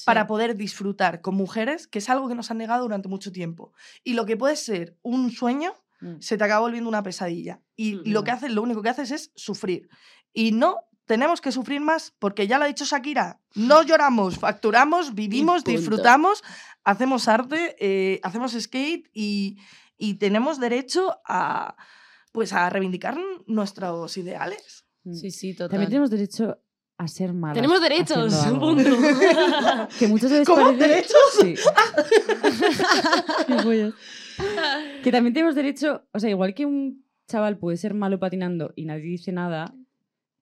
para poder disfrutar con mujeres, que es algo que nos han negado durante mucho tiempo. Y lo que puede ser un sueño
Mm.
se te acaba volviendo una pesadilla. Y
Mm.
lo, que haces, lo único que haces es sufrir. Y no tenemos que sufrir más, porque ya lo ha dicho Shakira, no lloramos, facturamos, vivimos,
punto.
disfrutamos, hacemos arte, eh, hacemos skate y, y tenemos derecho a, pues, a reivindicar nuestros ideales. [laughs]
Mm.
Sí, sí, total.
También tenemos derecho a ser malas.
Tenemos derechos,
haciendo algo.
punto.
Que muchas veces
¿Cómo?
parece-
¿Derechos?
Sí. [laughs] Qué pollas. que también tenemos derecho, o sea, igual que un chaval puede ser malo patinando y nadie dice nada,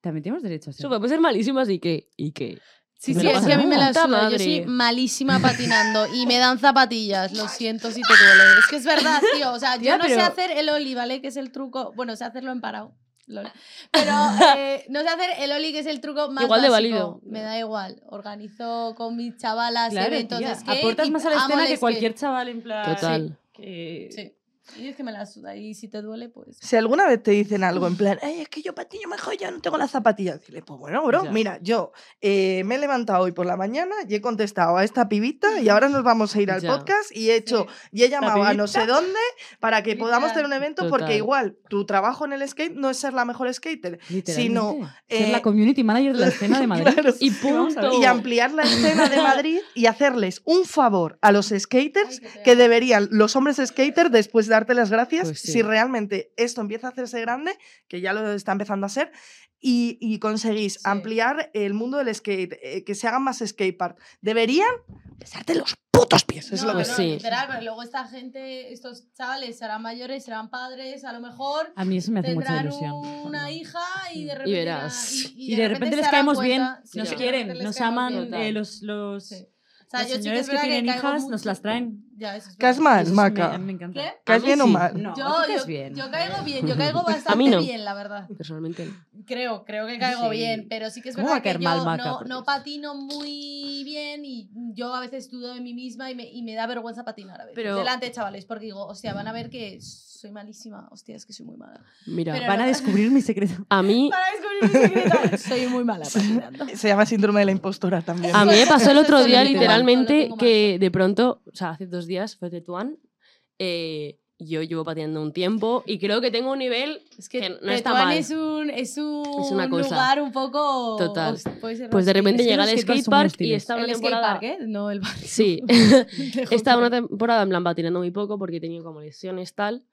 también tenemos derecho a ser.
Supe, puede ser malísimas y que. Y que.
Sí,
Me
sí,
lo
es
pasa
que a mí me
nada.
la
Puta
suda. Yo
madre.
soy malísima patinando y me dan zapatillas. Lo siento si te duele. Es que es verdad, tío. O
[laughs]
sea,
Tía,
yo no sé
Ah. pero-
hacer el ollie, ¿vale? Que es el truco. Bueno, sé hacerlo en parado.
[laughs]
lol. Pero eh, no sé hacer el ollie, que es el truco más
Igual de
básico.
válido.
Me da igual. Organizo con mis chavalas
Claro,
eventos
tía,
de skate
aportas
y
más a la
amo
escena
el
que
skate.
cualquier chaval en plan.
Total.
que-
Ah, Sí. Y es que me la suda. Y si te duele, pues...
Si alguna vez te dicen algo en plan, "Ay, es que yo patino mejor, yo no tengo las zapatillas, dile, pues bueno, bro,
Ya.
mira, yo eh, me he levantado hoy por la mañana y he contestado a esta pibita y ahora nos vamos a ir al
Ya.
podcast y he hecho, y he llamado a no sé dónde para que podamos
Literal.
tener un evento
Total.
porque igual tu trabajo en el skate no es ser la mejor skater
Literalmente. ser
eh,
la community manager de la escena de Madrid.
[laughs] Claro.
Y
que vamos a ver.
punto.
y ampliar la escena
[laughs]
de Madrid y hacerles un favor a los skaters
Ay, qué
que deberían los hombres skaters después darte las gracias
Pues sí.
si realmente esto empieza a hacerse grande, que ya lo está empezando a ser, y, y conseguís
Sí.
ampliar el mundo del skate, eh, que se hagan más skatepark. Deberían besarte los putos pies, es
no,
lo que
Pues
no,
sí.
literal, pero luego esta gente, estos chavales serán mayores, serán padres, a lo mejor
A mí eso me hace mucha
tendrán
ilusión.
una hija y de repente,
verás.
dirán-
Y de repente
se
les
darán
caemos bien,
cuenta- sí,
nos
de
quieren,
repente les
nos
caemos bien.
aman
Total.
eh, los, los,
Sí. O sea,
los
yo sí que
señores
es
que
verdad
tienen
caigo
hijas,
mucho.
nos las traen.
Ya, eso es
¿Qué es
verdad.
más,
Eso es-
Maca?
me- a mí me encanta.
¿Qué?
¿Caes
mí
bien o
sí.
mal?
No,
Yo,
Ah, tú caes
yo-
bien.
yo caigo bien,
[laughs]
yo caigo bastante
no.
bien, la verdad.
Personalmente no.
Creo, creo que caigo
Sí.
bien, pero sí que es
¿Cómo
verdad
va a caer
que
mal
yo
Maca?
no,
Porque
no
es-
patino muy bien y yo a veces dudo de mí misma y me, y me da vergüenza patinar a veces.
Pero-
Delante, de chavales, porque digo, hostia, van a ver que soy malísima, hostia, es que soy muy mala.
Mira,
Pero-
Van a descubrir mi [laughs] secreto.
a mí.
Para descubrir mi secreto, soy muy mala patinando.
Se llama síndrome de la impostora también.
A mí me pasó el otro
Eso
día
tengo más, solo
literalmente
tengo
que de pronto, o sea, hace dos días fue Tetuán. eh, yo llevo patinando un tiempo y creo que tengo un nivel
Es que,
Que no
Tetuán
está mal.
es un, es un
Es una cosa.
lugar un poco...
Total.
host- puede ser
Pues de
hostil.
repente
Es que
llega
los
al
skateparks son
skatepark y
hostiles.
estaba una
El
temporada.
skatepark, ¿eh? No, el barrio.
Sí,
[laughs]
[laughs]
Te
estaba
juro.
una temporada en plan patinando muy poco porque he tenido como lesiones tal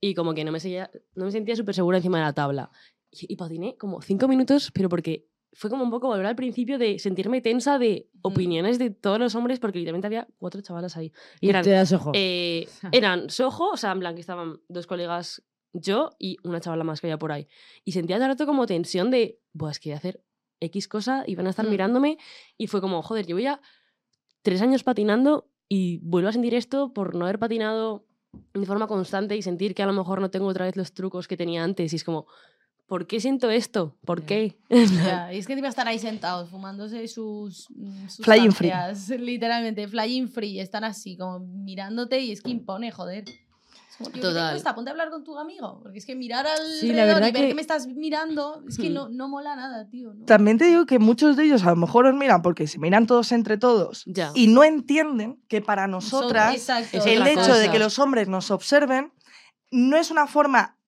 y como que no me, seguía- no me sentía súper segura encima de la tabla. Y, y patiné como cinco minutos, pero porque fue como un poco volver al principio de sentirme tensa de opiniones de todos los hombres porque literalmente había cuatro chavalas ahí. Y eran
Te das ojo.
eh, eran Soho, o sea, en plan que estaban dos colegas, yo y una chavala más que había por ahí. Y sentía todo el rato como tensión de, Buah, es que voy a hacer X cosa y van a estar
Mm.
mirándome. Y fue como, joder, llevo ya tres años patinando y vuelvo a sentir esto por no haber patinado de forma constante y sentir que a lo mejor no tengo otra vez los trucos que tenía antes. Y es como, ¿por qué siento esto? ¿Por
Ya.
qué?
Ya, y es que te iba a estar ahí sentados fumándose sus, mm, sus
Flying free.
sustancias, [laughs] literalmente flying free están así como mirándote y es que impone joder Es como, tío, ¿qué te
Total.
cuesta? ponte a hablar con tu amigo porque es que mirar al
Sí, la verdad
y ver que...
que-
me estás mirando es que
Hmm.
no, no mola nada tío no.
También te digo que muchos de ellos a lo mejor os miran porque se miran todos entre todos
ya.
y no entienden que para
Nosotros-
nosotras
exacto.
es
el
otra
hecho de
cosa.
que los hombres nos observen no es una forma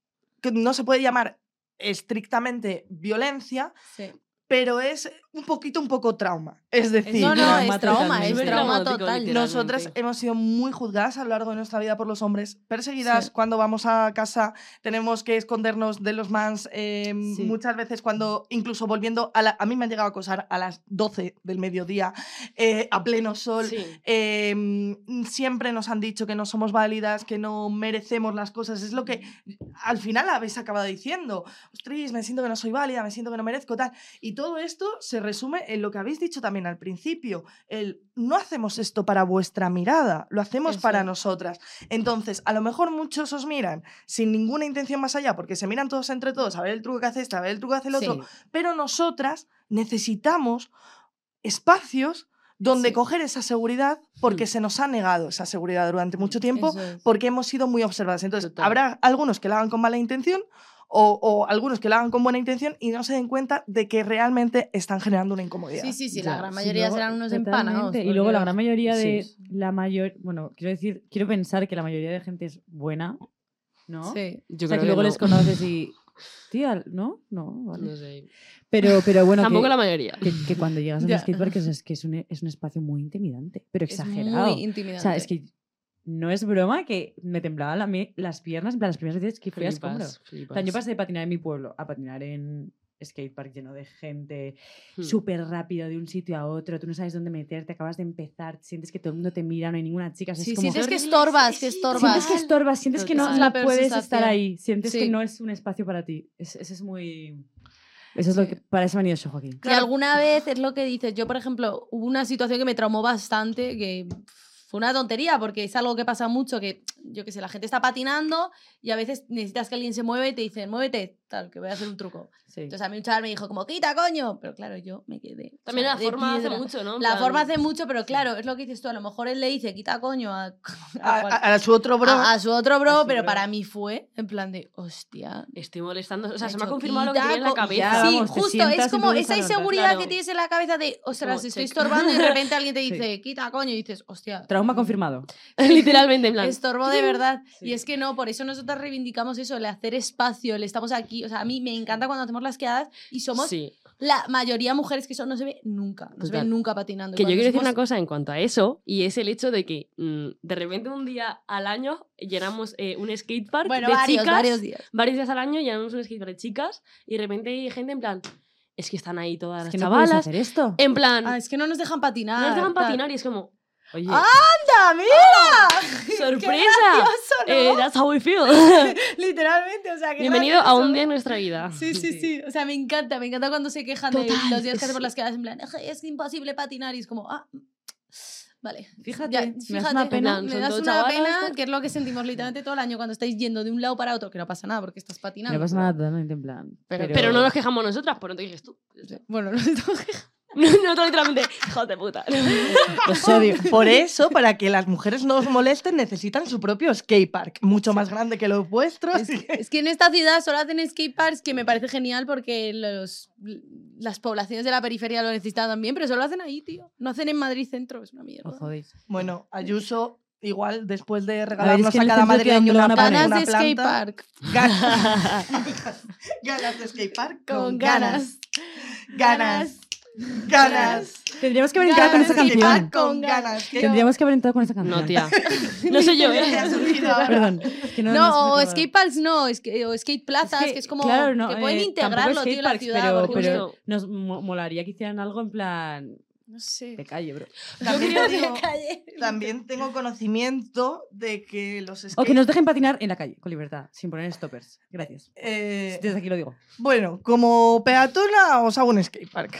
que no se puede llamar estrictamente violencia,
Sí.
pero es un poquito, un poco trauma. Es decir,
no no
Trauma
es trauma
totalmente.
es trauma
Traumático,
total
literal.
nosotras
Literalmente.
hemos sido muy juzgadas a lo largo de nuestra vida por los hombres, perseguidas
Sí.
cuando vamos a casa, tenemos que escondernos de los mans, eh,
Sí.
muchas veces cuando, incluso volviendo, a, la- a mí me han llegado a acosar a las 12 del mediodía, eh, a pleno sol,
Sí.
eh, mm, mm, siempre nos han dicho que no somos válidas, que no merecemos las cosas. Es lo que al final habéis acabado diciendo. Ostras, me siento que no soy válida, me siento que no merezco tal. Y todo esto se resume en lo que habéis dicho también al principio. El no hacemos esto para vuestra mirada, lo hacemos
Eso
para
es.
nosotras. Entonces, a lo mejor muchos os miran sin ninguna intención más allá, porque se miran todos entre todos, a ver el truco que hace este, a ver el truco que hace el otro, pero nosotras necesitamos espacios donde
Sí.
coger esa seguridad porque
Hmm.
se nos ha negado esa seguridad durante mucho tiempo
Eso es.
porque hemos sido muy observadas. Entonces,
Total.
habrá algunos que la hagan con mala intención o, o algunos que la hagan con buena intención y no se den cuenta de que realmente están generando una incomodidad.
Sí, sí, sí,
Ya,
la gran
sí,
mayoría
luego-
serán unos
totalmente.
empanados.
Y luego
porque
la gran mayoría de.
Sí.
La mayor. Bueno, quiero decir, quiero pensar que la mayoría de gente es buena, ¿no?
Sí.
Yo
O sea,
creo
que luego
no.
les [laughs] conoces y. Tía, ¿no? No, vale.
No sé.
Pero, pero bueno.
Tampoco
que-
la mayoría.
que, que cuando llegas a un
Ya.
skatepark es que es un, es un espacio muy intimidante, pero
Es
exagerado.
muy intimidante.
o sea, es que no es broma que me temblaban la mi- las piernas, en plan, las primeras veces que fui a escombro.
Flipas,
O sea, yo
flipas.
pasé de patinar en mi pueblo a patinar en skatepark lleno de gente,
Hmm.
súper rápido de un sitio a otro, tú no sabes dónde meterte, acabas de empezar, sientes que todo el mundo te mira, no hay ninguna chica, o sea,
Sí,
es como...
sientes que
Sí,
estorbas, que
sí,
estorbas.
Sientes que estorbas, sientes que no
Total.
la
Esa
puedes estar
sensación.
ahí, sientes que
Sí.
no es un espacio para ti. Es- Ese es muy... Eso es lo
Sí.
que... Para eso ha venido Soho aquí.
Y alguna vez es lo que dices. Yo, por ejemplo, hubo una situación que me traumó bastante, que fue una tontería, porque es algo que pasa mucho, que yo qué sé, la gente está patinando y a veces necesitas que alguien se mueva y te dicen, muévete, tal, que voy a hacer un truco.
Sí.
Entonces a mí un chaval me dijo, como, quita, coño. Pero claro, yo me quedé. o
También
sea,
la
de
forma hace
piedra.
mucho, ¿no? En
La
plan,
forma hace mucho, pero claro, es lo que dices tú. A lo mejor él le dice, quita coño a, [laughs] a
A,
cual- Ah,
a- a su otro bro.
a- a su otro bro,
a su
pero
bro.
para mí fue en plan de, hostia.
Estoy molestando. O sea,
ha
se me ha
hecho
confirmado lo que tenía en la
quita, co-
cabeza.
Ya,
sí,
vamos, te
justo,
sientas
es
y
como
vuelves
esa
a notar.
inseguridad
Claro.
que tienes en la cabeza de, ostras,
como,
estoy
check.
estorbando y de repente
[laughs]
alguien te
Sí.
dice, quita coño, y dices, hostia.
Trauma
mm,
confirmado.
Literalmente, en plan.
Estorbo
[laughs]
de verdad.
Sí.
Y es que no, por eso nosotros reivindicamos eso, el hacer espacio, el estamos aquí. O sea, a mí me encanta cuando hacemos las quedadas y somos
Sí.
la mayoría mujeres que son no se ve nunca, no se ve
Total.
nunca patinando. Y
Que yo
cuando
quiero decir
somos-
una cosa en cuanto a eso, y es el hecho de que mm, de repente un día al año llenamos eh, un skatepark
Bueno,
de
varios,
chicas.
varios días.
varios días al año llenamos un skatepark de chicas, y de repente hay gente en plan. Es que están ahí todas
Es
las
que no puedes
chavalas.
hacer esto.
en plan.
Ah, es que no nos dejan patinar.
no les dejan
tal.
patinar y es como.
Oye,
¡Anda, mira! [laughs] ¡Qué
¡Sorpresa!
gracioso, ¿no?
Eh, that's how we feel. [laughs]
[laughs] Literalmente, o sea, que
Bienvenido a un día en nuestra vida.
Sí, sí,
Sí.
sí. O sea, me encanta, me encanta cuando se quejan de
Total,
los días que hacemos
sí.
las quedadas en plan, "Ej, es imposible patinar y es como, ah, vale.
fíjate,
Ya,
me das
fíjate,
una pena.
Plan,
me
son
das
dos
una
chavalas,
pena,
tal.
que es lo que sentimos literalmente todo el año cuando estáis yendo de un lado para otro, que no pasa nada porque estás patinando.
No pasa nada totalmente en plan.
Pero-
Pero no nos quejamos nosotras, por no te dices tú. [laughs]
Bueno, [laughs] no estamos
Nosotros literalmente, hijos de [laughs] puta.
Os pues odio. Por eso, para que las mujeres no os molesten, necesitan su propio skate park, mucho más grande que los vuestros.
Es que, es que en esta ciudad solo hacen skateparks, que me parece genial porque los, las poblaciones de la periferia lo necesitan también, pero solo lo hacen ahí, tío. No hacen en Madrid centro, es una mierda.
Os jodéis.
[laughs] Bueno, Ayuso, igual después de
es
regalarnos
que
a,
en el
cada
centro que
madrileño
donde lo
una,
van a
planta,
poner.
Ganas
una
de
planta,
skatepark.
ganas, ganas de skatepark
Con
con
ganas.
ganas, ganas, ganas,
Tendríamos que haber
Ganas
entrado con
de
esa
skatepark.
canción.
con
con
ganas.
ganas.
Tendríamos que haber entrado con esa canción.
No, tía.
[laughs]
No soy yo,
¿Qué te ha
¿eh?
surgido ahora?
[laughs] Perdón. es que no,
No, o
se me acordaba.
skateparks no, es que- o skate plazas, que, es como
claro, no,
que pueden
eh,
integrarlo,
tampoco
tío, en la
skateparks,
ciudad.
Pero,
porque-
pero
Justo.
nos mo- molaría que hicieran algo en plan
no sé.
de calle, bro.
También te digo-
[laughs] Calle.
También tengo conocimiento de que los skate...
O que nos dejen patinar en la calle, con libertad, sin poner stoppers. Gracias.
eh,
Desde aquí lo digo.
bueno, como peatona os hago un skatepark.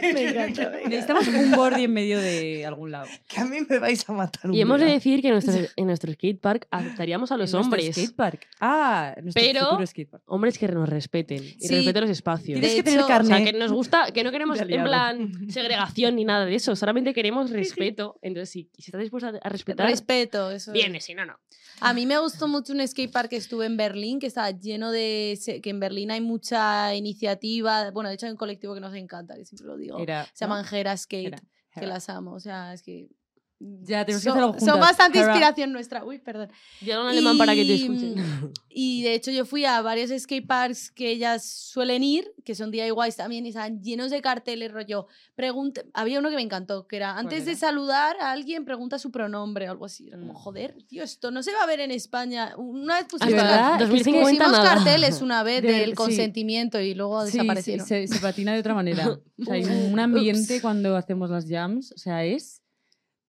Me encanta,
[laughs]
me encanta.
Necesitamos un borde en medio de
[laughs]
algún lado.
Que a mí me vais a matar. un
Y hemos de
día.
decir que en nuestro, en nuestro skatepark aceptaríamos a los
En nuestro
hombres.
Skatepark. Ah, nuestro
Pero-
futuro skatepark.
Hombres que nos respeten y
Sí.
respeten los espacios.
Tienes
De
que tener
hecho, o
O
carne.
sea, que nos gusta, que no queremos
De
en
aliado.
[laughs] plan segregación ni nada de eso, solamente queremos respeto. Entonces, si, si estás dispuesta a respetar,
Respeto, eso. es.
viene, si no, no.
A mí me gustó mucho un skatepark que estuve en Berlín, que estaba lleno de... se- que en Berlín hay mucha iniciativa. Bueno, de hecho hay un colectivo que nos encanta, que siempre lo digo.
Era,
se
¿no?
llaman Gera Skate,
Era,
que
era.
las amo. O sea, es que...
Ya, tenemos que
son-
hacer algo
Son
juntas.
bastante
Hera.
inspiración nuestra. Uy, perdón.
Yo hablo en alemán para que te [laughs]
Y-
escuchen.
Y de hecho yo fui a varios skateparks que ellas suelen ir, que son DIYs también, y estaban llenos de carteles, rollo. Pregunta, había uno que me encantó, que era, antes de
era?
saludar a alguien, pregunta su pronombre o algo así. Era como,
Mm.
joder, tío, esto no se va a ver en España. Una vez
Hasta
pusimos,
verdad,
car-
es que
2050
pusimos
nada.
carteles una vez
De-
del
sí.
consentimiento y luego
Sí, sí,
desaparecieron.
se,
[laughs]
se patina de otra manera. O sea, hay
Uh,
un ambiente
ups.
cuando hacemos las jams, o sea, es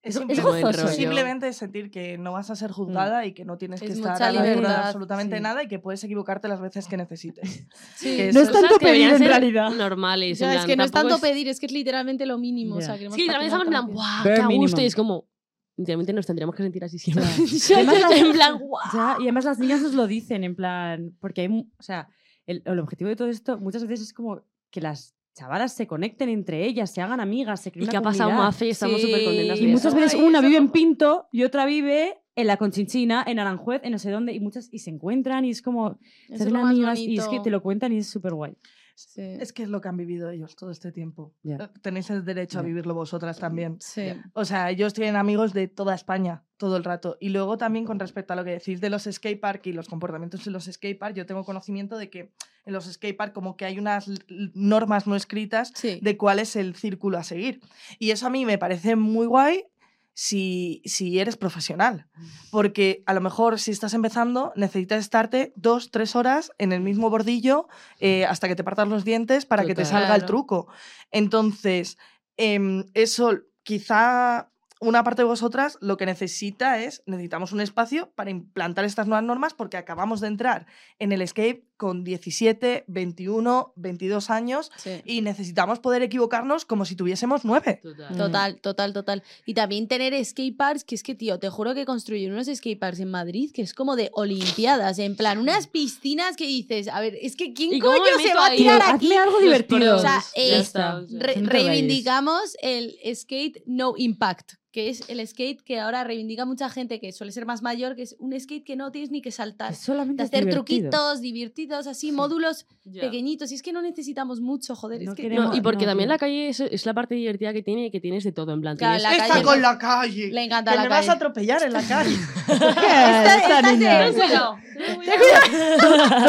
Es,
Es
simple-
buen
gozoso.
rollo.
simplemente sentir que no vas a ser juzgada y que no tienes que
Es
estar
mucha
a la altura de
libertad,
absolutamente
sí.
nada y que puedes equivocarte las veces que necesites.
Sí.
que eso-
No es,
es
Cosas
tanto
que deberían
pedir, en
ser
realidad.
Normales. en
ya, es
plan,
que no es
tampoco
tanto pedir, es que es literalmente lo mínimo.
Ya.
O sea, queremos
Sí, también estamos en plan,
patinar
¡guau!
Bare
¡Qué a gusto!
minimum.
Y es como, literalmente nos tendríamos que sentir así siempre.
Ya.
Yo-
Además,
yo- [laughs]
las-
en plan, ¡guau!
Ya, y además las niñas nos lo dicen, en plan, porque hay, mu- o sea, el, el objetivo de todo esto muchas veces es como que las chavalas se conecten entre ellas, se hagan amigas, se
¿Y
creen una
qué ha pasado,
comunidad.
Mafe? Estamos
Sí.
súper contentas.
Y
de
muchas
eso.
veces
Ay,
una
eso
vive en
como-
Pinto y otra vive en la Conchinchina, en Aranjuez, en no sé dónde, y muchas y se encuentran y es como
bien.
se
Eso es
hacen
lo más
amigas y es que
bonito.
te lo cuentan y es súper guay.
Sí.
Es que es lo que han vivido ellos todo este tiempo.
Ya.
Eh, Tenéis el derecho a
Ya.
vivirlo vosotras también.
Sí.
O sea, ellos tienen amigos de toda España todo el rato. Y luego también con respecto a lo que decís de los skatepark y los comportamientos en los skatepark, yo tengo conocimiento de que en los skatepark como que hay unas l- l- normas no escritas
Sí.
de cuál es el círculo a seguir. Y eso a mí me parece muy guay si, si eres profesional. Porque a lo mejor si estás empezando necesitas estarte dos, tres horas en el mismo bordillo eh, hasta que te partas los dientes para que te
Total.
salga el
Claro.
truco. Entonces, em, eso quizá una parte de vosotras lo que necesita es, necesitamos un espacio para implantar estas nuevas normas porque acabamos de entrar en el escape con 17, 21, 22 años
sí.
y necesitamos poder equivocarnos como si tuviésemos nueve.
Total.
Total, total, total. Y también tener skateparks, que es que, tío, te juro que construyeron unos skateparks en Madrid que es como de olimpiadas, en plan, unas piscinas que dices, a ver, es que ¿quién
¿Y cómo me
coño se
meto
va a
ahí? Ah,
tirar
Hazme
aquí?
algo
Los
divertido.
coreos,
O sea,
ya
eh,
está, o sea.
Re-
Siempre bailes.
reivindicamos el skate no impact, que es el skate que ahora reivindica mucha gente que suele ser más mayor, que es un skate que no tienes ni que saltar.
Es solamente
De
es
hacer
divertido.
truquitos divertidos, así, módulos
Ya.
pequeñitos. Y es que no necesitamos mucho, joder.
No
es que
queremos-
No, y porque
no,
también
tío.
la calle es, es la parte divertida que tiene, que tienes de todo, en plan,
Claro,
tienes-
La
Está
[laughs]
calle-
con la calle.
le encanta
que
la
me
calle.
vas a atropellar en la calle.
Esta-
[laughs] esta
esta
niña.
se- cuidado.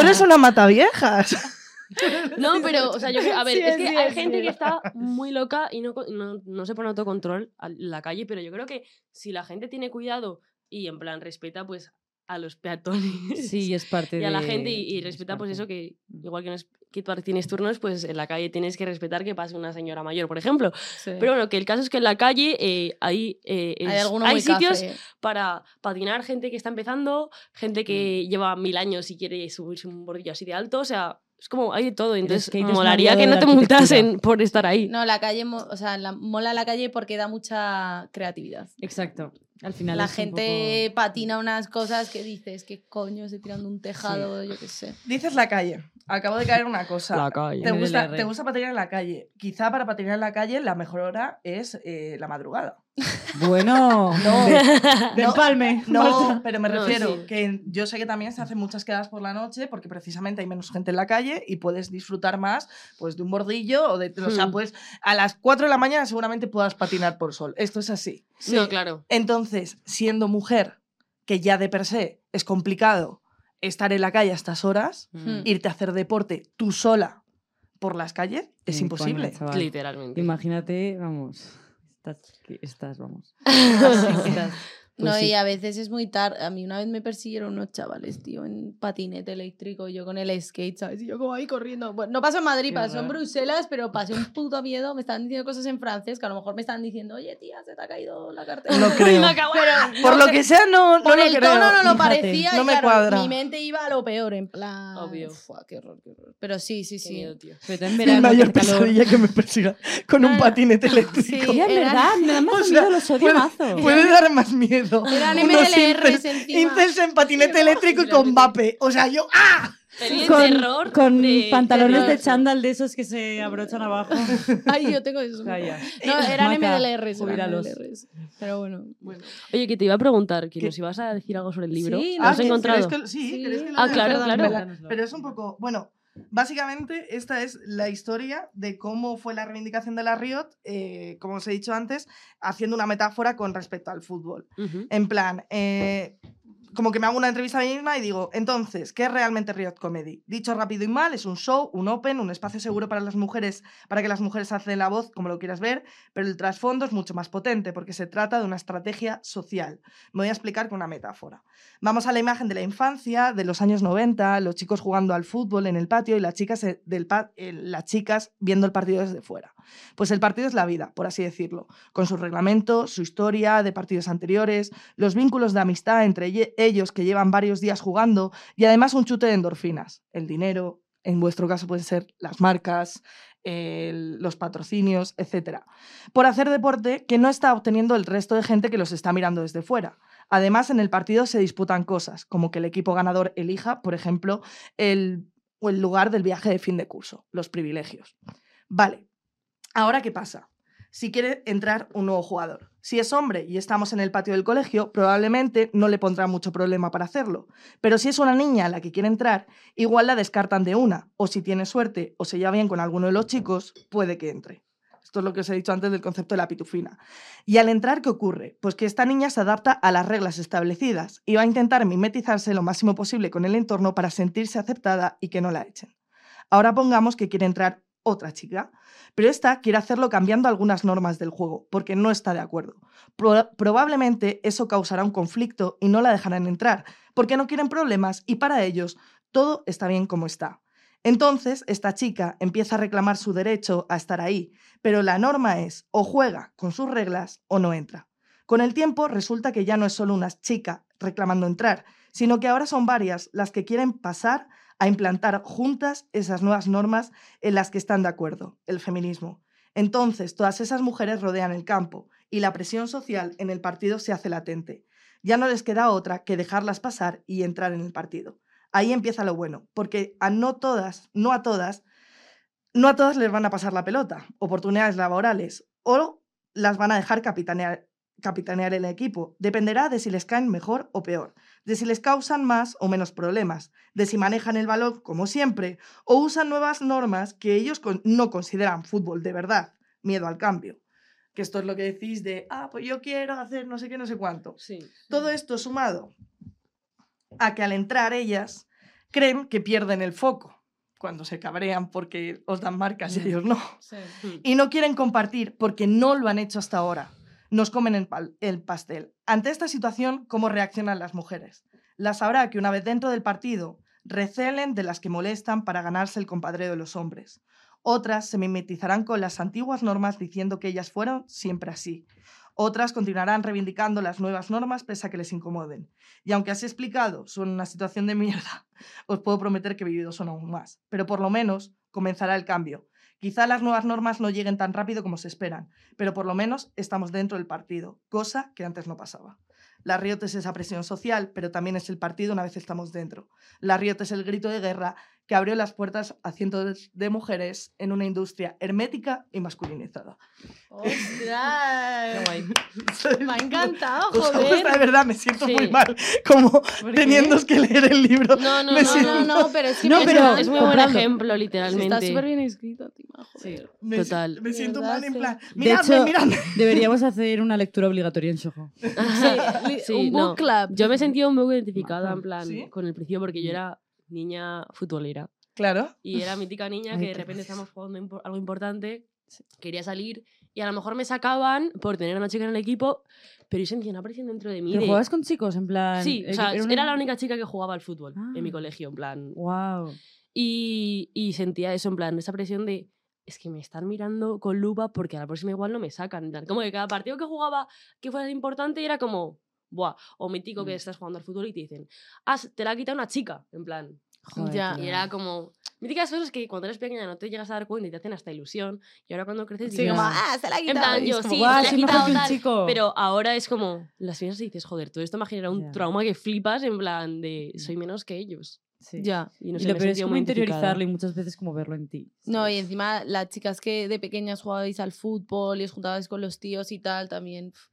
Tú eres una mataviejas.
No, pero, o sea, yo creo, a ver,
Sí,
es que
sí,
hay
es
gente que
verdad.
está muy loca y no, co- no, no se pone autocontrol a la calle, pero yo creo que si la gente tiene cuidado y en plan respeta, pues, a los peatones
Sí, es parte
y
de
a la gente y, y
es
respeta, pues,
parte.
eso que igual que en Skitbar tienes turnos, pues en la calle tienes que respetar que pase una señora mayor, por ejemplo. Pero bueno, que el caso es que en la calle eh, hay, eh,
Hay
es-
alguno
hay
muy
sitios
café.
para patinar, gente que está empezando, gente que lleva mil años y quiere subirse un bordillo así de alto, o sea, es como hay de todo, entonces
skate es un
molaría
aliado
que
de
no
la
te
arquitectura.
multasen por estar ahí.
No, la calle, mo- o sea, la- mola la calle porque da mucha creatividad.
Exacto. Al final
La
es un
gente
poco-
patina unas cosas que dices, que coño, se tirando un tejado, yo qué sé.
Dices la calle. Acabo de caer en una cosa.
calle.
¿Te
Me duele la
gusta,
red.
te gusta patinar en la calle. Quizá para patinar en la calle la mejor hora es eh, la madrugada.
Bueno,
[laughs] No,
de empalme.
No, pero me
No,
refiero
sí.
que yo sé que también se hacen muchas quedadas por la noche porque precisamente hay menos gente en la calle y puedes disfrutar más pues, de un bordillo o de... O sea,
Hmm.
pues a las 4 de la mañana seguramente puedas patinar por sol. Esto es así.
No, claro.
Entonces, siendo mujer, que ya de per se es complicado estar en la calle a estas horas,
Mm.
irte a hacer deporte tú sola por las calles es
Ni coña,
imposible.
chaval.
Literalmente.
Imagínate, vamos. Estás, que
[laughs]
estás vamos. Estás- pues
no,
sí.
y a veces es muy tarde. A mí una vez me persiguieron unos chavales, tío, en patinete eléctrico, y yo con el skate, ¿sabes? Y yo como ahí corriendo. Bueno, no pasó en Madrid,
Qué
pasó en
horror.
Bruselas, pero pasé un puto miedo. Me estaban diciendo cosas en francés que a lo mejor me estaban diciendo, oye, tía, se te ha caído la cartera. [laughs]
No creo.
Una caguada.
Por lo que sea, no, no
Por
lo
el
creo.
tono no
fíjate.
lo parecía. y
No me
claro,
cuadra.
Mi mente iba a lo peor, en plan.
Obvio.
"Fua, qué horror, qué horror". Pero sí, sí,
Qué
sí.
miedo, tío.
Sobre todo en verano, que calor.
que me persiga con
No, no.
patinete
[laughs] Sí.
Ya, en
Era-
verdad, me
[laughs]
da más
O sea,
miedo, los odio
puede-
mazo.
Puede dar más miedo.
Eran
Unos
MLRs
incels-
encima.
incels en patinete
Sí,
eléctrico con vape. O sea, yo. ¡Ah!
Sería
Con,
terror
con
de-
pantalones de
terror.
chándal de esos que se abrochan
[laughs]
abajo.
Ay, yo
[laughs]
tengo eso.
Calla.
No, eran
Maca,
MLRs. Eran
jubíralos.
MLRs. Pero bueno.
Oye, que te iba a preguntar, que
¿Qué?
nos ibas a decir algo sobre el libro.
Sí,
¿Lo has
Ah, ¿que-
encontrado?
queréis que- sí,
Sí.
queréis que lo
Ah,
lea?
claro,
Perdón,
claro.
me la- Pero es un poco. Bueno, básicamente esta es la historia de cómo fue la reivindicación de la Riot, eh, como os he dicho antes, haciendo una metáfora con respecto al fútbol.
Ujú.
En plan, eh, como que me hago una entrevista a mí misma y digo, entonces, ¿qué es realmente Riot Comedy? Dicho rápido y mal, es un show, un open, un espacio seguro para las mujeres, para que las mujeres hacen la voz como lo quieras ver, pero el trasfondo es mucho más potente porque se trata de una estrategia social. Me voy a explicar con una metáfora. Vamos a la imagen de la infancia, de los años 90, los chicos jugando al fútbol en el patio y las chicas, eh, del pa- eh, las chicas viendo el partido desde fuera. Pues el partido es la vida, por así decirlo, con su reglamento, su historia de partidos anteriores, los vínculos de amistad entre ye- ellos que llevan varios días jugando y además un chute de endorfinas, el dinero, en vuestro caso pueden ser las marcas, el- los patrocinios, etcétera, Por hacer deporte que no está obteniendo el resto de gente que los está mirando desde fuera. Además, en el partido se disputan cosas, como que el equipo ganador elija, por ejemplo, el, o el lugar del viaje de fin de curso, los privilegios. Vale, ahora qué pasa. Si quiere entrar un nuevo jugador. Si es hombre y estamos en el patio del colegio, probablemente no le pondrá mucho problema para hacerlo. Pero si es una niña a la que quiere entrar, igual la descartan de una, o si tiene suerte o se lleva bien con alguno de los chicos, puede que entre. Esto es lo que os he dicho antes del concepto de la pitufina. Y al entrar, ¿qué ocurre? Pues que esta niña se adapta a las reglas establecidas y va a intentar mimetizarse lo máximo posible con el entorno para sentirse aceptada y que no la echen. Ahora pongamos que quiere entrar otra chica, pero esta quiere hacerlo cambiando algunas normas del juego, porque no está de acuerdo. Pro- probablemente eso causará un conflicto y no la dejarán entrar, porque no quieren problemas y para ellos todo está bien como está. Entonces, esta chica empieza a reclamar su derecho a estar ahí, pero la norma es o juega con sus reglas o no entra. Con el tiempo resulta que ya no es solo una chica reclamando entrar, sino que ahora son varias las que quieren pasar a implantar juntas esas nuevas normas en las que están de acuerdo, el feminismo. Entonces, todas esas mujeres rodean el campo y la presión social en el partido se hace latente. Ya no les queda otra que dejarlas pasar y entrar en el partido ahí empieza lo bueno, porque a no todas, no a todas, no a todas les van a pasar la pelota, oportunidades laborales, o las van a dejar capitanear, capitanear el equipo. Dependerá de si les caen mejor o peor, de si les causan más o menos problemas, de si manejan el balón como siempre, o usan nuevas normas que ellos con- no consideran fútbol de verdad, miedo al cambio. Que esto es lo que decís de, ah, pues yo quiero hacer no sé qué, no sé cuánto.
Sí.
Todo esto sumado a que al entrar ellas creen que pierden el foco cuando se cabrean porque os dan marcas y
Mm.
ellos no. Y no quieren compartir porque no lo han hecho hasta ahora. Nos comen el, pal- el pastel. Ante esta situación, ¿cómo reaccionan las mujeres? Las habrá que una vez dentro del partido recelen de las que molestan para ganarse el compadreo de los hombres. Otras se mimetizarán con las antiguas normas diciendo que ellas fueron siempre así. Otras continuarán reivindicando las nuevas normas pese a que les incomoden. Y aunque has explicado, son una situación de mierda, [laughs] os puedo prometer que vividos son aún más. Pero por lo menos comenzará el cambio. Quizá las nuevas normas no lleguen tan rápido como se esperan, pero por lo menos estamos dentro del partido, cosa que antes no pasaba. La riot es esa presión social, pero también es el partido una vez estamos dentro. La riot es el grito de guerra que abrió las puertas a cientos de mujeres en una industria hermética y masculinizada.
Oh, Qué
¡Ostras!
guay.
Me ha
[laughs]
encantado,
Os ha gustado, de
joder.
verdad, me siento
Sí.
muy mal como
¿Por qué?
teniendo que leer el libro.
No, no,
Me
no,
No,
no,
no,
no.
no, pero es que
No,
me
pero-
encanta.
Es muy buen
comprando.
ejemplo, literalmente.
Está súper bien escrito, Tima, joder.
Sí.
Me,
Total.
me siento
¿Verdad?
mal en
Sí.
plan,
De
miradme,
hecho-
miradme.
Deberíamos hacer una lectura obligatoria en Soho.
[laughs] Sí,
li-
sí,
un book
no.
club.
Yo me sentía un poco identificada, en plan,
¿Sí?
con el principio, porque yo
Mm.
era niña futbolera.
Claro.
Y era mítica niña
Ay,
que de
qué
repente
gracia.
estábamos jugando impo- algo importante, quería salir, y a lo mejor me sacaban por tener a una chica en el equipo, pero yo sentía una presión dentro de mí.
¿Pero
de-
jugabas con chicos? En plan.
Sí, o
eh,
sea,
una-
era la única chica que jugaba al fútbol
Ah.
en mi colegio, en plan.
Guau.
Y, y sentía eso, en plan, esa presión de. Es que me están mirando con lupa porque a la próxima igual no me sacan. en plan, Como que cada partido que jugaba que fuera importante era como. Buah, o mítico que
Mm.
estás jugando al fútbol y te dicen, ah, te la ha quitado una chica, en plan.
Joder,
Ya.
tía.
Y era como. Míticas cosas que cuando eres pequeña no te llegas a dar cuenta y te hacen hasta ilusión. Y ahora cuando creces.
Sí,
dices,
como,
"Ah".
ah, se la ha
En
quitado.
plan,
Y es
yo,
como,
sí,
"Guau,
se la
si
ha
no
quitado
fuese un
tal,
chico.
Pero ahora es como. Las piensas y dices, joder, todo esto me ha generado un
Ya.
trauma que flipas en plan de.
Mm.
Soy menos que ellos.
Sí.
Ya.
Y, no
y
sé,
lo
me he
peor es
sentido
como
muy identificada.
interiorizarlo y muchas veces como verlo en ti.
No, y
¿sabes?
encima las chicas que de pequeñas jugabais al fútbol y os juntabais con los tíos y tal, también pf,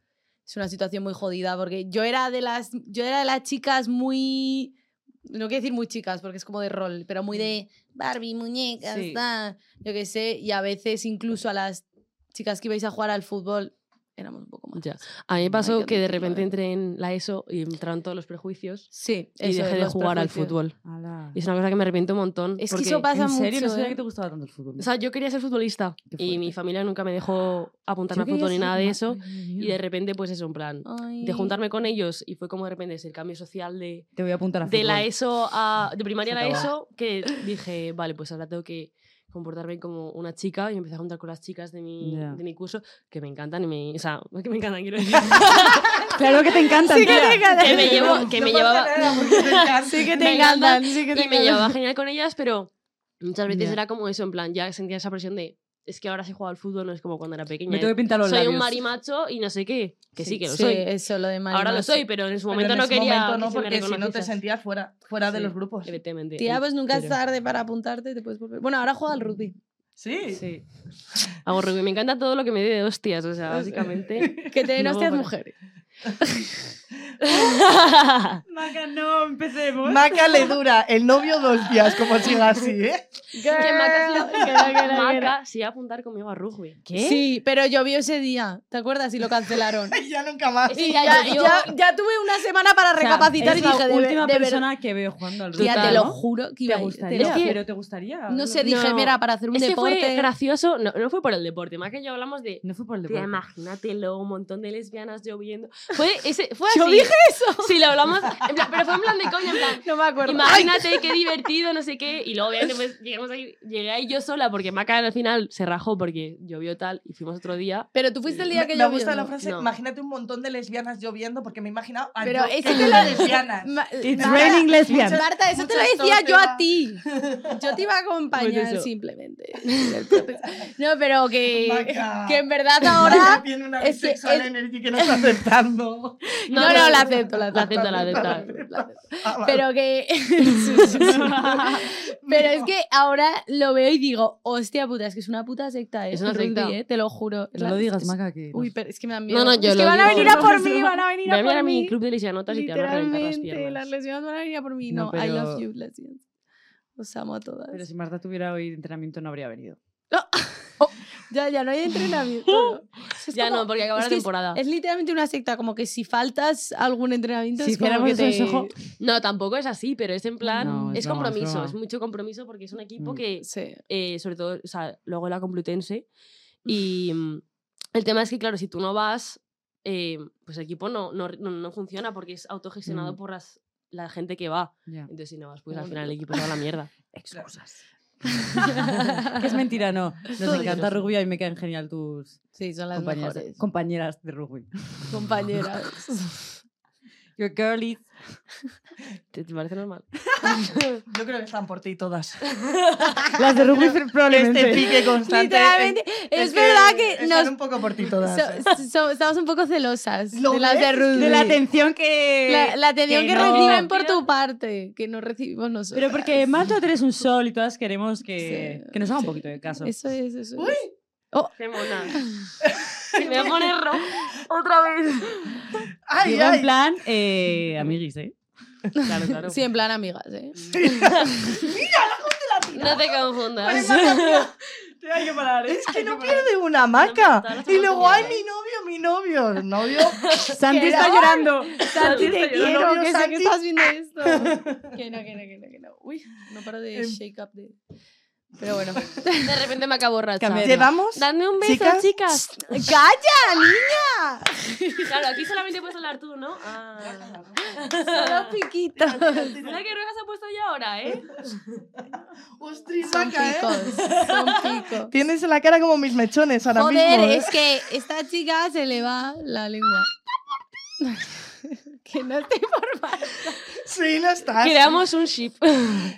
es una situación muy jodida porque yo era de las yo era de las chicas muy no quiero decir muy chicas porque es como de rol, pero
Mm.
muy de Barbie, muñecas,
Sí.
tal, yo qué sé, y a veces incluso a las chicas que ibais a jugar al fútbol éramos un poco más.
Ya. A mí me
Hay
pasó
que
que de
admitirlo,
repente
¿eh?
entré en la ESO y entraron todos los prejuicios
Sí,
y dejé de jugar al fútbol.
Ala.
Y es una cosa que me arrepiento un montón.
Es que
porque-
eso pasa
¿En serio?
mucho.
No sabía
¿eh?
que te gustaba tanto el fútbol.
O sea, yo quería ser futbolista
mm. Qué
y mi
fuerte.
familia nunca me dejó apuntarme
Yo
a fútbol
quería
ni nada
ser
de
ma-
eso.
Madre
Y
mía.
de repente, pues eso, en plan, de
Ay.
juntarme con ellos y fue como de repente ese el cambio social de,
Te voy a apuntar a
de la
fútbol.
ESO a. de primaria a
Se
la
acabó.
ESO que dije, vale, pues ahora tengo que comportarme como una chica y empecé a juntar con las chicas de mi,
Ya.
de mi curso, que me encantan y me, o sea, [laughs] que me encantan, quiero decir,
Claro que te encanta,
Sí que
tía.
te encantan. [laughs]
que me, llevo, que me llevaba... [laughs]
Sí
Me
que te encantan.
encantan
Sí que te
y me
encantan.
llevaba genial con ellas, pero muchas veces
Ya.
era como eso, en plan, ya sentía esa presión de es que ahora sí juego al fútbol, no es como cuando era pequeña.
Me tengo
¿eh?
que pintar los
soy
labios.
un marimacho y no sé qué, que sí, que lo
Sí,
soy.
eso lo de
ahora lo
marimacho.
soy, pero en su
Pero
momento
en
no
ese
quería
momento
que
no,
se me
porque si no te
reconociese.
sentías fuera, fuera de
Sí.
los grupos.
Efectivamente.
Tía, pues nunca es
Pero-
tarde para apuntarte, te puedes volver. Bueno, ahora juega al rugby.
Sí.
Sí.
Hago rugby, me encanta todo lo que me dé de hostias, o
[laughs]
sea, básicamente.
Que te den
No,
hostias
para-
mujeres.
Maca, no, empecemos.
Maca le dura el novio dos días, como siga así, ¿eh?
Que [laughs] Maca,
Que no, que no, que no.
Maca se iba a apuntar conmigo a rugby.
Sí, pero llovió ese día, ¿te acuerdas? Y lo cancelaron.
Y ya nunca más.
Ese
Y
día
ya,
llovió.
ya- ya tuve una semana para recapacitar
es
y dije,
la
de,
última
de verdad.
persona que veo jugando al
Tía,
Total,
te lo
¿no?
juro que iba
¿Te
a ir, te
gustaría?
lo
que-
juro.
¿Pero te gustaría?
No sé,
No.
dije, mira, para hacer un
Es que fue
deporte.
gracioso, no, no fue por el deporte, más que yo hablamos de
No fue por el
Tía,
deporte.
imagínatelo, un montón de lesbianas lloviendo.
[laughs]
Fue, ese, fue así.
Yo dije eso.
Sí, lo hablamos. en plan- pero fue en plan de coña, en
[laughs]
plan.
No me acuerdo.
Imagínate qué divertido, no sé qué. Y luego, obviamente, pues, llegamos ahí, llegué ahí yo sola porque Maca al final se rajó porque llovió tal y fuimos otro día.
Pero tú fuiste el día
Me,
que
me
llovió.
gusta la
¿no?
frase,
No.
imagínate un montón de lesbianas lloviendo, porque me he imaginado a
Pero
yo
ese
con
te lo-
lesbianas.
Ma-
It's
Marta,
raining lesbian.
Marta, eso te lo
muchas
decía yo a
tóximas.
ti. Yo te iba a acompañar
Pues eso.
simplemente. No, pero que,
Maca.
que en
[laughs]
verdad ahora...
Maca tiene una
es que-
bisexual
es-
energy que no está aceptando.
No, no, la acepto, la
La
acepto.
acepto, la acepto.
la acepto.
Ah, vale.
Pero que... [laughs] Sí,
[laughs]
[laughs]
sí, sí. Pero es que ahora lo veo y digo, hostia puta, es que es una puta secta, ¿eh?
Es una
El rugby,
secta.
¿eh? te lo juro. Es
No
la-
lo digas,
es-
Maca, que...
Uy,
nos-
pero es que me dan miedo.
No, no, yo
es que
lo
van a
digo.
venir a por mí, van a venir
Voy a
a por
mirar a mi
mí.
club de lisianotas y te van a reventar las
Literalmente, las
piernas.
lesbianas van a venir a por mí. No,
No,
I love
pero-
you, lesbians. Os amo a todas.
Pero si Marta tuviera hoy entrenamiento no habría venido.
Ya, ya no hay entrenamiento.
[laughs]
Es
Ya
como-
no, porque acaba
es
la
que es-
temporada.
Es, literalmente una secta, como que si faltas algún entrenamiento
Si
es como que
hiciéramos
te...
eso en Soho,
No, tampoco es así, pero es en plan.
[laughs] No, es
es
broma, es
compromiso,
broma.
es, mucho compromiso porque es un equipo
Mm.
que
Sí.
eh, sobre todo, o sea, luego la Complutense. Y mm, el tema es que, claro, si tú no vas, eh, pues el equipo no, no, no, no funciona porque es autogestionado
Mm.
por las, la gente que va.
ya.
Entonces, si no vas, pues al
Bueno,
final el
pero-
equipo se va a la mierda.
[laughs] Excusas. es mentira, no. Nos encanta rugby y me caen genial tus
Sí, son las
compañeras,
mejores.
compañeras de rugby.
compañeras.
Your girlies.
[laughs]
[laughs]
¿Te, te parece normal?
Yo creo que están por ti todas.
Las de rugby
Este
[laughs] probablemente.
pique constante. eh,
Literalmente, es,
que
verdad que
Están
nos...
un poco por ti todas. ¿eh?
so- so- estamos un poco celosas
¿Lo
de las de
ves?
rugby.
De la atención que...
La- la atención que,
que no.
reciben por tu parte, que no recibimos nosotros.
Pero
[laughs]
porque Marta tú eres un sol y todas queremos que,
Sí,
que nos haga
sí.
un poquito de caso.
Eso es, eso es.
Uy,
¡Qué [laughs] mona! Se me va a poner rojo otra vez.
ay,
Digo, en
ay.
plan, eh, amiguis, ¿eh?
Claro, claro. [laughs]
Sí, en plan amigas, ¿eh?
No te
Ay,
[laughs] confundas.
Maca, mira,
Hay que parar,
Es que no pierde una maca.
todas las
Y luego, ay,
oportunidades.
mi novio, mi novio. El novio. [laughs]
Santi está llorando.
[laughs]
Santi, te
Ah,
yo no
quiero,
veo
que sé
Santi.
que estás viendo esto. Que no, que no, que no, que no. Uy, no paro de
Em.
shake up de... Pero bueno, de repente me acabo borracha.
Cambia de-
Llevamos.
Dame un beso, chicas.
Chicas.
¡Calla, niña!
Claro, aquí solamente puedes hablar tú, ¿no? Ah.
Solo piquitos.
Mira qué ruegas ha puesto ya ahora, ¿eh?
Ostras,
Son
Maca, ¿eh?
picos, son picos.
Tienes la cara como mis mechones ahora
Joder,
mismo. ¿eh?
es que esta chica se le va la lengua. [laughs] que no estoy por mal.
Sí, no
Ah,
estás.
Creamos un [laughs] ship.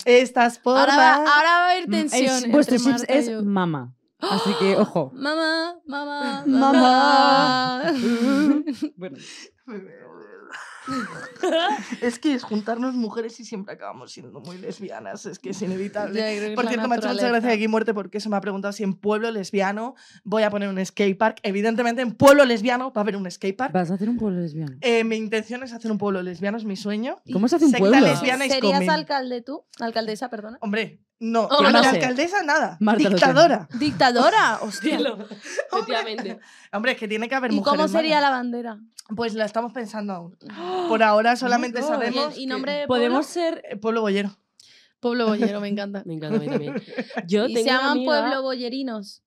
Estás por
Ahora, va-
más.
ahora va a haber tensión.
Es-
entre
Vuestro chips
Marta y
es
yo.
mama. Así que,
[gasps]
ojo.
Mamá, mamá,
Mamá. [laughs]
mamá.
Bueno,
Es que es juntarnos mujeres y siempre acabamos siendo muy lesbianas, es que es inevitable.
Ya, creo que
Por
es la
cierto, me ha hecho mucha
naturaleza.
gracia aquí muerte porque eso me ha preguntado si en pueblo lesbiano voy a poner un skatepark. Evidentemente, en pueblo lesbiano va a haber un skatepark.
vas a hacer un pueblo lesbiano.
Eh, mi intención es hacer un pueblo lesbiano, es mi sueño.
¿Cómo se hace un
Secta
pueblo?
lesbiana is
¿Serías
coming.
alcalde tú? ¿Alcaldesa, perdona?
Hombre, no,
Oh,
yo
no
no
sé.
alcaldesa nada,
Marta lo
dictadora. [laughs]
¿Dictadora? Hostia.
Efectivamente.
Hombre, es que tiene que haber
¿Y
mujeres.
cómo sería
malas.
la bandera?
Pues la estamos pensando
[gasps]
aún. Por ahora solamente
God.
¿Y,
sabemos
el- y
que-
nombre de
Podemos ser...
Eh, pueblo
[laughs]
boyero.
Pueblo Bollero, me encanta.
Me encanta a mí también. [laughs] Yo
y
tengo
se
una
llaman
amiga-
Pueblo Bollerinos.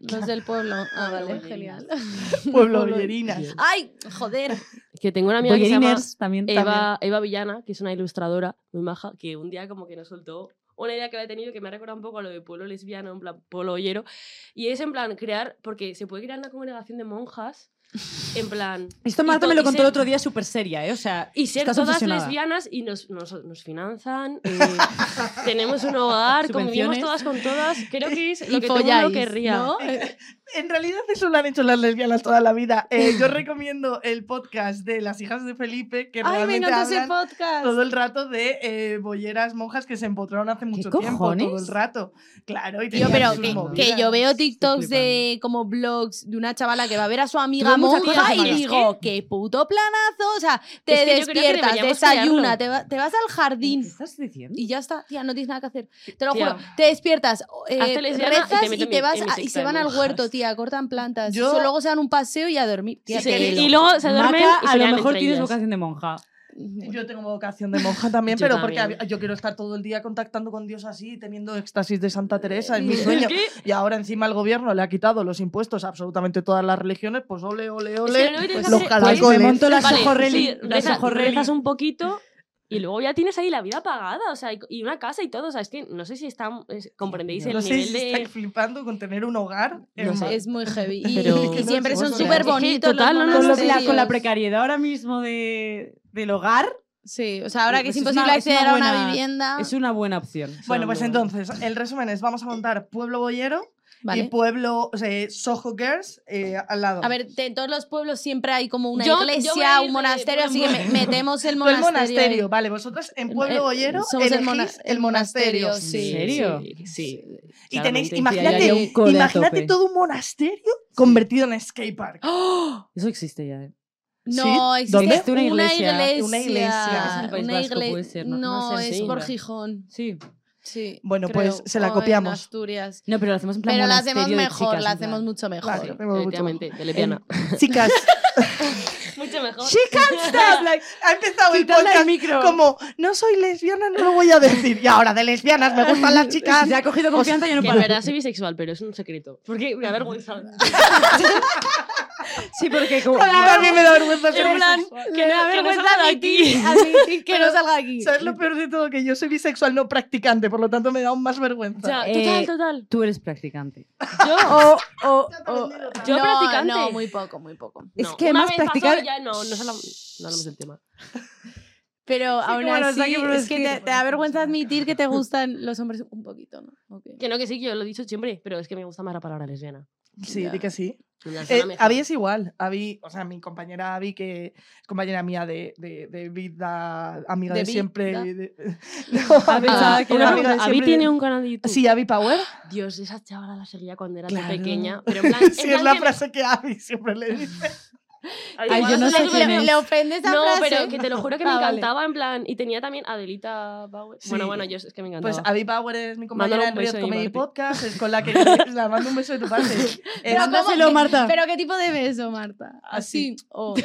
Los del pueblo. Ah,
Pueblo
vale,
Bollerinos.
[laughs]
genial.
Pueblo boyerina.
Ah,
¡Ay! Joder.
Que tengo una amiga que se llama
Bolliners también.
Eva, Eva Villana, que es una ilustradora muy maja, que un día como que nos soltó una idea que había tenido que me ha recordado un poco a lo de pueblo lesbiano, en plan pueblo ollero. Y es en plan crear, porque se puede crear una congregación de monjas, en plan.
Esto
Y
Marta
to-
me lo
y
contó
ser-
el otro día súper seria, ¿eh? O sea,
Y ser
estás
todas
obsesionada.
lesbianas y nos, nos, nos finanzan,
[laughs]
eh, tenemos un hogar, convivimos
Subvenciones.
todas con todas. Creo que es lo
Y
que todo el mundo
folláis,
querría.
¿no?
En realidad eso lo han hecho las lesbianas toda la vida. Eh, yo recomiendo el podcast de las hijas de Felipe, que
Ay, me
realmente
encanta ese
hablan
podcast.
todo el rato de eh, bolleras monjas que se empotraron hace mucho
cojones?
tiempo, todo el rato. Claro, y
Tío,
tenían
pero
sus
que,
movidas.
que yo veo
Estoy
TikToks de como blogs de una chavala que va a ver a su amiga
Veo muchas cosas
monja y
malas.
digo, qué puto planazo. O sea, te
Es que yo creo que
despiertas,
deberíamos
desayuna,
crearlo.
te, va- te vas al
¿Qué
jardín
estás diciendo?
y ya está, tía, no tienes nada que hacer. Te lo
Tía.
juro, te despiertas, eh,
Hazte lesbiana y te
rezas y
meto
te,
en mi-
vas
en mi
a- y
secta
se
de
van al
monjas.
huerto, tía, cortan plantas.
Yo-
Eso luego se dan un paseo y a dormir. Tía,
Sí,
qué
y-
velo.
y luego se duermen
Maca,
y se
a lo
lian
mejor
entre [laughs]
tienes
ellas.
vocación de monja.
Yo tengo vocación de monja también,
Yo
pero porque
también.
hab- yo quiero estar todo el día contactando con Dios así, teniendo éxtasis de Santa Teresa, es mi
Es
sueño.
que-
Y ahora encima el gobierno le ha quitado los impuestos a absolutamente todas las religiones, pues ole, ole, ole.
Es que lo que tienes
pues
que
los
hacer-
calacoles.
pues,
Me monto las
vale,
ojorreli-
sí,
las
reza-
ojorreli.
rezas un poquito y luego ya tienes ahí la vida pagada, o sea, y- y una casa y todo, o sea, es que no sé si está, es- comprendéis
mío.
el
no sé
nivel
si estáis
de...
flipando con tener un hogar. en
No sé,
Madrid.
Es muy heavy. Y,
Pero-
y siempre
Es
son
que
súper bonitos.
total, Ah, no nos-
Con, lo-
Sí,
la, con la
Dios.
precariedad ahora mismo de, del hogar,
Sí, o sea, ahora que es
Es una-
imposible
es una
acceder a una
buena-
Ah.
vivienda.
es una buena opción.
Bueno, pues
no.
entonces, el resumen es, vamos a montar Pueblo Bollero y
Vale.
Pueblo o sea, Soho Girls eh, al lado.
A ver, te- en todos los pueblos siempre hay como una
Yo- yo voy
iglesia,
a ir
un
de
monasterio, así que me- [laughs] metemos el
Tú el
monasterio.
monasterio, vale, vosotros en Pueblo
Eh,
Bollero
somos el mona-
elegís el monasterio.
monasterio, sí.
¿En serio?
Sí, sí,
Y tenéis,
claramente,
ya
imagínate,
hay un code a
imagínate
tope.
todo un monasterio convertido en skatepark.
Eso existe ya. ¿eh?
¡Oh! No,
¿Sí?
existe
¿Dónde?
una
Una
iglesia.
iglesia.
Una
Una iglesia.
iglesia.
Es
en el País Vasco, puede ser,
No,
no- no sé,
es
sí.
por Gijón.
Sí.
Sí.
Bueno,
creo,
pues se la
o en
copiamos.
Asturias.
No, pero lo hacemos en plan
Pero la hacemos
monasterio de
mejor,
chicas,
la
en plan-
hacemos mucho mejor.
Vale.
efectivamente, de lesbiana.
[laughs]
[laughs]
Chicas,
Mucho mejor.
she can't stop. like, ha empezado el
Quitadle el
podcast
micro.
[laughs] como, no soy lesbiana, no lo voy a decir. Y ahora, de lesbianas, me gustan las chicas.
Se ha cogido confianza y ya no
Que en
para.
verdad soy bisexual, pero es un secreto. Porque me avergüenza.
Sí, porque como...
[laughs] A mí también me da vergüenza ser
En
[laughs]
plan,
bisexual.
que no, que no salga de aquí.
Admitir que
Pero-
no salga aquí.
¿Sabes lo peor de todo? Que yo soy bisexual no practicante, por lo tanto me da aún más vergüenza.
Ya,
Eh,
total, total.
[laughs] Tú eres practicante.
Yo,
O, o,
Ya te he vendido tanto.
o-
yo
no,
practicante.
No, muy poco, muy poco.
Es
No,
que
una
más
vez pasó
practicar...
y ya no, no hablamos, no hablamos del tema.
Pero aún
como lo
así,
saque por
es que te,
escrito.
te da vergüenza admitir que te gustan los hombres un poquito, ¿no? Ok.
Que no, que sí, que yo lo he dicho siempre, pero es que me gusta más la palabra lesbiana.
Sí,
Ya.
di que sí.
Me
Eh,
suena mejor.
Ah,
Abby es igual. Abby, o sea, mi compañera Abby, que es compañera mía de, de, de vida, amiga
De
de,
vida.
siempre. y de- [laughs]
Abby,
Ah,
Ah, que
una
la
amiga de
pregunta, Abby
siempre.
tiene un canal de YouTube.
Sí, Abby Power.
Dios, esa chavala la seguía cuando era
Claro.
tan pequeña. Pero en plan, en
Sí,
plan
es la
que-
frase que Abby siempre le dice.
Ay,
Ay,
igual
yo no
se
sé
la
quién
tuve-
le,
es.
le ofende esa
No,
frase.
pero que te lo juro que me
Ah, vale.
encantaba, en plan, y tenía también Adelita Bauer.
Sí.
Bueno, bueno, yo es que me encantaba.
Pues Abby Power es mi
Mándale
compañera
un
en
beso
Red
de mi
Comedy
parte.
Podcast, es con la que [laughs] la mando un beso de tu parte. Eh,
Pero ¿Eh?
anda-
¿cómo?
Mándaselo,
¿Qué-
Marta.
Pero qué tipo de beso, Marta?
Así.
Así.
[laughs]
Oh. o-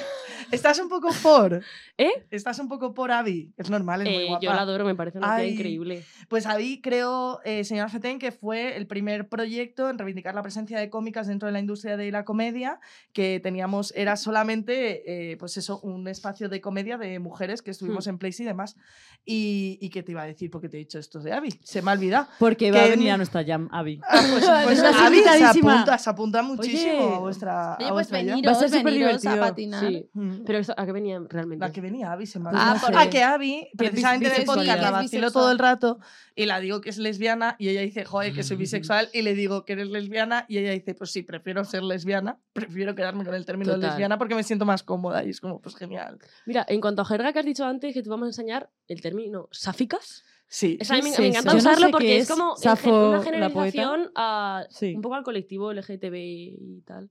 estás un poco por.
¿Eh?
Estás un poco por Abby. Es normal, es muy
Eh,
guapa.
yo la adoro, me parece una tía
Ay.
increíble.
Pues ahí creo, eh, señora Fetén, que fue el primer proyecto en reivindicar la presencia de cómicas dentro de la industria de la comedia, que teníamos, era solamente, eh, pues eso, un espacio de comedia de mujeres que estuvimos en Place y demás. Y, y que te iba a decir, porque te he dicho esto de Abby, se [laughs] me ha olvidado.
Porque va a
Que-
venir a nuestra jam, Abby.
Ah, [laughs] pues, pues
Estás
Abby se
invitadísima.
apunta, se apunta muchísimo a vuestra...
Oye,
a
pues
vuestra ya.
veniros,
Va a ser súper
veniros a
divertido,
patinar.
Sí.
Mm.
Pero esto, ¿a qué venía realmente?
La que venía Abby se me ha
Pues
no
olvidado.
sé.
Ah, que Abby,
Que es
precisamente en el podcast, la
bisexual.
vacilo todo el rato y la digo que es lesbiana y ella dice, joder, que soy bisexual y le digo que eres lesbiana y ella dice, pues sí, prefiero ser lesbiana, prefiero quedarme con el término
Total.
lesbiana porque me siento más cómoda y es como, pues genial.
Mira, en cuanto a jerga que has dicho antes, que te vamos a enseñar el término sáficas.
Sí.
Esa a mí me,
¿Qué es
me
eso?
encanta
Yo no
usarlo
sé qué
porque es,
es.
como en gen-
Safo,
una
la
generalización a,
Sí.
un poco al colectivo LGTB y tal.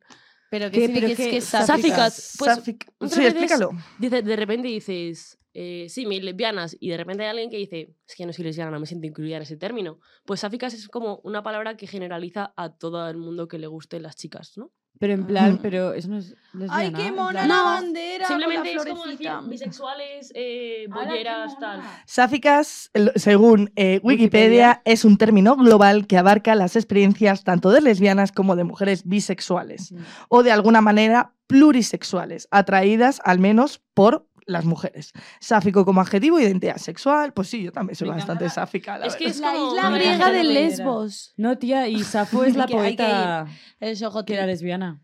Pero
¿Qué-
que tiene
pero
que es
qué-
que está
Sáficas. pues,
Sáfic-
otra
Sí,
vez es-
explícalo.
Dice, de repente dices, eh, sí, mis lesbianas, y de repente hay alguien que dice, es que no soy lesbiana, no me siento incluida en ese término. Pues sáficas es como una palabra que generaliza a todo el mundo que le gusten las chicas, ¿no?
Pero en plan, pero eso no es lesbiana.
Ay, qué
en
mona
plan-
la
No,
bandera.
Simplemente es
con la
como decir
florecita.
bisexuales, eh, bolleras, tal.
Sáficas, el- según eh, Wikipedia,
Wikipedia.
es un término global que abarca las experiencias tanto de lesbianas como de mujeres bisexuales. o de alguna manera plurisexuales, atraídas al menos por las mujeres. Sáfico como adjetivo, identidad sexual. Pues sí, yo también soy
Me encanta
bastante
la-
sáfica. la
Es que
verdad.
es
la
como-
isla
Me
griega
encanta
de
la bandera.
Lesbos.
No, tía, y Safo
[laughs]
es la
Que hay que
poeta
El
que era lesbiana.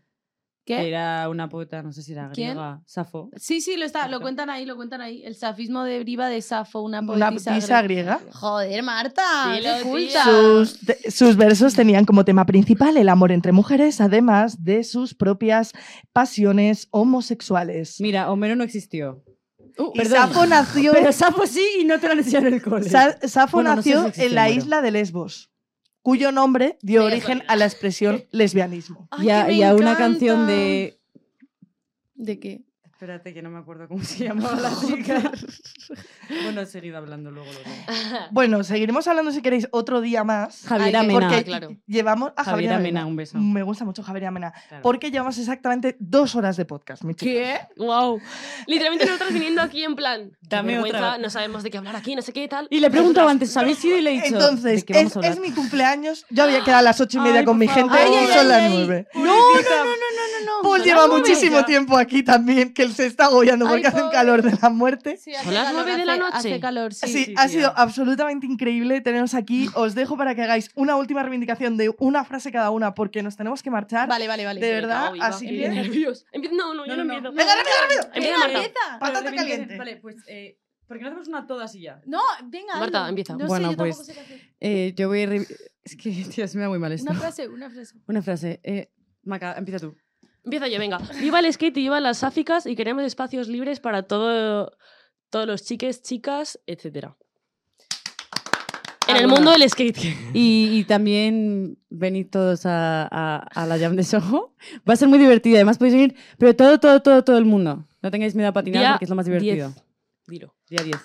¿Qué?
Era una poeta, no sé si era
¿Quién?
griega. Safo.
Sí, sí, lo está, lo cuentan ahí, lo cuentan ahí. El safismo deriva de Safo, una
Una
poetisa,
poetisa
griega.
griega.
Joder, Marta,
Dilo,
qué
tía.
culta.
Sus, te- sus versos tenían como tema principal el amor entre mujeres, además de sus propias pasiones homosexuales.
Mira, Homero no existió. Uh,
Y
perdón.
Safo nació,
[laughs] Pero Safo sí y no te lo han enseñado en el cole.
Sa- Safo
Bueno, no sé
nació
si existe,
en la
Homero.
isla de Lesbos, cuyo nombre dio
Sí,
origen
bueno.
a la
[laughs]
expresión lesbianismo.
Ay,
y a,
que me
y a una
encanta.
canción de...
¿De qué?
Espérate, que no me acuerdo cómo se llamaba
[laughs]
la chica. bueno, he seguido hablando luego. Ah.
Bueno, seguiremos hablando si queréis otro día más.
Javier
Ay, que-
Amena.
Porque
claro.
llevamos a Javier,
Javier Amena, un beso.
Me gusta mucho Javier Amena.
Claro.
Porque llevamos exactamente dos horas de podcast, mi chica.
¿Qué? ¡Wow! Literalmente nosotros viniendo aquí en plan. qué
[laughs] Dame
vergüenza,
otra.
no sabemos de qué hablar aquí, no sé qué tal.
Y le he preguntado antes, ¿habéis ido y le he dicho
Entonces,
de qué vamos
es,
a hablar?
es mi cumpleaños. Yo
[gasps]
había quedado a las ocho y media
Ay,
con mi
por favor.
gente
Ay,
y
ay,
son
ay,
las
ay.
nueve.
No, no, no,
No, no, no.
Paul
son
lleva
las nueve
muchísimo
ya.
tiempo aquí también, que él se está agobiando
Ay,
porque hace un
pobre.
calor de la muerte.
Sí, hace
Son las
calor,
nueve de la
hace-
noche.
Hace calor, sí.
Sí,
sí,
ha
tía.
sido absolutamente increíble teneros
[gasps]
aquí. Os dejo para que hagáis una última reivindicación de una frase cada una porque nos tenemos que marchar.
Vale, vale, vale.
De verdad,
Ay,
así
va,
que-
qué nervios. Empiezo- No, no, yo no,
No, no,
empiezo.
no.
Venga, rápido, rápido.
Empieza
Venga,
Marta.
empieza.
Patata caliente.
Vale, pues, eh, ¿por qué no hacemos una todas y ya?
No, Oh, venga.
Marta,
hazlo.
empieza.
No
Bueno,
sé, yo
pues,
tampoco sé qué hacer.
Eh, yo voy a... re- Es que, [laughs] tío, se me da muy mal esto.
Una
Una,
frase, una frase.
frase. Eh, Maca, empieza tú.
Empieza yo, venga. Viva el skate y viva las sáficas y queremos espacios libres para todo, todos los chiques, chicas, etcétera. En el
Alguna.
mundo del skate.
Y, y también venid todos a, a- a la Jam de Soho. Va a ser muy divertida. Además podéis venir, pero todo, todo, todo, todo el mundo. No tengáis miedo a patinar
Día
porque es lo más divertido.
10. Dilo.
Día 10.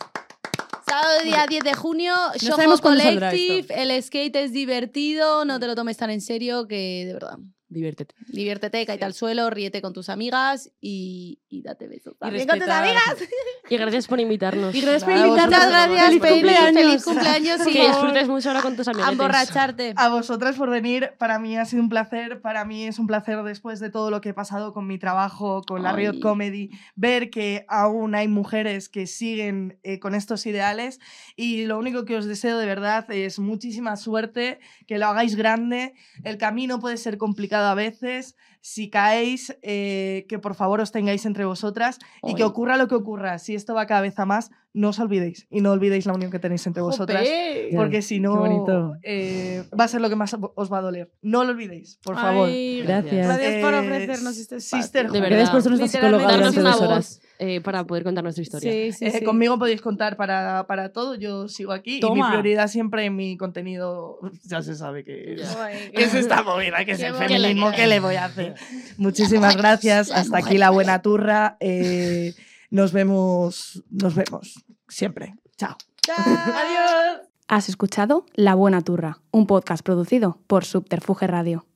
Sábado día 10 de junio, Soho
sabemos cuándo saldrá
Collective,
esto.
el skate es divertido, no te lo tomes tan en serio que de verdad,
Diviértete.
diviértete, cáete
Sí.
al suelo, ríete con tus amigas y, y date besos. también con tus
respetad-
amigas.
Y gracias por invitarnos.
Y gracias por
Nada,
invitarnos.
Muchas gracias,
Feliz
Pepe,
cumpleaños.
Feliz cumpleaños
[laughs] Que
y
disfrutes mucho ahora con tus amigos.
a emborracharte.
A vosotras por venir, para mí ha sido un placer, para mí es un placer después de todo lo que he pasado con mi trabajo, con la Riot
Ay.
Comedy, ver que aún hay mujeres que siguen eh, con estos ideales y lo único que os deseo de verdad es muchísima suerte, que lo hagáis grande, el camino puede ser complicado a veces, si caéis, eh, que por favor os tengáis entre vosotras y que
Ay.
ocurra lo que ocurra, si esto va cada vez a más, no os olvidéis y no olvidéis la unión que tenéis entre vosotras.
Jope.
Ya,
Porque si
qué
no,
bonito.
eh, va a ser lo que más os va a doler. No lo olvidéis, por favor.
Ay,
Gracias.
Gracias por
Eh,
ofrecernos este espacio.
sisterhood.
De verdad.
Gracias por ser nuestra
Literalmente,
psicóloga durante
darnos
dos
una voz.
horas.
eh, para poder contar nuestra historia.
Sí, sí,
Eh,
sí.
Conmigo podéis contar para, para todo. Yo sigo aquí y mi
Toma.
prioridad siempre en mi contenido. Ya se sabe que es,
Ay,
que es esta movida, que es
Qué
el
bonito.
feminismo. ¿Qué le voy a hacer? Muchísimas gracias. Hasta aquí la buena turra. Eh, nos vemos, nos vemos siempre. Chao.
Adiós.
Has escuchado La Buena Turra, un podcast producido por Subterfuge Radio.